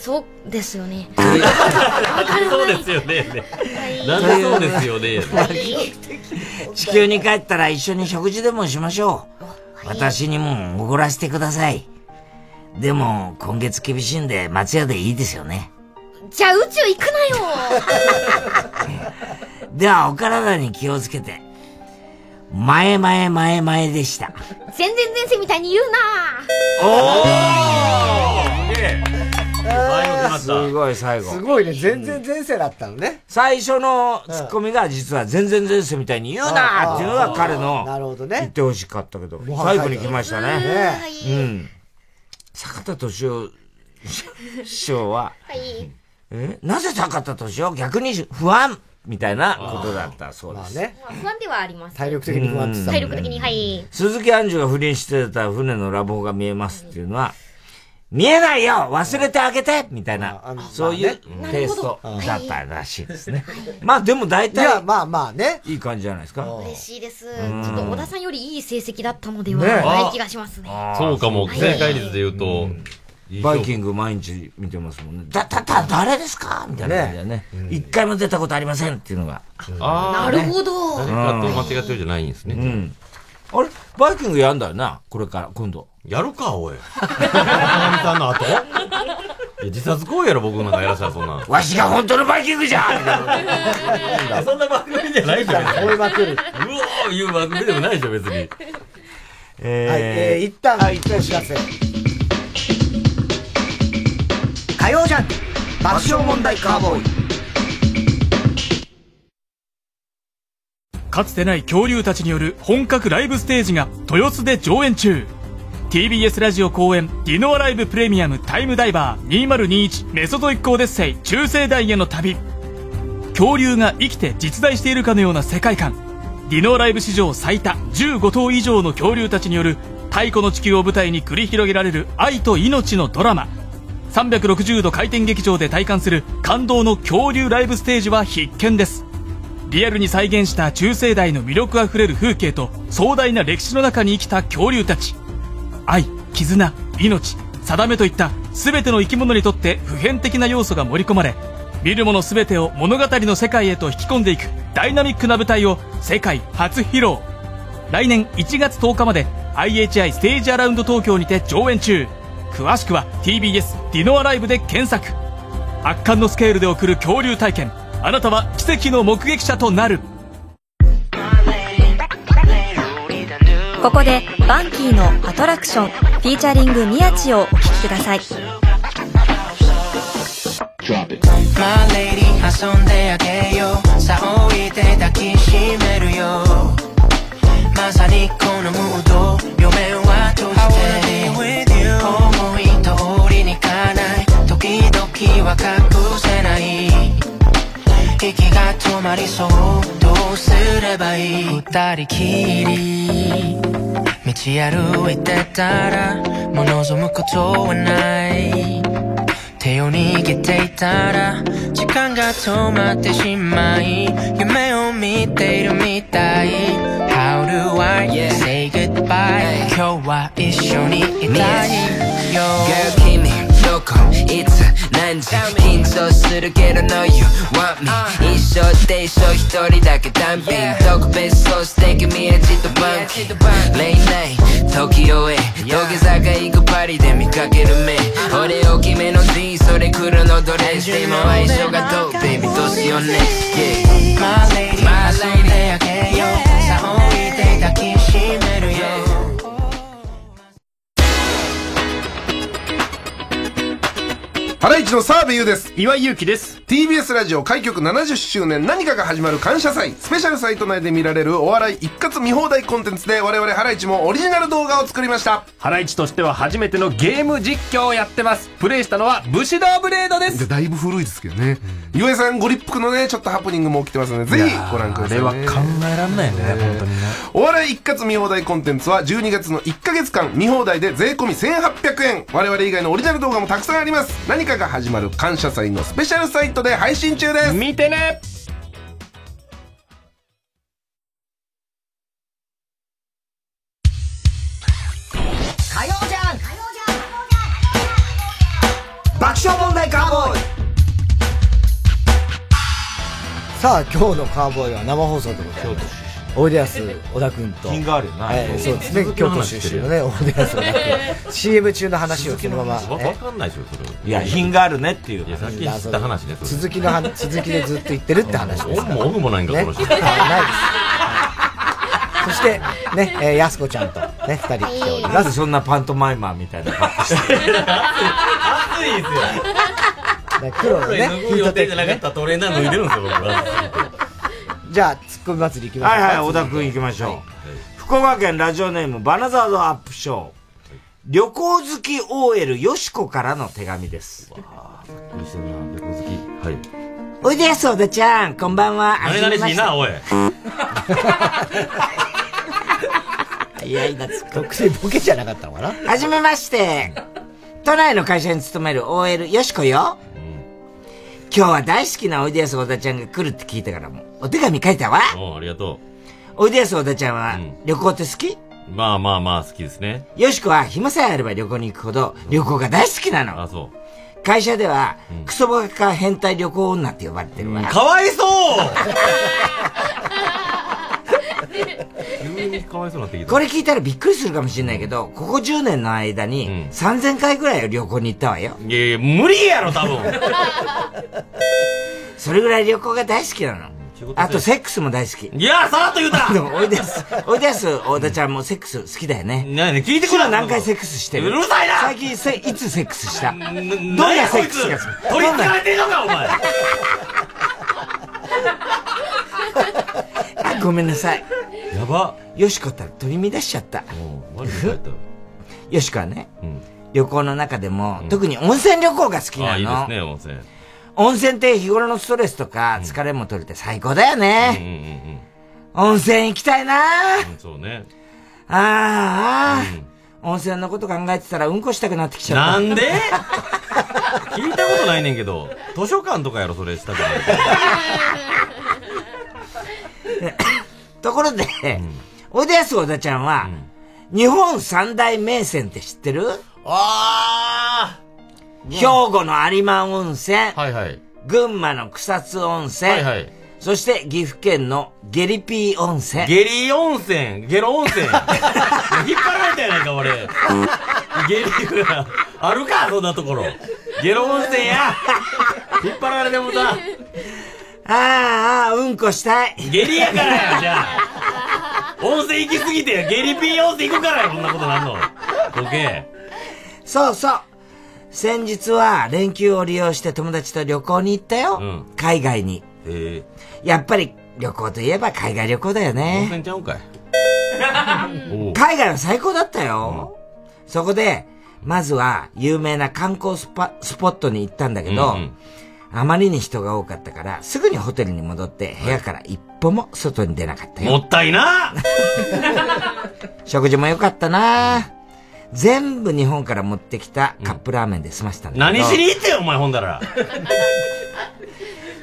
Speaker 18: そうですよね。
Speaker 16: そうですよね。なんでそうですよね。
Speaker 7: 地球に帰ったら一緒に食事でもしましょう。私にもおごらせてください。でも、今月厳しいんで、松屋でいいですよね。
Speaker 18: じゃあ宇宙行くなよ
Speaker 7: では、お体に気をつけて。前前前前でした。
Speaker 18: 全然前世みたいに言うな
Speaker 7: お
Speaker 2: すごい最後。
Speaker 1: すごいね。全然前世だったのね。
Speaker 2: 最初のツッコミが実は全然前世みたいに言うなっていうのが彼の
Speaker 1: なるほど
Speaker 2: 言っ
Speaker 1: ね。
Speaker 2: てほしかったけど、
Speaker 1: もう
Speaker 2: 最後に来ました
Speaker 1: う
Speaker 2: ね
Speaker 1: ん。
Speaker 2: うん。坂田敏夫師匠は、
Speaker 18: はい。
Speaker 2: えなぜ坂田敏夫逆に不安みたいなことだったそうです。
Speaker 18: まあ不安ではあります。
Speaker 1: 体力
Speaker 2: 的に不安って言ってたもんね
Speaker 18: 体力的に、はい。
Speaker 2: 鈴木杏樹が不倫してた船のラボが見えますっていうのは、見えないよ忘れてあげてみたいな、そういう
Speaker 1: まあね
Speaker 2: テイスト
Speaker 1: なるほど
Speaker 2: だったらしいですね。まあでも大体、いや、
Speaker 1: まあまあね。
Speaker 2: いい感じじゃないですか。
Speaker 18: 嬉しいです。
Speaker 2: うん
Speaker 18: ちょっと小田さんよりいい成績だったのでは
Speaker 2: ね
Speaker 18: ない気がしますね。
Speaker 16: そうかも、
Speaker 18: はい
Speaker 16: 正解率で言うと。
Speaker 2: バイキング毎日見てますもんね。だ、だ、だ、誰ですかみたいな感じだよね。一回も出たことありませんっていうのが。
Speaker 16: あーなるほ
Speaker 18: ど
Speaker 16: 誰かと間違ってるじゃないんですね。
Speaker 2: うん。あれバイキングやんだよなこれから、今度。
Speaker 16: やるか、おい。花見さんの 後いや自殺行為やろ、僕なんかやらせたらそんなん。
Speaker 2: わしが本当のバイキングじゃんみたいな
Speaker 16: そんな番組じゃないでしょ、別に。
Speaker 1: 吠えまくる。
Speaker 16: うおーいう番組でもないでしょ、別に。
Speaker 1: はい、えー、一旦、一旦お知らせ。火曜ジャンク爆笑問題カーボーイ。
Speaker 8: かつてない恐竜たちによる本格ライブステージが豊洲で上演中 TBS ラジオ公演「ディノアライブプレミアムタイムダイバー2021メソゾイックオデッセイ中世代への旅」恐竜が生きて実在しているかのような世界観ディノアライブ史上最多15頭以上の恐竜たちによる
Speaker 9: 太古の地球を舞台に繰り広げられる愛と命のドラマ360度回転劇場で体感する感動の恐竜ライブステージは必見ですリアルに再現した中世代の魅力あふれる風景と壮大な歴史の中に生きた恐竜たち愛絆命定めといった全ての生き物にとって普遍的な要素が盛り込まれ見るもの全てを物語の世界へと引き込んでいくダイナミックな舞台を世界初披露来年1月10日まで IHI ステージアラウンド東京にて上演中詳しくは TBS ディノアライブで検索圧巻のスケールで送る恐竜体験あなたは奇跡の目撃者となる
Speaker 23: ここでバンキーのアトラクションフィーチャリング宮地をお聴きください
Speaker 26: Drop it. My lady 遊んであげようさあおいで抱きしめるよまさにこのムード嫁は閉じて思い通りにいかない時々は隠せない息が止まりそうどうすればいい二人きり道歩いてたらもう望むことはない手を握っていたら時間が止まってしまい夢を見ているみたい How do I say goodbye 今日は一緒にいたいよ Girl 君どこいつ何時緊張するけど No you want me 一生で一生一人だけ単品特別そして君へじっとバンキー Late night 時をへ土下座が行くパリで見かける目俺大きめの D それ黒のドレスでも相性がどう Baby どうしよう next yeah My lady 遊んであげようさあおいで抱きしめるよ
Speaker 15: ハライチの澤部優です。岩井祐希です。TBS ラジオ開局70周年何かが始まる感謝祭。スペシャルサイト内で見られるお笑い一括見放題コンテンツで我々ハライチもオリジナル動画を作りました。
Speaker 14: ハライチとしては初めてのゲーム実況をやってます。プレイしたのは武士道ブレードです。
Speaker 15: だいぶ古いですけどね。ゆえさんご立腹のね、ちょっとハプニングも起きてますので、ぜひご覧ください、ね。
Speaker 14: あれは考えらんないよね、本当にね。
Speaker 15: お笑い一括見放題コンテンツは12月の1ヶ月間見放題で税込み1800円我々以外のオリジナル動画もたくさんあります何かが始まる感謝祭のスペシャルサイトで配信中です見てね
Speaker 13: 火曜じゃん爆笑問題カーボーイ
Speaker 1: さあ、今日のカーボーイは生放送でございます。おいでやす小田君と。
Speaker 16: 品があるよな
Speaker 1: えーそうですね。京都出身のね、おいでやす小田君。CM 中の話をそのまま。
Speaker 16: わわかんないでしょ、それ。
Speaker 2: いや、品があるねっていう。
Speaker 16: さっき知った話ね、それ。
Speaker 1: 続きの話、続きでずっと言ってるって話ですから。
Speaker 16: オフもオフもないんか
Speaker 1: ね
Speaker 16: この人
Speaker 1: はいないです。そして、ね、えーやすこちゃんと、ね、二人来ております。
Speaker 2: なんでそんなパントマイマーみたいな格好してる
Speaker 16: 暑いですよ。
Speaker 1: 黒のね、
Speaker 16: 脱ぐ予定じゃなかったトレーナー脱いでるんですよ、僕は。
Speaker 1: じゃあ、ツッコミ祭り行きまし
Speaker 2: は
Speaker 1: ょ。
Speaker 2: いうはい、小田君行きましょう。福岡県ラジオネーム、バナザードアップショー。旅行好き OL よしこからの手紙です。
Speaker 16: はい。
Speaker 7: おいでやす小田ちゃん、こんばんは。
Speaker 16: 何々しいな、おい。
Speaker 7: いやいや、つ
Speaker 1: 特性ボケじゃなかったのかな
Speaker 7: はじめまして。都内の会社に勤める OL よしこよ。今日は大好きなおいでやす小田ちゃんが来るって聞いたからもう、お手紙書いたわ。
Speaker 16: おうありがと
Speaker 7: おいでやす小田ちゃんは旅行って好き、
Speaker 16: う。まあまあまあ、好きですね。
Speaker 7: よしこは暇さえあれば旅行に行くほど旅行が大好きなの。会社では、クソバカ変態旅行女って呼ばれてるわ。
Speaker 16: かわいそう
Speaker 7: 急に
Speaker 16: かわいそうなってきた。
Speaker 7: これ聞いたらびっくりするかもしれないけど、ここ10年の間に3000回ぐらい旅行に行ったわよ。
Speaker 16: いやいや、無理やろ、多分。
Speaker 7: それぐらい旅行が大好きなの。あとセックスも大好き。
Speaker 16: いやさらっと言うた
Speaker 7: でも、おいでやす、おいでやす、大田ちゃんもセックス好きだよね。
Speaker 16: ね聞いてくれ
Speaker 7: れ何回セックスしてる
Speaker 16: うるさいな
Speaker 7: 最近せ、いつセックスしたどん
Speaker 16: ん
Speaker 7: なセックス
Speaker 16: 何や
Speaker 7: が
Speaker 16: こいつ取り憑かれてんのかお前
Speaker 7: あごめんなさい。
Speaker 16: やば。
Speaker 7: よしこったら取り乱しちゃった。よしこはね、旅行の中でも、特に温泉旅行が好き
Speaker 16: あ
Speaker 7: な
Speaker 16: あ、いいです
Speaker 7: の。
Speaker 16: ね、温泉。
Speaker 7: 温泉って日頃のストレスとか疲れも取れて最高だよね。温泉行きたいなあ
Speaker 16: そうね。
Speaker 7: ああ、温泉のこと考えてたらうんこしたくなってきちゃった。
Speaker 16: なんで聞いたことないねんけど、図書館とかやろ、それしたくない。
Speaker 7: ところで、おいでやす小田ちゃんは、日本三大名泉って知ってるああ兵庫の有馬温泉、群馬の草津温泉、
Speaker 16: はいはい
Speaker 7: そして岐阜県のゲリピー温泉。
Speaker 16: ゲリ温泉、ゲロ温 泉。引っ張られたやないか、俺。ゲリ、あるか、そんなところ。ゲロ温泉や。引っ張られてもた。
Speaker 7: ああ、うんこしたい。
Speaker 16: ゲリやからや、じゃあ。温泉行きすぎてや、ゲリピー温泉行くからや、こんなことなんの。ボケ。
Speaker 7: そうそう。先日は連休を利用して友達と旅行に行ったよ。海外に。
Speaker 16: え
Speaker 7: やっぱり旅行といえば海外旅行だ
Speaker 16: ー、
Speaker 7: よ
Speaker 16: 温
Speaker 7: ね。
Speaker 16: 泉ちゃうんかい。
Speaker 7: 海外は最高だったよ。そこで、まずは有名な観光スパスポットに行ったんだけど、
Speaker 16: うんうん
Speaker 7: あまりに人が多かったから、すぐにホテルに戻って部屋から一歩も外に出なかったよ。
Speaker 16: もったいな
Speaker 7: 食事も良かったな全部日本から持ってきたカップラーメンで済ましたんだけ
Speaker 16: 何
Speaker 7: ど。
Speaker 16: しに行ってよ、お前、ほんだら。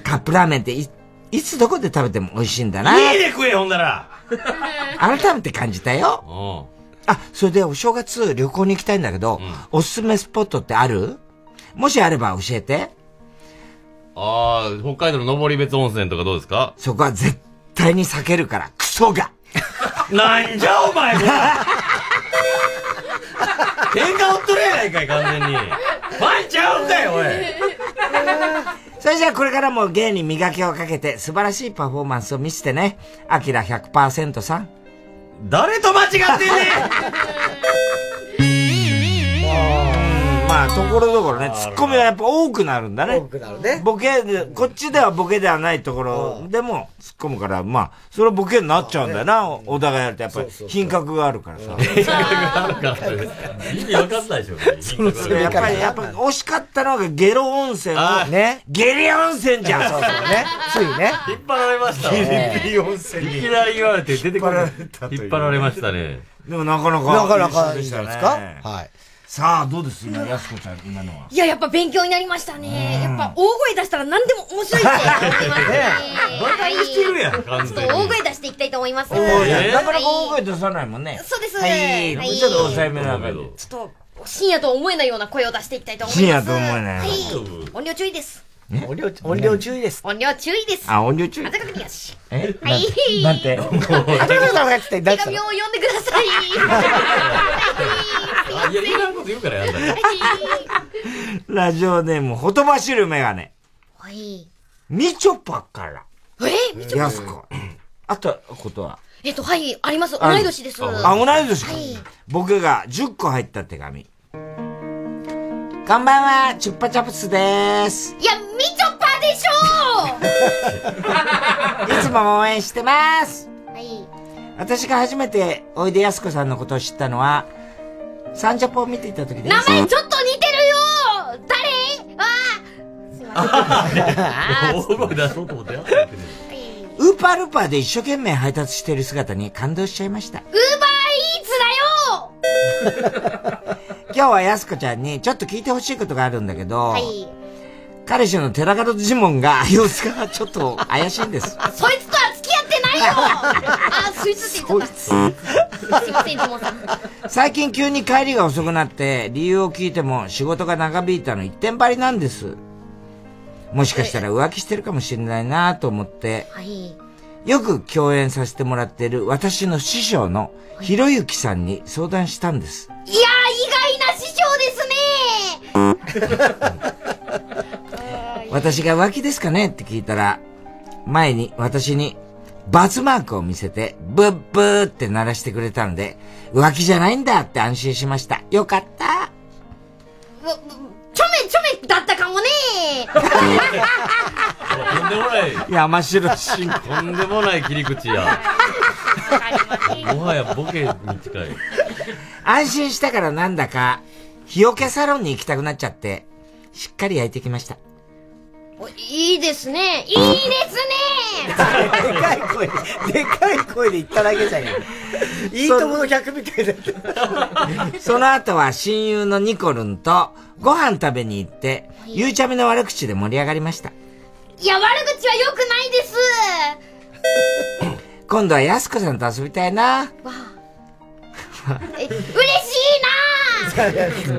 Speaker 7: カップラーメンっていいつどこで食べても美味しいんだな
Speaker 16: 家で食え、ほんだら。
Speaker 7: 改めて感じたよ。あ、それでお正月旅行に行きたいんだけど、おすすめスポットってあるもしあれば教え て。
Speaker 16: ああ、北海道の登別温泉とかどうですか
Speaker 7: そこは絶対に避けるから、クソが。
Speaker 16: なんじゃお前 これ喧嘩売っとるやないかい、完全に。前ちゃうんかい、おい。
Speaker 7: それじゃあこれからも芸に磨きをかけて素晴らしいパフォーマンスを見せてね。アキラ100%さん。
Speaker 16: 誰と間違ってんね
Speaker 7: んまあ、ところどころね、ツッコミはやっぱ多くなるんだね。多くなるね。ボケで、こっちではボケではないところでも突っ込むから、まあ、それはボケになっちゃうんだよな、お互いやると。やっぱり
Speaker 16: そうそうそう
Speaker 7: 品格があるからさ。
Speaker 16: 意味わかんないでしょ、その
Speaker 7: やっぱり、やっぱ惜しかったのがゲロ温泉の、ね。ゲリ温泉じゃん、
Speaker 16: そうそう
Speaker 7: ね。ついね。
Speaker 16: 引っ張られましたわ
Speaker 7: ギリギリ温泉に
Speaker 16: いきなり言われて出てこない
Speaker 7: いう
Speaker 16: 引っ張られましたね。
Speaker 7: でもなかなか。
Speaker 16: なかなか
Speaker 7: 優秀でしたね
Speaker 16: いいんじゃないです
Speaker 7: はい。さあ、どうです今、やすこちゃん、今 のは。
Speaker 18: いや、やっぱ勉強になりましたね。やっぱ大声出したら何でも面 白いって思ってますね。バカにしてる
Speaker 16: やん、完
Speaker 18: ちょっと大声出していきたいと思います。
Speaker 7: おーいや
Speaker 18: はい
Speaker 7: なかなか大声出さないもんね。
Speaker 18: そうです
Speaker 7: はい。
Speaker 18: はい
Speaker 7: ちょっと抑えめな感じ。
Speaker 18: ちょっと、深夜とは思えないような声を出していきたいと思います。
Speaker 7: 深夜と思えない
Speaker 18: はい。音量注意です。
Speaker 7: 音量、音量注意です。
Speaker 18: 音量注意です。
Speaker 7: あ音量注意
Speaker 18: あたかくによし。
Speaker 7: え
Speaker 18: はい
Speaker 7: なんて。あどうぞどうぞって
Speaker 18: 手紙を読んでくだ さい。
Speaker 16: いや、いらんこと言うから やんだよ。
Speaker 7: ラジオネーム、ほとばしるメガネ。
Speaker 18: はい。
Speaker 7: みちょぱから。
Speaker 18: えみちょぱ
Speaker 7: やすこ。あったことは
Speaker 18: えっと、はい、あります。
Speaker 7: あ
Speaker 18: 同
Speaker 7: る
Speaker 18: い年です。
Speaker 7: あ、同い年か
Speaker 18: はい。
Speaker 7: 僕が10個入った手紙。こんばんは、チュッパチャプスでーす。
Speaker 18: いや、みちょぱでし
Speaker 7: いつも応援してます。
Speaker 18: ょはい。
Speaker 7: 私が初めておいでやすこさんのことを知ったのは、サンジャポを見ていた時です。
Speaker 18: 名前ちょっと似てるよ誰あ
Speaker 16: 大声出そうと思ってやってる。
Speaker 7: ウーパールーパーで一生懸命配達している姿に感動しちゃいました。
Speaker 18: ウーバーイーツだよ
Speaker 7: 今日はやすこちゃんにちょっと聞いてほしいことがあるんだけど、
Speaker 18: はい。
Speaker 7: 彼氏の寺門ジモンが様子がちょっと怪しいんです。
Speaker 18: そいつとは付き合って ないよあ、そいつって言っちゃった。すいません、ジモンさん。
Speaker 7: 最近急に帰りが遅くなって、理由を聞いても仕事が長引いたの一点張りなんです。もしかしたら浮気してるかもしれないなと思って、
Speaker 18: はい。
Speaker 7: よく共演させてもらっている私の師匠のひろゆきさんに相談したんです。
Speaker 18: いやー、意外な師匠ですね
Speaker 7: 私が浮気ですかねって聞いたら、前に私にバツマークを見せて、ブッブーって鳴らしてくれたので、浮気じゃないんだって安心しました。よかった。
Speaker 18: もうちょめちょめだったかもね
Speaker 16: とんでもない。
Speaker 7: 山城新
Speaker 16: とんでもない切り口や。もはやボケに近い。
Speaker 7: 安心したからなんだか、日よけサロンに行きたくなっちゃって、しっかり焼いてきました。
Speaker 18: おいいですね。いいですね。
Speaker 1: でかい声で、でかい声で言っただけじゃねえかいいともの客みたいだ
Speaker 2: その後は親友のニコルンとご飯食べに行って、ゆうちゃみの悪口で盛り上がりました。
Speaker 18: いや、悪口は良くないです。
Speaker 2: 今度はやすこさんと遊びたいな。
Speaker 18: え嬉しいな
Speaker 2: あ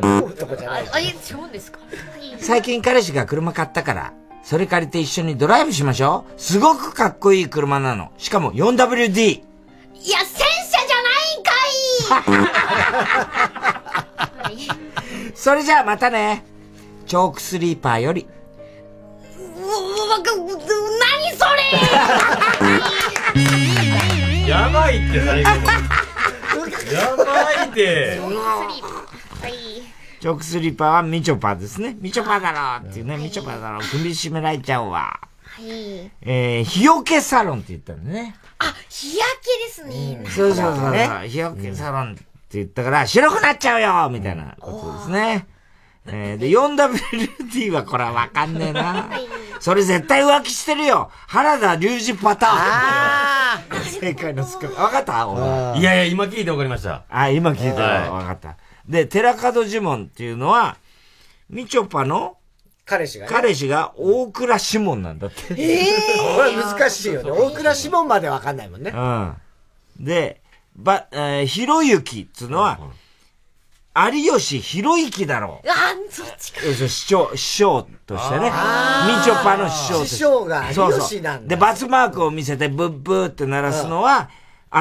Speaker 18: あ、あ、え、そうですか。はい
Speaker 2: 最近彼氏が車買ったから、それ借りて一緒にドライブしましょう。すごくかっこいい車なの。しかも 4WD。
Speaker 18: いや、戦車じゃないんかい。
Speaker 2: それじゃあまたね。チョークスリーパーより。
Speaker 18: ううわかうう何それ
Speaker 16: やばいって最後やばいって
Speaker 18: そのはい
Speaker 2: チョークスリーパーはみちょぱですね。みちょぱだろうっていうね。みちょぱだろう。首絞められちゃうわ。
Speaker 18: はい
Speaker 2: えー、日よけサロンって言ったのね。
Speaker 18: あ日焼けですね、
Speaker 2: そうそうそう
Speaker 18: ね
Speaker 2: そう。日よけサロンって言ったから、白くなっちゃうよみたいなことですね。えー、で、4WD はこれはわかんねえな。それ絶対浮気してるよ原田隆二パターンああ正解のツッコミ。わかった俺
Speaker 16: いやいや、今聞いてわかりました。
Speaker 2: あ、今聞いた
Speaker 16: はい
Speaker 2: わ。わかった。で、寺門呪文っていうのは、みちょぱの
Speaker 1: 彼氏がね。
Speaker 2: 彼氏が大倉指紋なんだって。
Speaker 1: ええこれ難しいよね。大倉指紋までわかんないもんね。
Speaker 2: うん。で、ば、えー、ひろゆきっつうのは、有吉ひろゆきだろう。
Speaker 18: あそっち
Speaker 2: 要するに師匠、師匠としてね。み
Speaker 1: あー
Speaker 2: ちょぱの師匠として。
Speaker 1: 師匠が
Speaker 2: そうそう
Speaker 1: 有吉なんだ
Speaker 2: で、バツマークを見せてブッブーって鳴らすのは、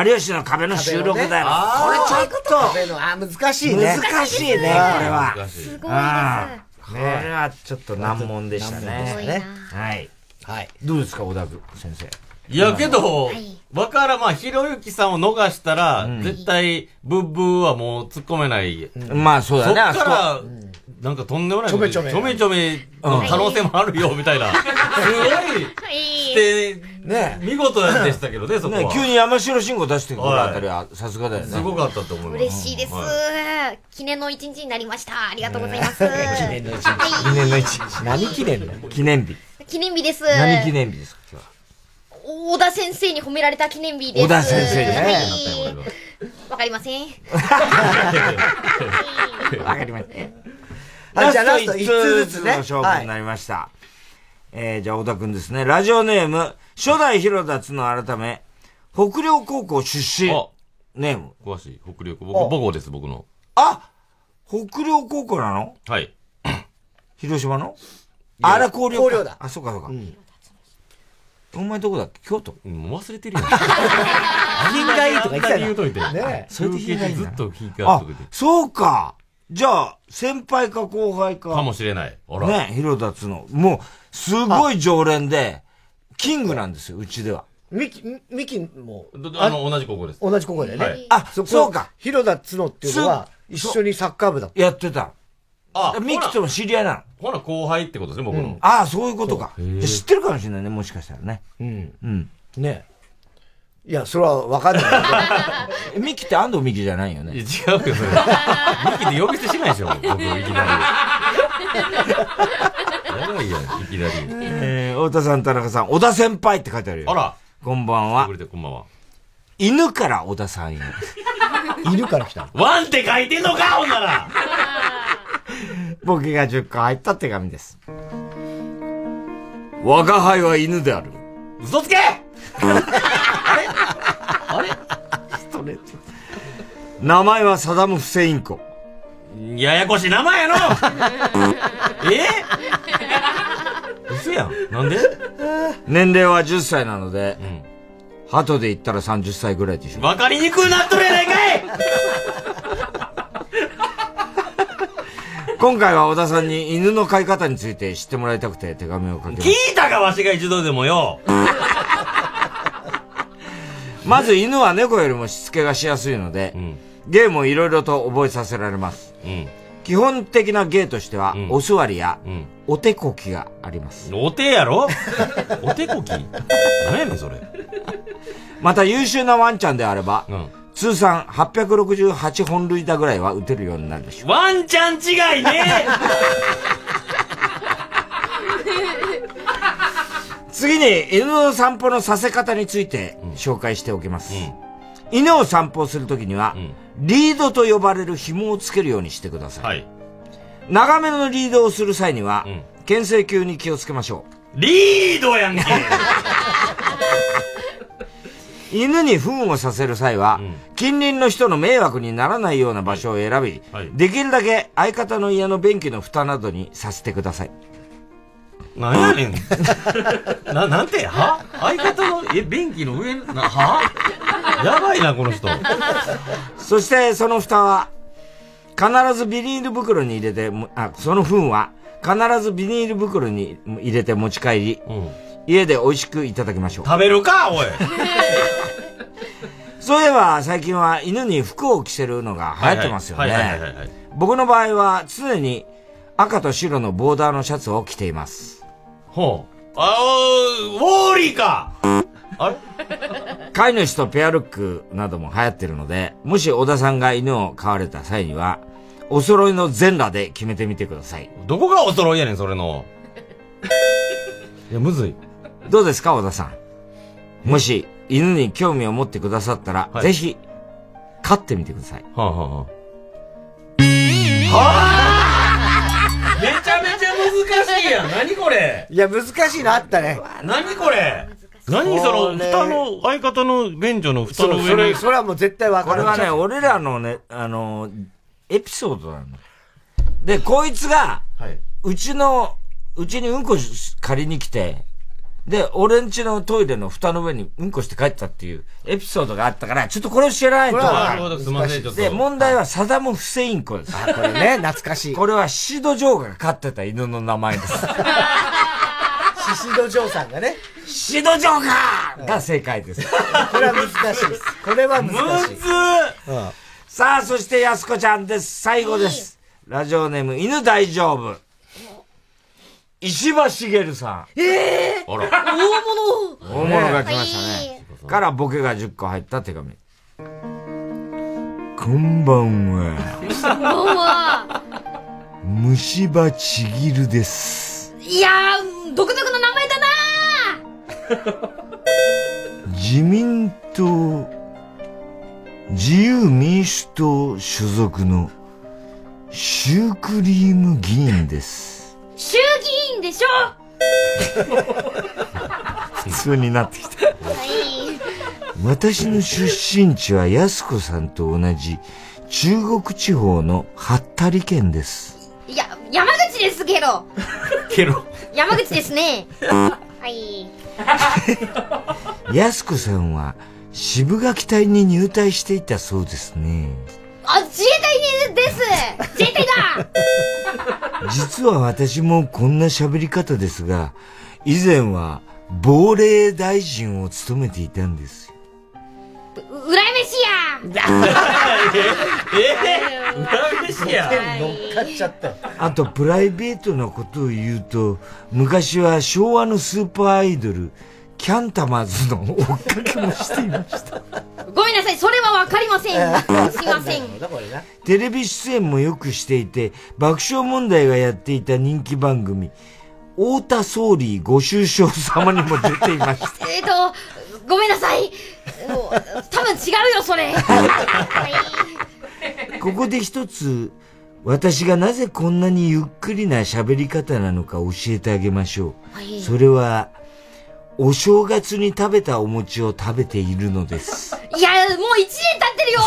Speaker 2: 有吉の壁の収録だよ。これちょっと
Speaker 1: と。壁のあ、難しいね。
Speaker 2: 難しいね、これは。あーこ
Speaker 1: ね
Speaker 2: れはちょっと難問でした
Speaker 1: 難問でし
Speaker 2: ね。はい。
Speaker 1: はい。
Speaker 2: どうですか、小田君、先生。
Speaker 16: いやけど、わからんまあ、ひろゆきさんを逃したら、絶対、ブッブーはもう突っ込めない。
Speaker 2: んまあそうだね
Speaker 16: そっから、なんかとんでもないこと。
Speaker 2: ちょめちょめ
Speaker 16: ちょめちょめの可能性もあるよ、みた いな。すごい、して、
Speaker 2: ね
Speaker 16: 見事でしたけどね、そこは。
Speaker 2: ね急に山城信号出してくる
Speaker 16: はい
Speaker 2: あたりは、さすがだよね。
Speaker 16: すごかったと思います。
Speaker 18: 嬉しいです、記念の一日になりましたありがとうございます、
Speaker 1: 記念の一
Speaker 18: 日
Speaker 2: 記念の一日。何記念だ記念日。
Speaker 18: 記念日です
Speaker 2: 何記念日ですか今日は
Speaker 18: 小田先生に褒められた記念日です
Speaker 2: 小田先生にね
Speaker 18: はいわかりません
Speaker 2: わかりました。
Speaker 1: あ
Speaker 2: ラ
Speaker 1: じゃあ
Speaker 2: スト
Speaker 1: ラスト
Speaker 2: 1
Speaker 1: 一通
Speaker 2: 通
Speaker 1: ず
Speaker 2: ず
Speaker 1: つ
Speaker 2: つ
Speaker 1: ね
Speaker 2: の勝負になりました。えー、じゃあ、小田くんですね。ラジオネーム、初代広田つの改め、北陵高校出身。ネーム。
Speaker 16: 詳しい、北陸。僕、母校です、僕の。
Speaker 2: 北陵高校なの
Speaker 16: はい。
Speaker 2: 広島のあら、高陵か
Speaker 1: 広陵だ
Speaker 2: あ、そうか、そうか。お前どこだっけ京都
Speaker 16: もう忘れてる よ。
Speaker 2: 品がいいとか言ってたよ
Speaker 16: 言うといて。
Speaker 2: ね
Speaker 16: それで品がいいんだずっと品があ
Speaker 2: あ
Speaker 16: っとくて、
Speaker 2: そうか。じゃあ、先輩か後輩か。
Speaker 16: かもしれない。あら。
Speaker 2: ね、広田つの。もう、すごい常連で、キングなんですよ、うちでは。
Speaker 1: ミキ、ミキも。
Speaker 16: あの、同じ高校です。
Speaker 1: 同じ高校だよね。
Speaker 16: はい
Speaker 2: あ、
Speaker 1: そこ
Speaker 2: そうか。
Speaker 1: 広田角っていうのは、一緒にサッカー部だった。
Speaker 2: やってた。
Speaker 16: あ、
Speaker 2: ミキとも知り合いなの。
Speaker 16: ほら、後輩ってことですね、僕の。
Speaker 2: ああ、そういうことか。
Speaker 16: うへえ
Speaker 2: じゃあ知ってるかもしれないね、もしかしたらね。
Speaker 1: うん。
Speaker 2: うん。
Speaker 1: ねいや、それはわかんない
Speaker 2: け ど。ミキって安藤ミキじゃないよね。
Speaker 16: 違うよ、それ。ミキって呼び捨てしないでしょ、僕、いきなり。やばいやん、いきなり。
Speaker 2: えー、太田さん、田中さん、小田先輩って書いてあるよ。
Speaker 16: あら。
Speaker 2: こんばんは。
Speaker 16: こんばんは。
Speaker 2: 犬から小田さんへ。
Speaker 1: 犬から来た
Speaker 16: ワンって書いてんのか、ほんな ら
Speaker 2: ボケが10個入った手紙です。我が輩は犬である。
Speaker 16: 嘘つけ
Speaker 2: 名前はサダム・フセインコ。
Speaker 16: ややこしい名 前やのえ
Speaker 2: 嘘
Speaker 16: やん。なんで
Speaker 2: 年齢は10歳なので、鳩で言ったら30歳ぐらいでしょ。
Speaker 16: わかりにくくなっとるやないかい
Speaker 2: 今回は小田さんに犬の飼い方について知ってもらいたくて手紙を書きま
Speaker 16: 聞
Speaker 2: し
Speaker 16: いたか、わしが一度でも よ。
Speaker 2: た。まず犬は猫よりもしつけがしやすいので、芸もいろいろと覚えさせられます。基本的な芸としては、お座りや、お手こきがあります。
Speaker 16: お手やろ お手こき何やねん、それ。
Speaker 2: また優秀なワンちゃんであれば、通算868本塁打ぐらいは打てるようになるでしょう。
Speaker 16: ワンちゃん違いね
Speaker 2: 次に、犬の散歩のさせ方について紹介しておきます。犬を散歩するときには、リードと呼ばれる紐をつけるようにしてください。長めのリードをする際には、牽制球に気をつけましょう。リードやんけ 犬に糞をさせる際は、近隣の人の迷惑にならないような場所を選び、できるだけ相方の家の便器の蓋などにさせてください。
Speaker 16: なん やねん。な、なんて、は相方の、え、便器の上、な、はやばいな、この人。
Speaker 2: そしてその蓋は、必ずビニール袋に入れても、あ、その糞は、必ずビニール袋に入れて持ち帰り、家で美味しくいただきましょう。
Speaker 16: 食べるか、おい。
Speaker 2: そういえば最近は犬に服を着せるのが流行ってますよ
Speaker 16: はいはいはいはい
Speaker 2: ね。僕の場合は常に赤と白のボーダーのシャツを着ています。
Speaker 16: ほう。あー、ウォーリーかあれ
Speaker 2: 飼い主とペアルックなども流行ってるので、もし小田さんが犬を飼われた際には、お揃いの全裸で決めてみてください。
Speaker 16: どこがお揃いやねん、それの。いや、むずい。
Speaker 2: どうですか、小田さん。もし、犬に興味を持ってくださったら、
Speaker 16: はい
Speaker 2: ぜひ、飼ってみてください。
Speaker 16: はあはあはめちゃめちゃ難しいやん。何これ。
Speaker 1: いや、難しいのあったね。
Speaker 16: 何これ何その、蓋の、相方の便所の蓋の上に。
Speaker 2: そうそれそ
Speaker 1: れはもう絶対わ
Speaker 2: これはね、俺らのね、あの、エピソードなの。で、こいつが、うちの、うちにうんこし借りに来て、で、俺んちのトイレの蓋の上にうんこして帰ったっていうエピソードがあったから、ちょっとこれを知らないと
Speaker 16: これは
Speaker 2: わか
Speaker 16: なるほど
Speaker 2: る。
Speaker 16: すいませんちょっと
Speaker 2: で、問題はサダム・フセインコです。
Speaker 1: あこれね懐かしい。
Speaker 2: これはシシド・ジョーが飼ってた犬の名 前です。
Speaker 1: シシドジョーさんがね。
Speaker 2: シドジョーかが正解です。
Speaker 1: これは難しいです。これは難しい。
Speaker 2: むずーさあ、そしてやすこちゃんです。最後です。ラジオネーム、犬大丈夫。石破茂さん。
Speaker 18: ええ
Speaker 2: あ
Speaker 18: 大
Speaker 2: ら
Speaker 18: 物
Speaker 2: 大物が来ましたね。からボケが10個入った手紙。こんばんは。
Speaker 18: こんばんは
Speaker 2: 虫歯ちぎるです。
Speaker 18: いやー独特の名前だな
Speaker 2: 自民党、自由民主党所属のシュークリーム議員です。
Speaker 18: 衆議院でしょ
Speaker 2: 普通になってきた。
Speaker 18: はい
Speaker 2: 私の出身地は安子さんと同じ中国地方の八谷県です。
Speaker 18: いや山口ですけど
Speaker 2: けど。
Speaker 18: 山口ですねはい
Speaker 2: 安子さんは渋垣隊に入隊していたそうですね。
Speaker 18: あ自衛隊です自衛隊だ
Speaker 2: 実は私もこんな喋り方ですが、以前は亡霊大臣を務めていたんですよ。
Speaker 18: うらやめしや
Speaker 16: うらやめしや
Speaker 1: 乗っかっちゃった。
Speaker 2: あと、プライベートなことを言うと、昔は昭和のスーパーアイドル、キャンタマーズの追っかけもしていました。
Speaker 18: ごめんなさいそれはわかりませんすいません
Speaker 2: テレビ出演もよくしていて、爆笑問題がやっていた人気番組、太田総理ご愁傷様にも出ていまし た。
Speaker 18: えっとごめんなさいもう多分違うよそれ
Speaker 2: ここで一つ、私がなぜこんなにゆっくりな喋り方なのか教えてあげましょう。
Speaker 18: はい
Speaker 2: それは、お正月に食べたお餅を食べているのです。
Speaker 18: いやもう一年経ってるよ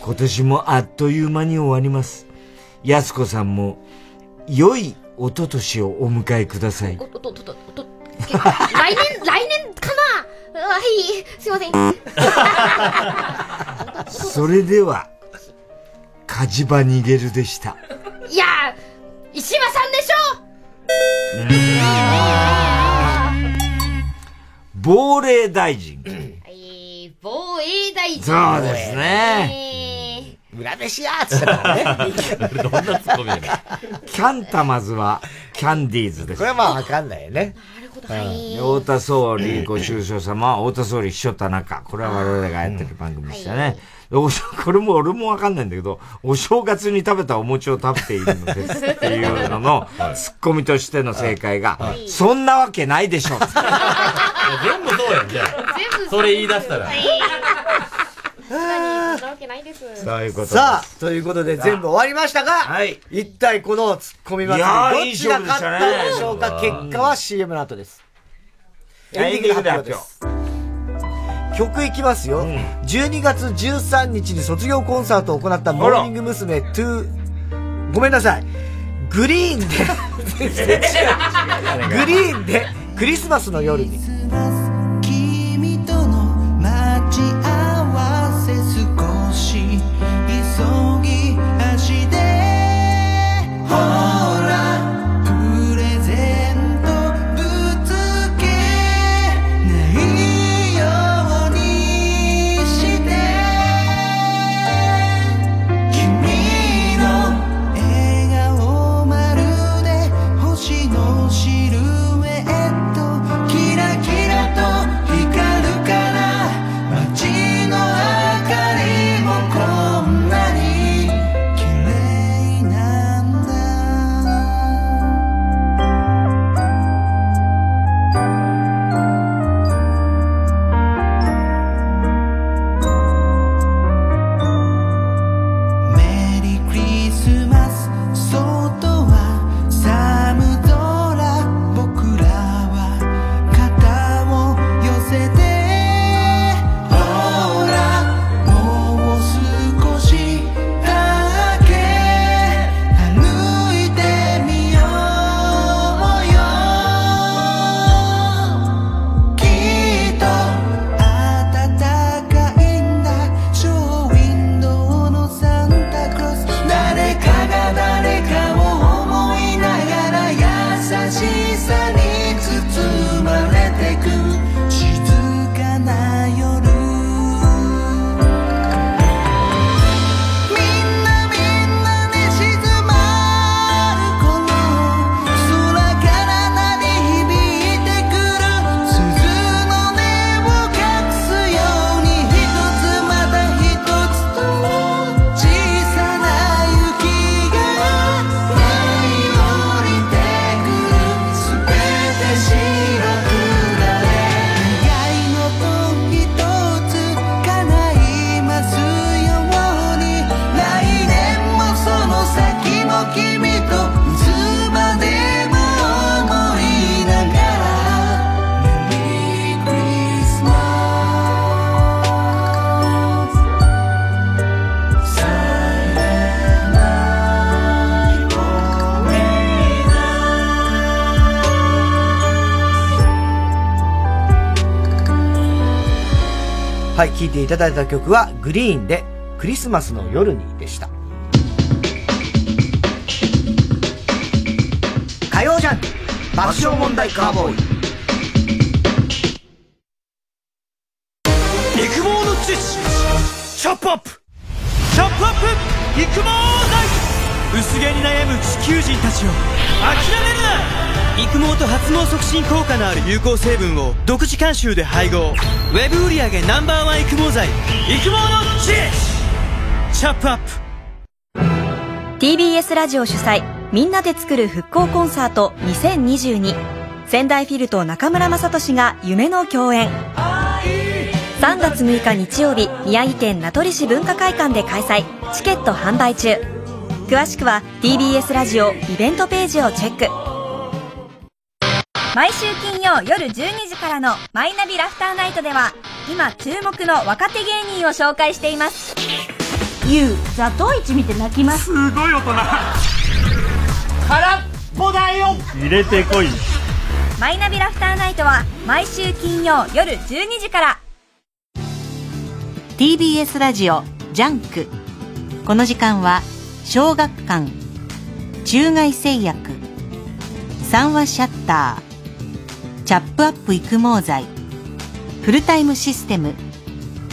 Speaker 2: 今年もあっという間に終わります。安子さんも、良いおととしをお迎えください。
Speaker 18: おっとっとっとっと来年来年かなはいすいません
Speaker 2: それでは、火事場逃げるでした。
Speaker 18: いや石破さんでし
Speaker 2: 亡霊大臣。
Speaker 18: ょ防衛大臣
Speaker 2: そうです
Speaker 18: ね
Speaker 1: 裏飯やーっつってたからね。
Speaker 2: どんなツッコミキャンタマズは、キャンディーズです。
Speaker 1: これはまあわかんないよね。
Speaker 2: うん太田総理ご愁傷様、太田総理秘書田中。これは我々がやってる番組でしたね。お正これも俺もわかんないんだけど、お正月に食べたお餅を食べているのですっていうのの、ツッコミとしての正解が、そんなわけないでしょう。
Speaker 16: 全部そうやん、じゃあ。それ言い出したら。
Speaker 17: そんなわけないです。
Speaker 2: そういうことです
Speaker 1: さあ、ということで全部終わりましたが、一体このツッコミ祭り、どっちが勝ったんでしょうか、
Speaker 2: いやーいい勝負でしたね
Speaker 1: 結果は CM の後です。
Speaker 2: エンディングで発表
Speaker 1: 曲いきますよ、12月13日に卒業コンサートを行ったモーニング娘。2ごめんなさいグリー ンで全然違うグリーンでクリスマスの夜に
Speaker 14: 君との待ち合わせ少し急ぎ足でほらプレゼントぶつけないようにして君の笑顔まるで星のシルエットキラキラと光るから街の明かりもこんなに綺麗なんだメリークリスマス外は寒空僕らは肩を寄せてほらもう少しだけ歩いてみようよきっと暖かいんだショーウィンドウのサンタクロース誰かが誰かを思いながら優しさに包まれてく静かな夜みんなみんなで静まるこの空から鳴り響いてくる鈴の音を隠すように一つまた一つと小さな雪が舞い降りてくるすべて白くなれ願いのと一つ叶いますように来年もその先も君といつまでも思いながらメリークリスマスさよならごめん
Speaker 1: はい聴いていただいた曲はグリーンでクリスマスの夜にでした火曜ジャンク爆笑問題カーボーイ
Speaker 24: 育毛の知識チョップアップチョップアップ育毛大薄毛に悩む地球人たちを諦めるな育毛と発毛促進効果のある有効成分を独自監修で配合ウェブ売上ナンバーワン育毛剤育毛の知識チョップアップ
Speaker 23: TBS ラジオ主催みんなで作る復興コンサート2022仙台フィルと中村雅俊が夢の共演3月6日日曜日宮城県名取市文化会館で開催チケット販売中詳しくは TBS ラジオイベントページをチェック
Speaker 20: 毎週金曜夜12時からの「マイナビラフターナイト」では今注目の若手芸人を紹介していますゆうザトウイチ見て泣きますすごい大人空っぽだよ
Speaker 21: 入れてこい
Speaker 20: マイナビラフターナイトは毎週金曜夜12時から
Speaker 3: TBS ラジオジャンクこの時間は小学館中外製薬三話シャッターチャップアップ育毛剤フルタイムシステム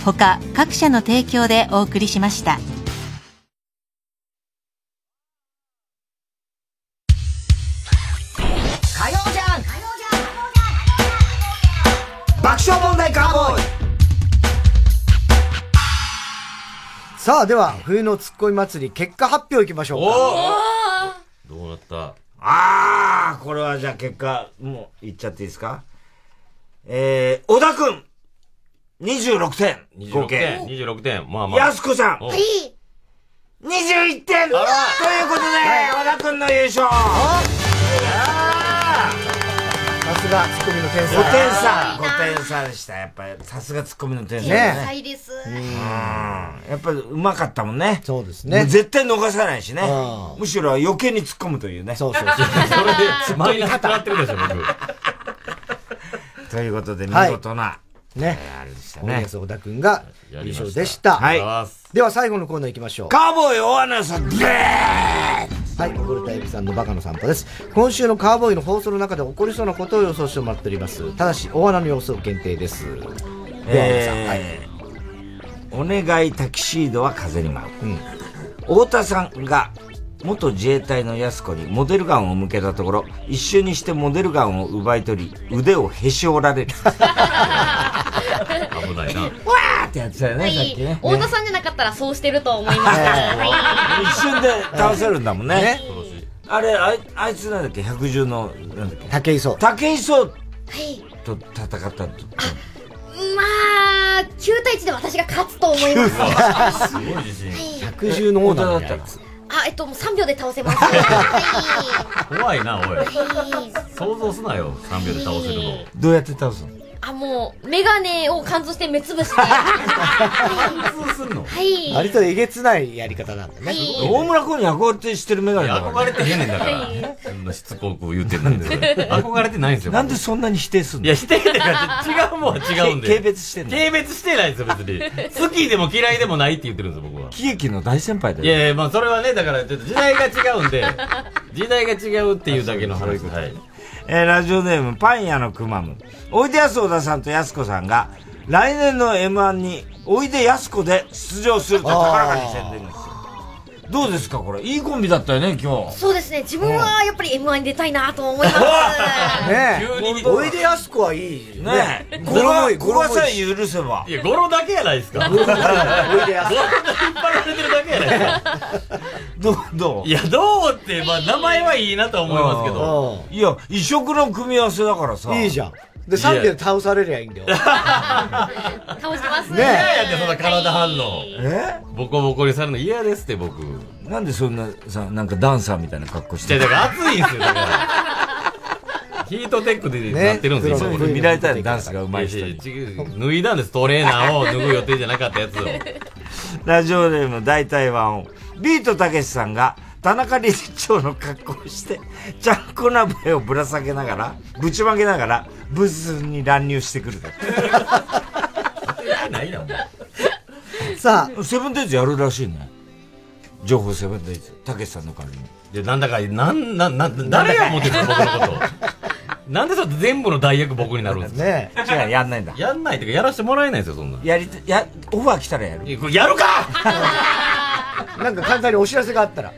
Speaker 3: 他各社の提供でお送りしました。
Speaker 13: 火曜じゃん爆笑問題カーボーイ
Speaker 1: さあ、では、冬のツッコミ祭り、結果発表いきましょうか。
Speaker 16: どうなった
Speaker 2: あー、これはじゃあ結果、もう言っちゃっていいですかえー、小田くん !26 点合
Speaker 16: 26
Speaker 2: 計
Speaker 16: 点、。26点。まあまあ。
Speaker 2: やすこさん
Speaker 16: お
Speaker 2: はい21点ということで、小田くんの優勝
Speaker 1: さすが、ツッコミの天
Speaker 2: 5
Speaker 1: 才。
Speaker 2: 点差 !5 点差でした。やっぱり、さすがツッコミの点差
Speaker 1: ね
Speaker 2: ね。
Speaker 18: いです。
Speaker 2: うんやっぱりうまかったもんね。そうです
Speaker 1: ね
Speaker 2: 絶対逃さないしね。むしろ余計に突っ込むというね。そうそうそう。そ れで
Speaker 16: 突っ込みが食らってるでしょ僕。
Speaker 2: ということで、見
Speaker 1: はい
Speaker 2: 事な。
Speaker 1: ね。
Speaker 2: あれでした
Speaker 1: オーディエン
Speaker 2: ね。
Speaker 1: ス小田くんが優勝でした。
Speaker 2: はい。
Speaker 1: では最後のコーナー行きましょう。
Speaker 2: カーボーイ大穴さん、
Speaker 1: はい、古田エビさんのバカの散歩です。今週のカーボーイの放送の中で起こりそうなことを予想してもらっております。ただし、大穴の予想限定です。
Speaker 2: えーお願いタキシードは風に舞う。太田さんが、元自衛隊の安子にモデルガンを向けたところ、一瞬にしてモデルガンを奪い取り、腕をへし折られる。危ないな。 わーってやってたよ
Speaker 18: は
Speaker 2: ね、さっ
Speaker 18: い
Speaker 2: きね。。
Speaker 18: 太田さんじゃなかったらそうしてると思いました。はい。
Speaker 2: 一瞬で倒せるんだもんね。
Speaker 18: ね
Speaker 2: あれ、あいあいつなんだっけ、百獣の、なんだっけ。
Speaker 1: 武井壮。
Speaker 2: 武井壮
Speaker 18: はい。
Speaker 2: と戦ったと。
Speaker 18: まあ、9対1で私が勝つと思います。
Speaker 2: すごい自信。
Speaker 1: 百獣のオーナー
Speaker 2: だっ
Speaker 18: あ、えっと、もう3秒で倒せます。
Speaker 16: 怖いな、おい。
Speaker 18: はい
Speaker 16: 想像すなよ、3秒で倒せるの。
Speaker 2: どうやって倒すの
Speaker 18: あ、もう、メガネを貫通して目つぶして。貫
Speaker 16: 通すんの
Speaker 18: はい。
Speaker 1: 割とえげつないやり方なんだね。
Speaker 2: 大村君に憧れてしてるメガネだから。
Speaker 16: 憧れてへんねんだから
Speaker 18: は。い
Speaker 16: そんなしつこく言うてなんで。憧れてないんですよ。
Speaker 2: なんでそんなに否定すんの
Speaker 16: いや、否定ってか違 うもんは違うんで。
Speaker 2: 軽蔑してんの
Speaker 16: 軽蔑してないですよ、別に。好きでも嫌いでもないって言ってるんですよ、僕は。
Speaker 2: 喜劇の大先輩だ
Speaker 16: い
Speaker 2: よ。
Speaker 16: やいや、まあそれはね、だからちょっと時代が違うんで、 時代が違うっていうだけの話です。はい。
Speaker 2: えーラジオネーム、パン屋のくまむ。おいでやす小田さんとやすこさんが、来年の M1 に、おいでやすこで出場すると高らかに宣伝ですよ。どうですか、これ。いいコンビだったよね、今日。
Speaker 18: そうですね、自分はやっぱり M1 に出たいなと思います。
Speaker 2: ねえ急に
Speaker 1: おいでやすこはいいよ
Speaker 2: ね
Speaker 1: ね。
Speaker 2: え。
Speaker 1: ね
Speaker 2: 語呂語呂さえ許せば。
Speaker 16: いや、語呂だけやないですか。
Speaker 1: 語呂だけおいでやす
Speaker 16: 語呂引っ張られてるだけやないですか。
Speaker 2: どう、どう
Speaker 16: いや、どうって、まあ名前はいいなとは思いますけど。
Speaker 2: いや、異色の組み合わせだからさ。
Speaker 1: いいじゃん。で、3秒で倒されりゃいいんだよ。
Speaker 18: 倒してます
Speaker 16: ねえ。嫌やって、そんな体反応。
Speaker 2: え
Speaker 16: ボコボコにされるの嫌ですって、僕。
Speaker 2: なんでそんなさ、なんかダンサーみたいな格好し
Speaker 16: じ
Speaker 2: て
Speaker 16: ゃだから暑いんですよ、だから。ヒートテックでなってるんですよ、今
Speaker 2: ねそう
Speaker 16: 俺
Speaker 2: 見られたいのダンスが上手い
Speaker 16: い
Speaker 2: 人
Speaker 16: やいや違う脱いだんです、トレーナーを脱ぐ予定じゃなかったやつを。
Speaker 2: ラジオネーム大体ワンオン。ビートたけしさんが、田中理事長の格好をして、ちゃんこ鍋をぶら下げながら、ぶちまけながら、ブースに乱入してくるだ
Speaker 16: ないな、もう。
Speaker 2: って。さあ。セブンデイズやるらしいね。情報セブンデイズ。たけしさんの代わりに。
Speaker 16: で、なんだか、なん、なん、なん、誰が思ってるの僕の こと。なんでそれ全部の代役僕になるんですか
Speaker 1: ね
Speaker 2: 違う、やんないんだ。
Speaker 16: やんないっていうか、やらせてもらえないんですよ、そんな。
Speaker 2: やりた、や、オファー来たらやる。
Speaker 16: これやるか
Speaker 1: なんか簡単にお知らせがあったら。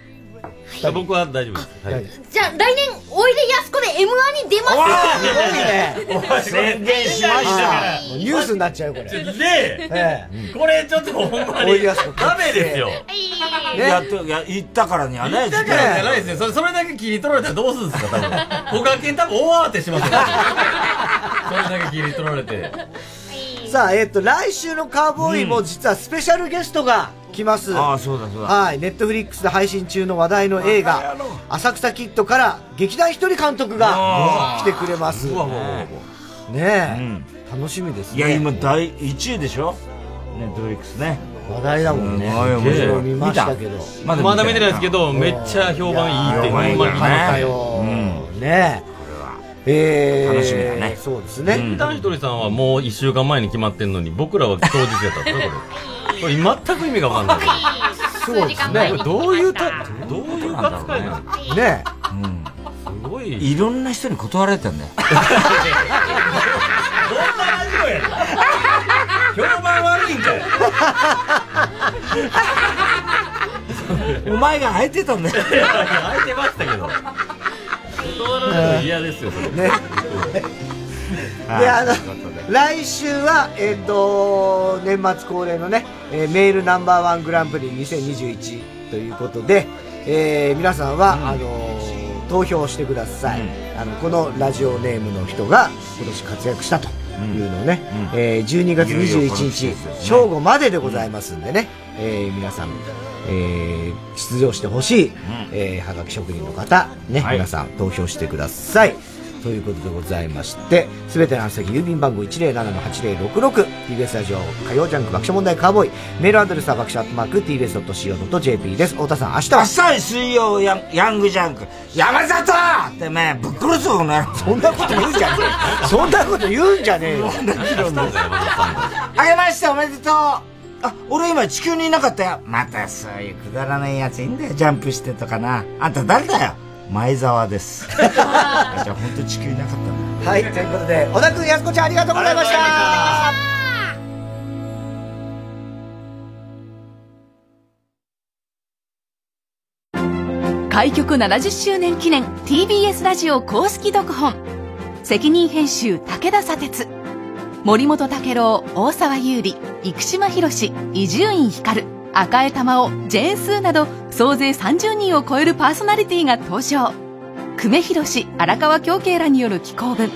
Speaker 16: 僕は大丈夫です。はい。
Speaker 18: じゃあ、来年、おいでやすこで M1 に出ます。
Speaker 1: 宣言
Speaker 16: しましたから
Speaker 1: もうニュースになっちゃうよこれ。
Speaker 16: で、
Speaker 1: え
Speaker 16: これちょっとほんま
Speaker 1: お
Speaker 16: に
Speaker 1: いでやすこ
Speaker 16: ダメですよ。
Speaker 2: ね、やっと、や、行ったからにはね。
Speaker 16: だからじゃないですね。それ、それだけ切り取られたらどうするんですか、多分。保管金多分大慌 てしますよ。それだけ切り取られて。
Speaker 1: えさあ、えっと、来週のカーボーイも実はスペシャルゲストが来ます。
Speaker 2: ああ、そうだそうだ。
Speaker 1: はい、ネットフリックスで配信中の話題の映画、浅草キッドから劇団ひとり監督が来てくれます。ねえ、楽しみですね。
Speaker 2: いや、今、第1位でしょネットフリックスね。
Speaker 1: 話題だもんね。
Speaker 2: すごい面白い
Speaker 1: 全部見ましたけど。
Speaker 16: まだ見てないですけど、めっちゃ評判いいって、
Speaker 1: 評判いいからね
Speaker 16: よ。
Speaker 1: ねえ。えー
Speaker 16: 楽しみだね
Speaker 1: そうですね。
Speaker 16: 劇団ひとりさんはもう一週間前に決まってんのに、僕らは当日やったんですか、 これ。これ全く意味がわかんない。
Speaker 1: そうですね。
Speaker 16: これどういうた、どういう扱いなの
Speaker 1: ね
Speaker 16: すごい。
Speaker 2: いろんな人に断られたんだよ。
Speaker 16: どんなラジオやねん評判悪いんかい
Speaker 2: お前が入ってたんだよ。
Speaker 16: 空いてましたけど。断られるの嫌ですよ、それ。
Speaker 1: ね。
Speaker 2: はい
Speaker 1: で、あの
Speaker 2: ということ、
Speaker 1: 来週は、えっと、年末恒例のね、えーメールナンバーワングランプリ2021ということで、えー皆さんは、あのー、投票してください、あの、このラジオネームの人が今年活躍したというのをね、えー12月
Speaker 2: いよいよこ
Speaker 1: 21
Speaker 2: の季節
Speaker 1: 日
Speaker 2: ですね
Speaker 1: 正午まででございますんでね、えー皆さん、えー出場してほしい、えーはがき職人の方、ね、
Speaker 2: はい
Speaker 1: 皆さん投票してください。ということでございまして、すべての宛先、郵便番号107-8066、TBS ラジオ、火曜ジャンク爆笑問題カーボーイ、メールアドレスは爆笑アットマーク、tbs.co.jp です。太田さん、明日は
Speaker 2: 明日水曜ヤンヤングジャンク、山里ってめえ、ぶっ殺すぞ、この野郎。
Speaker 1: そんなこと言うんじゃねえ。そんなこと言うんじゃねえよ。
Speaker 2: あげましておめでとうあ、俺今地球にいなかったよ。またそういうくだらないやついいんだよ、ジャンプしてとかな。あんた誰だよ前澤です。じゃあ本当地球いなかったんだ。
Speaker 1: はい、ということで、小田君、安子ちゃん、ありがとうございました。
Speaker 5: 開局70周年記念 TBS ラジオ公式読本責任編集武田砂鉄森本武郎大沢優里生島博士伊集院光赤江玉緒ジェーン・スーなど総勢30人を超えるパーソナリティが登場久米宏荒川京慶らによる紀行文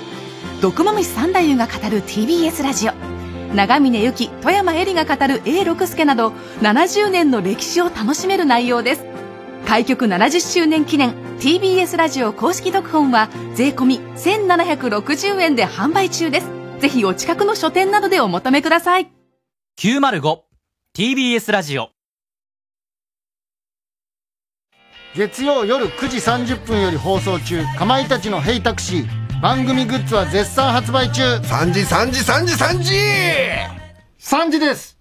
Speaker 5: 毒蝮三太夫が語る TBS ラジオ長峰由紀富山恵里が語る A 六輔など70年の歴史を楽しめる内容です開局70周年記念 TBS ラジオ公式読本は税込1760円で販売中です。ぜひお近くの書店などでお求めください。
Speaker 10: 905TBS ラジオ
Speaker 11: 月曜夜9時30分より放送中かまいたちの「ヘイタクシー」番組グッズは絶賛発売中3時3時3時3時3時です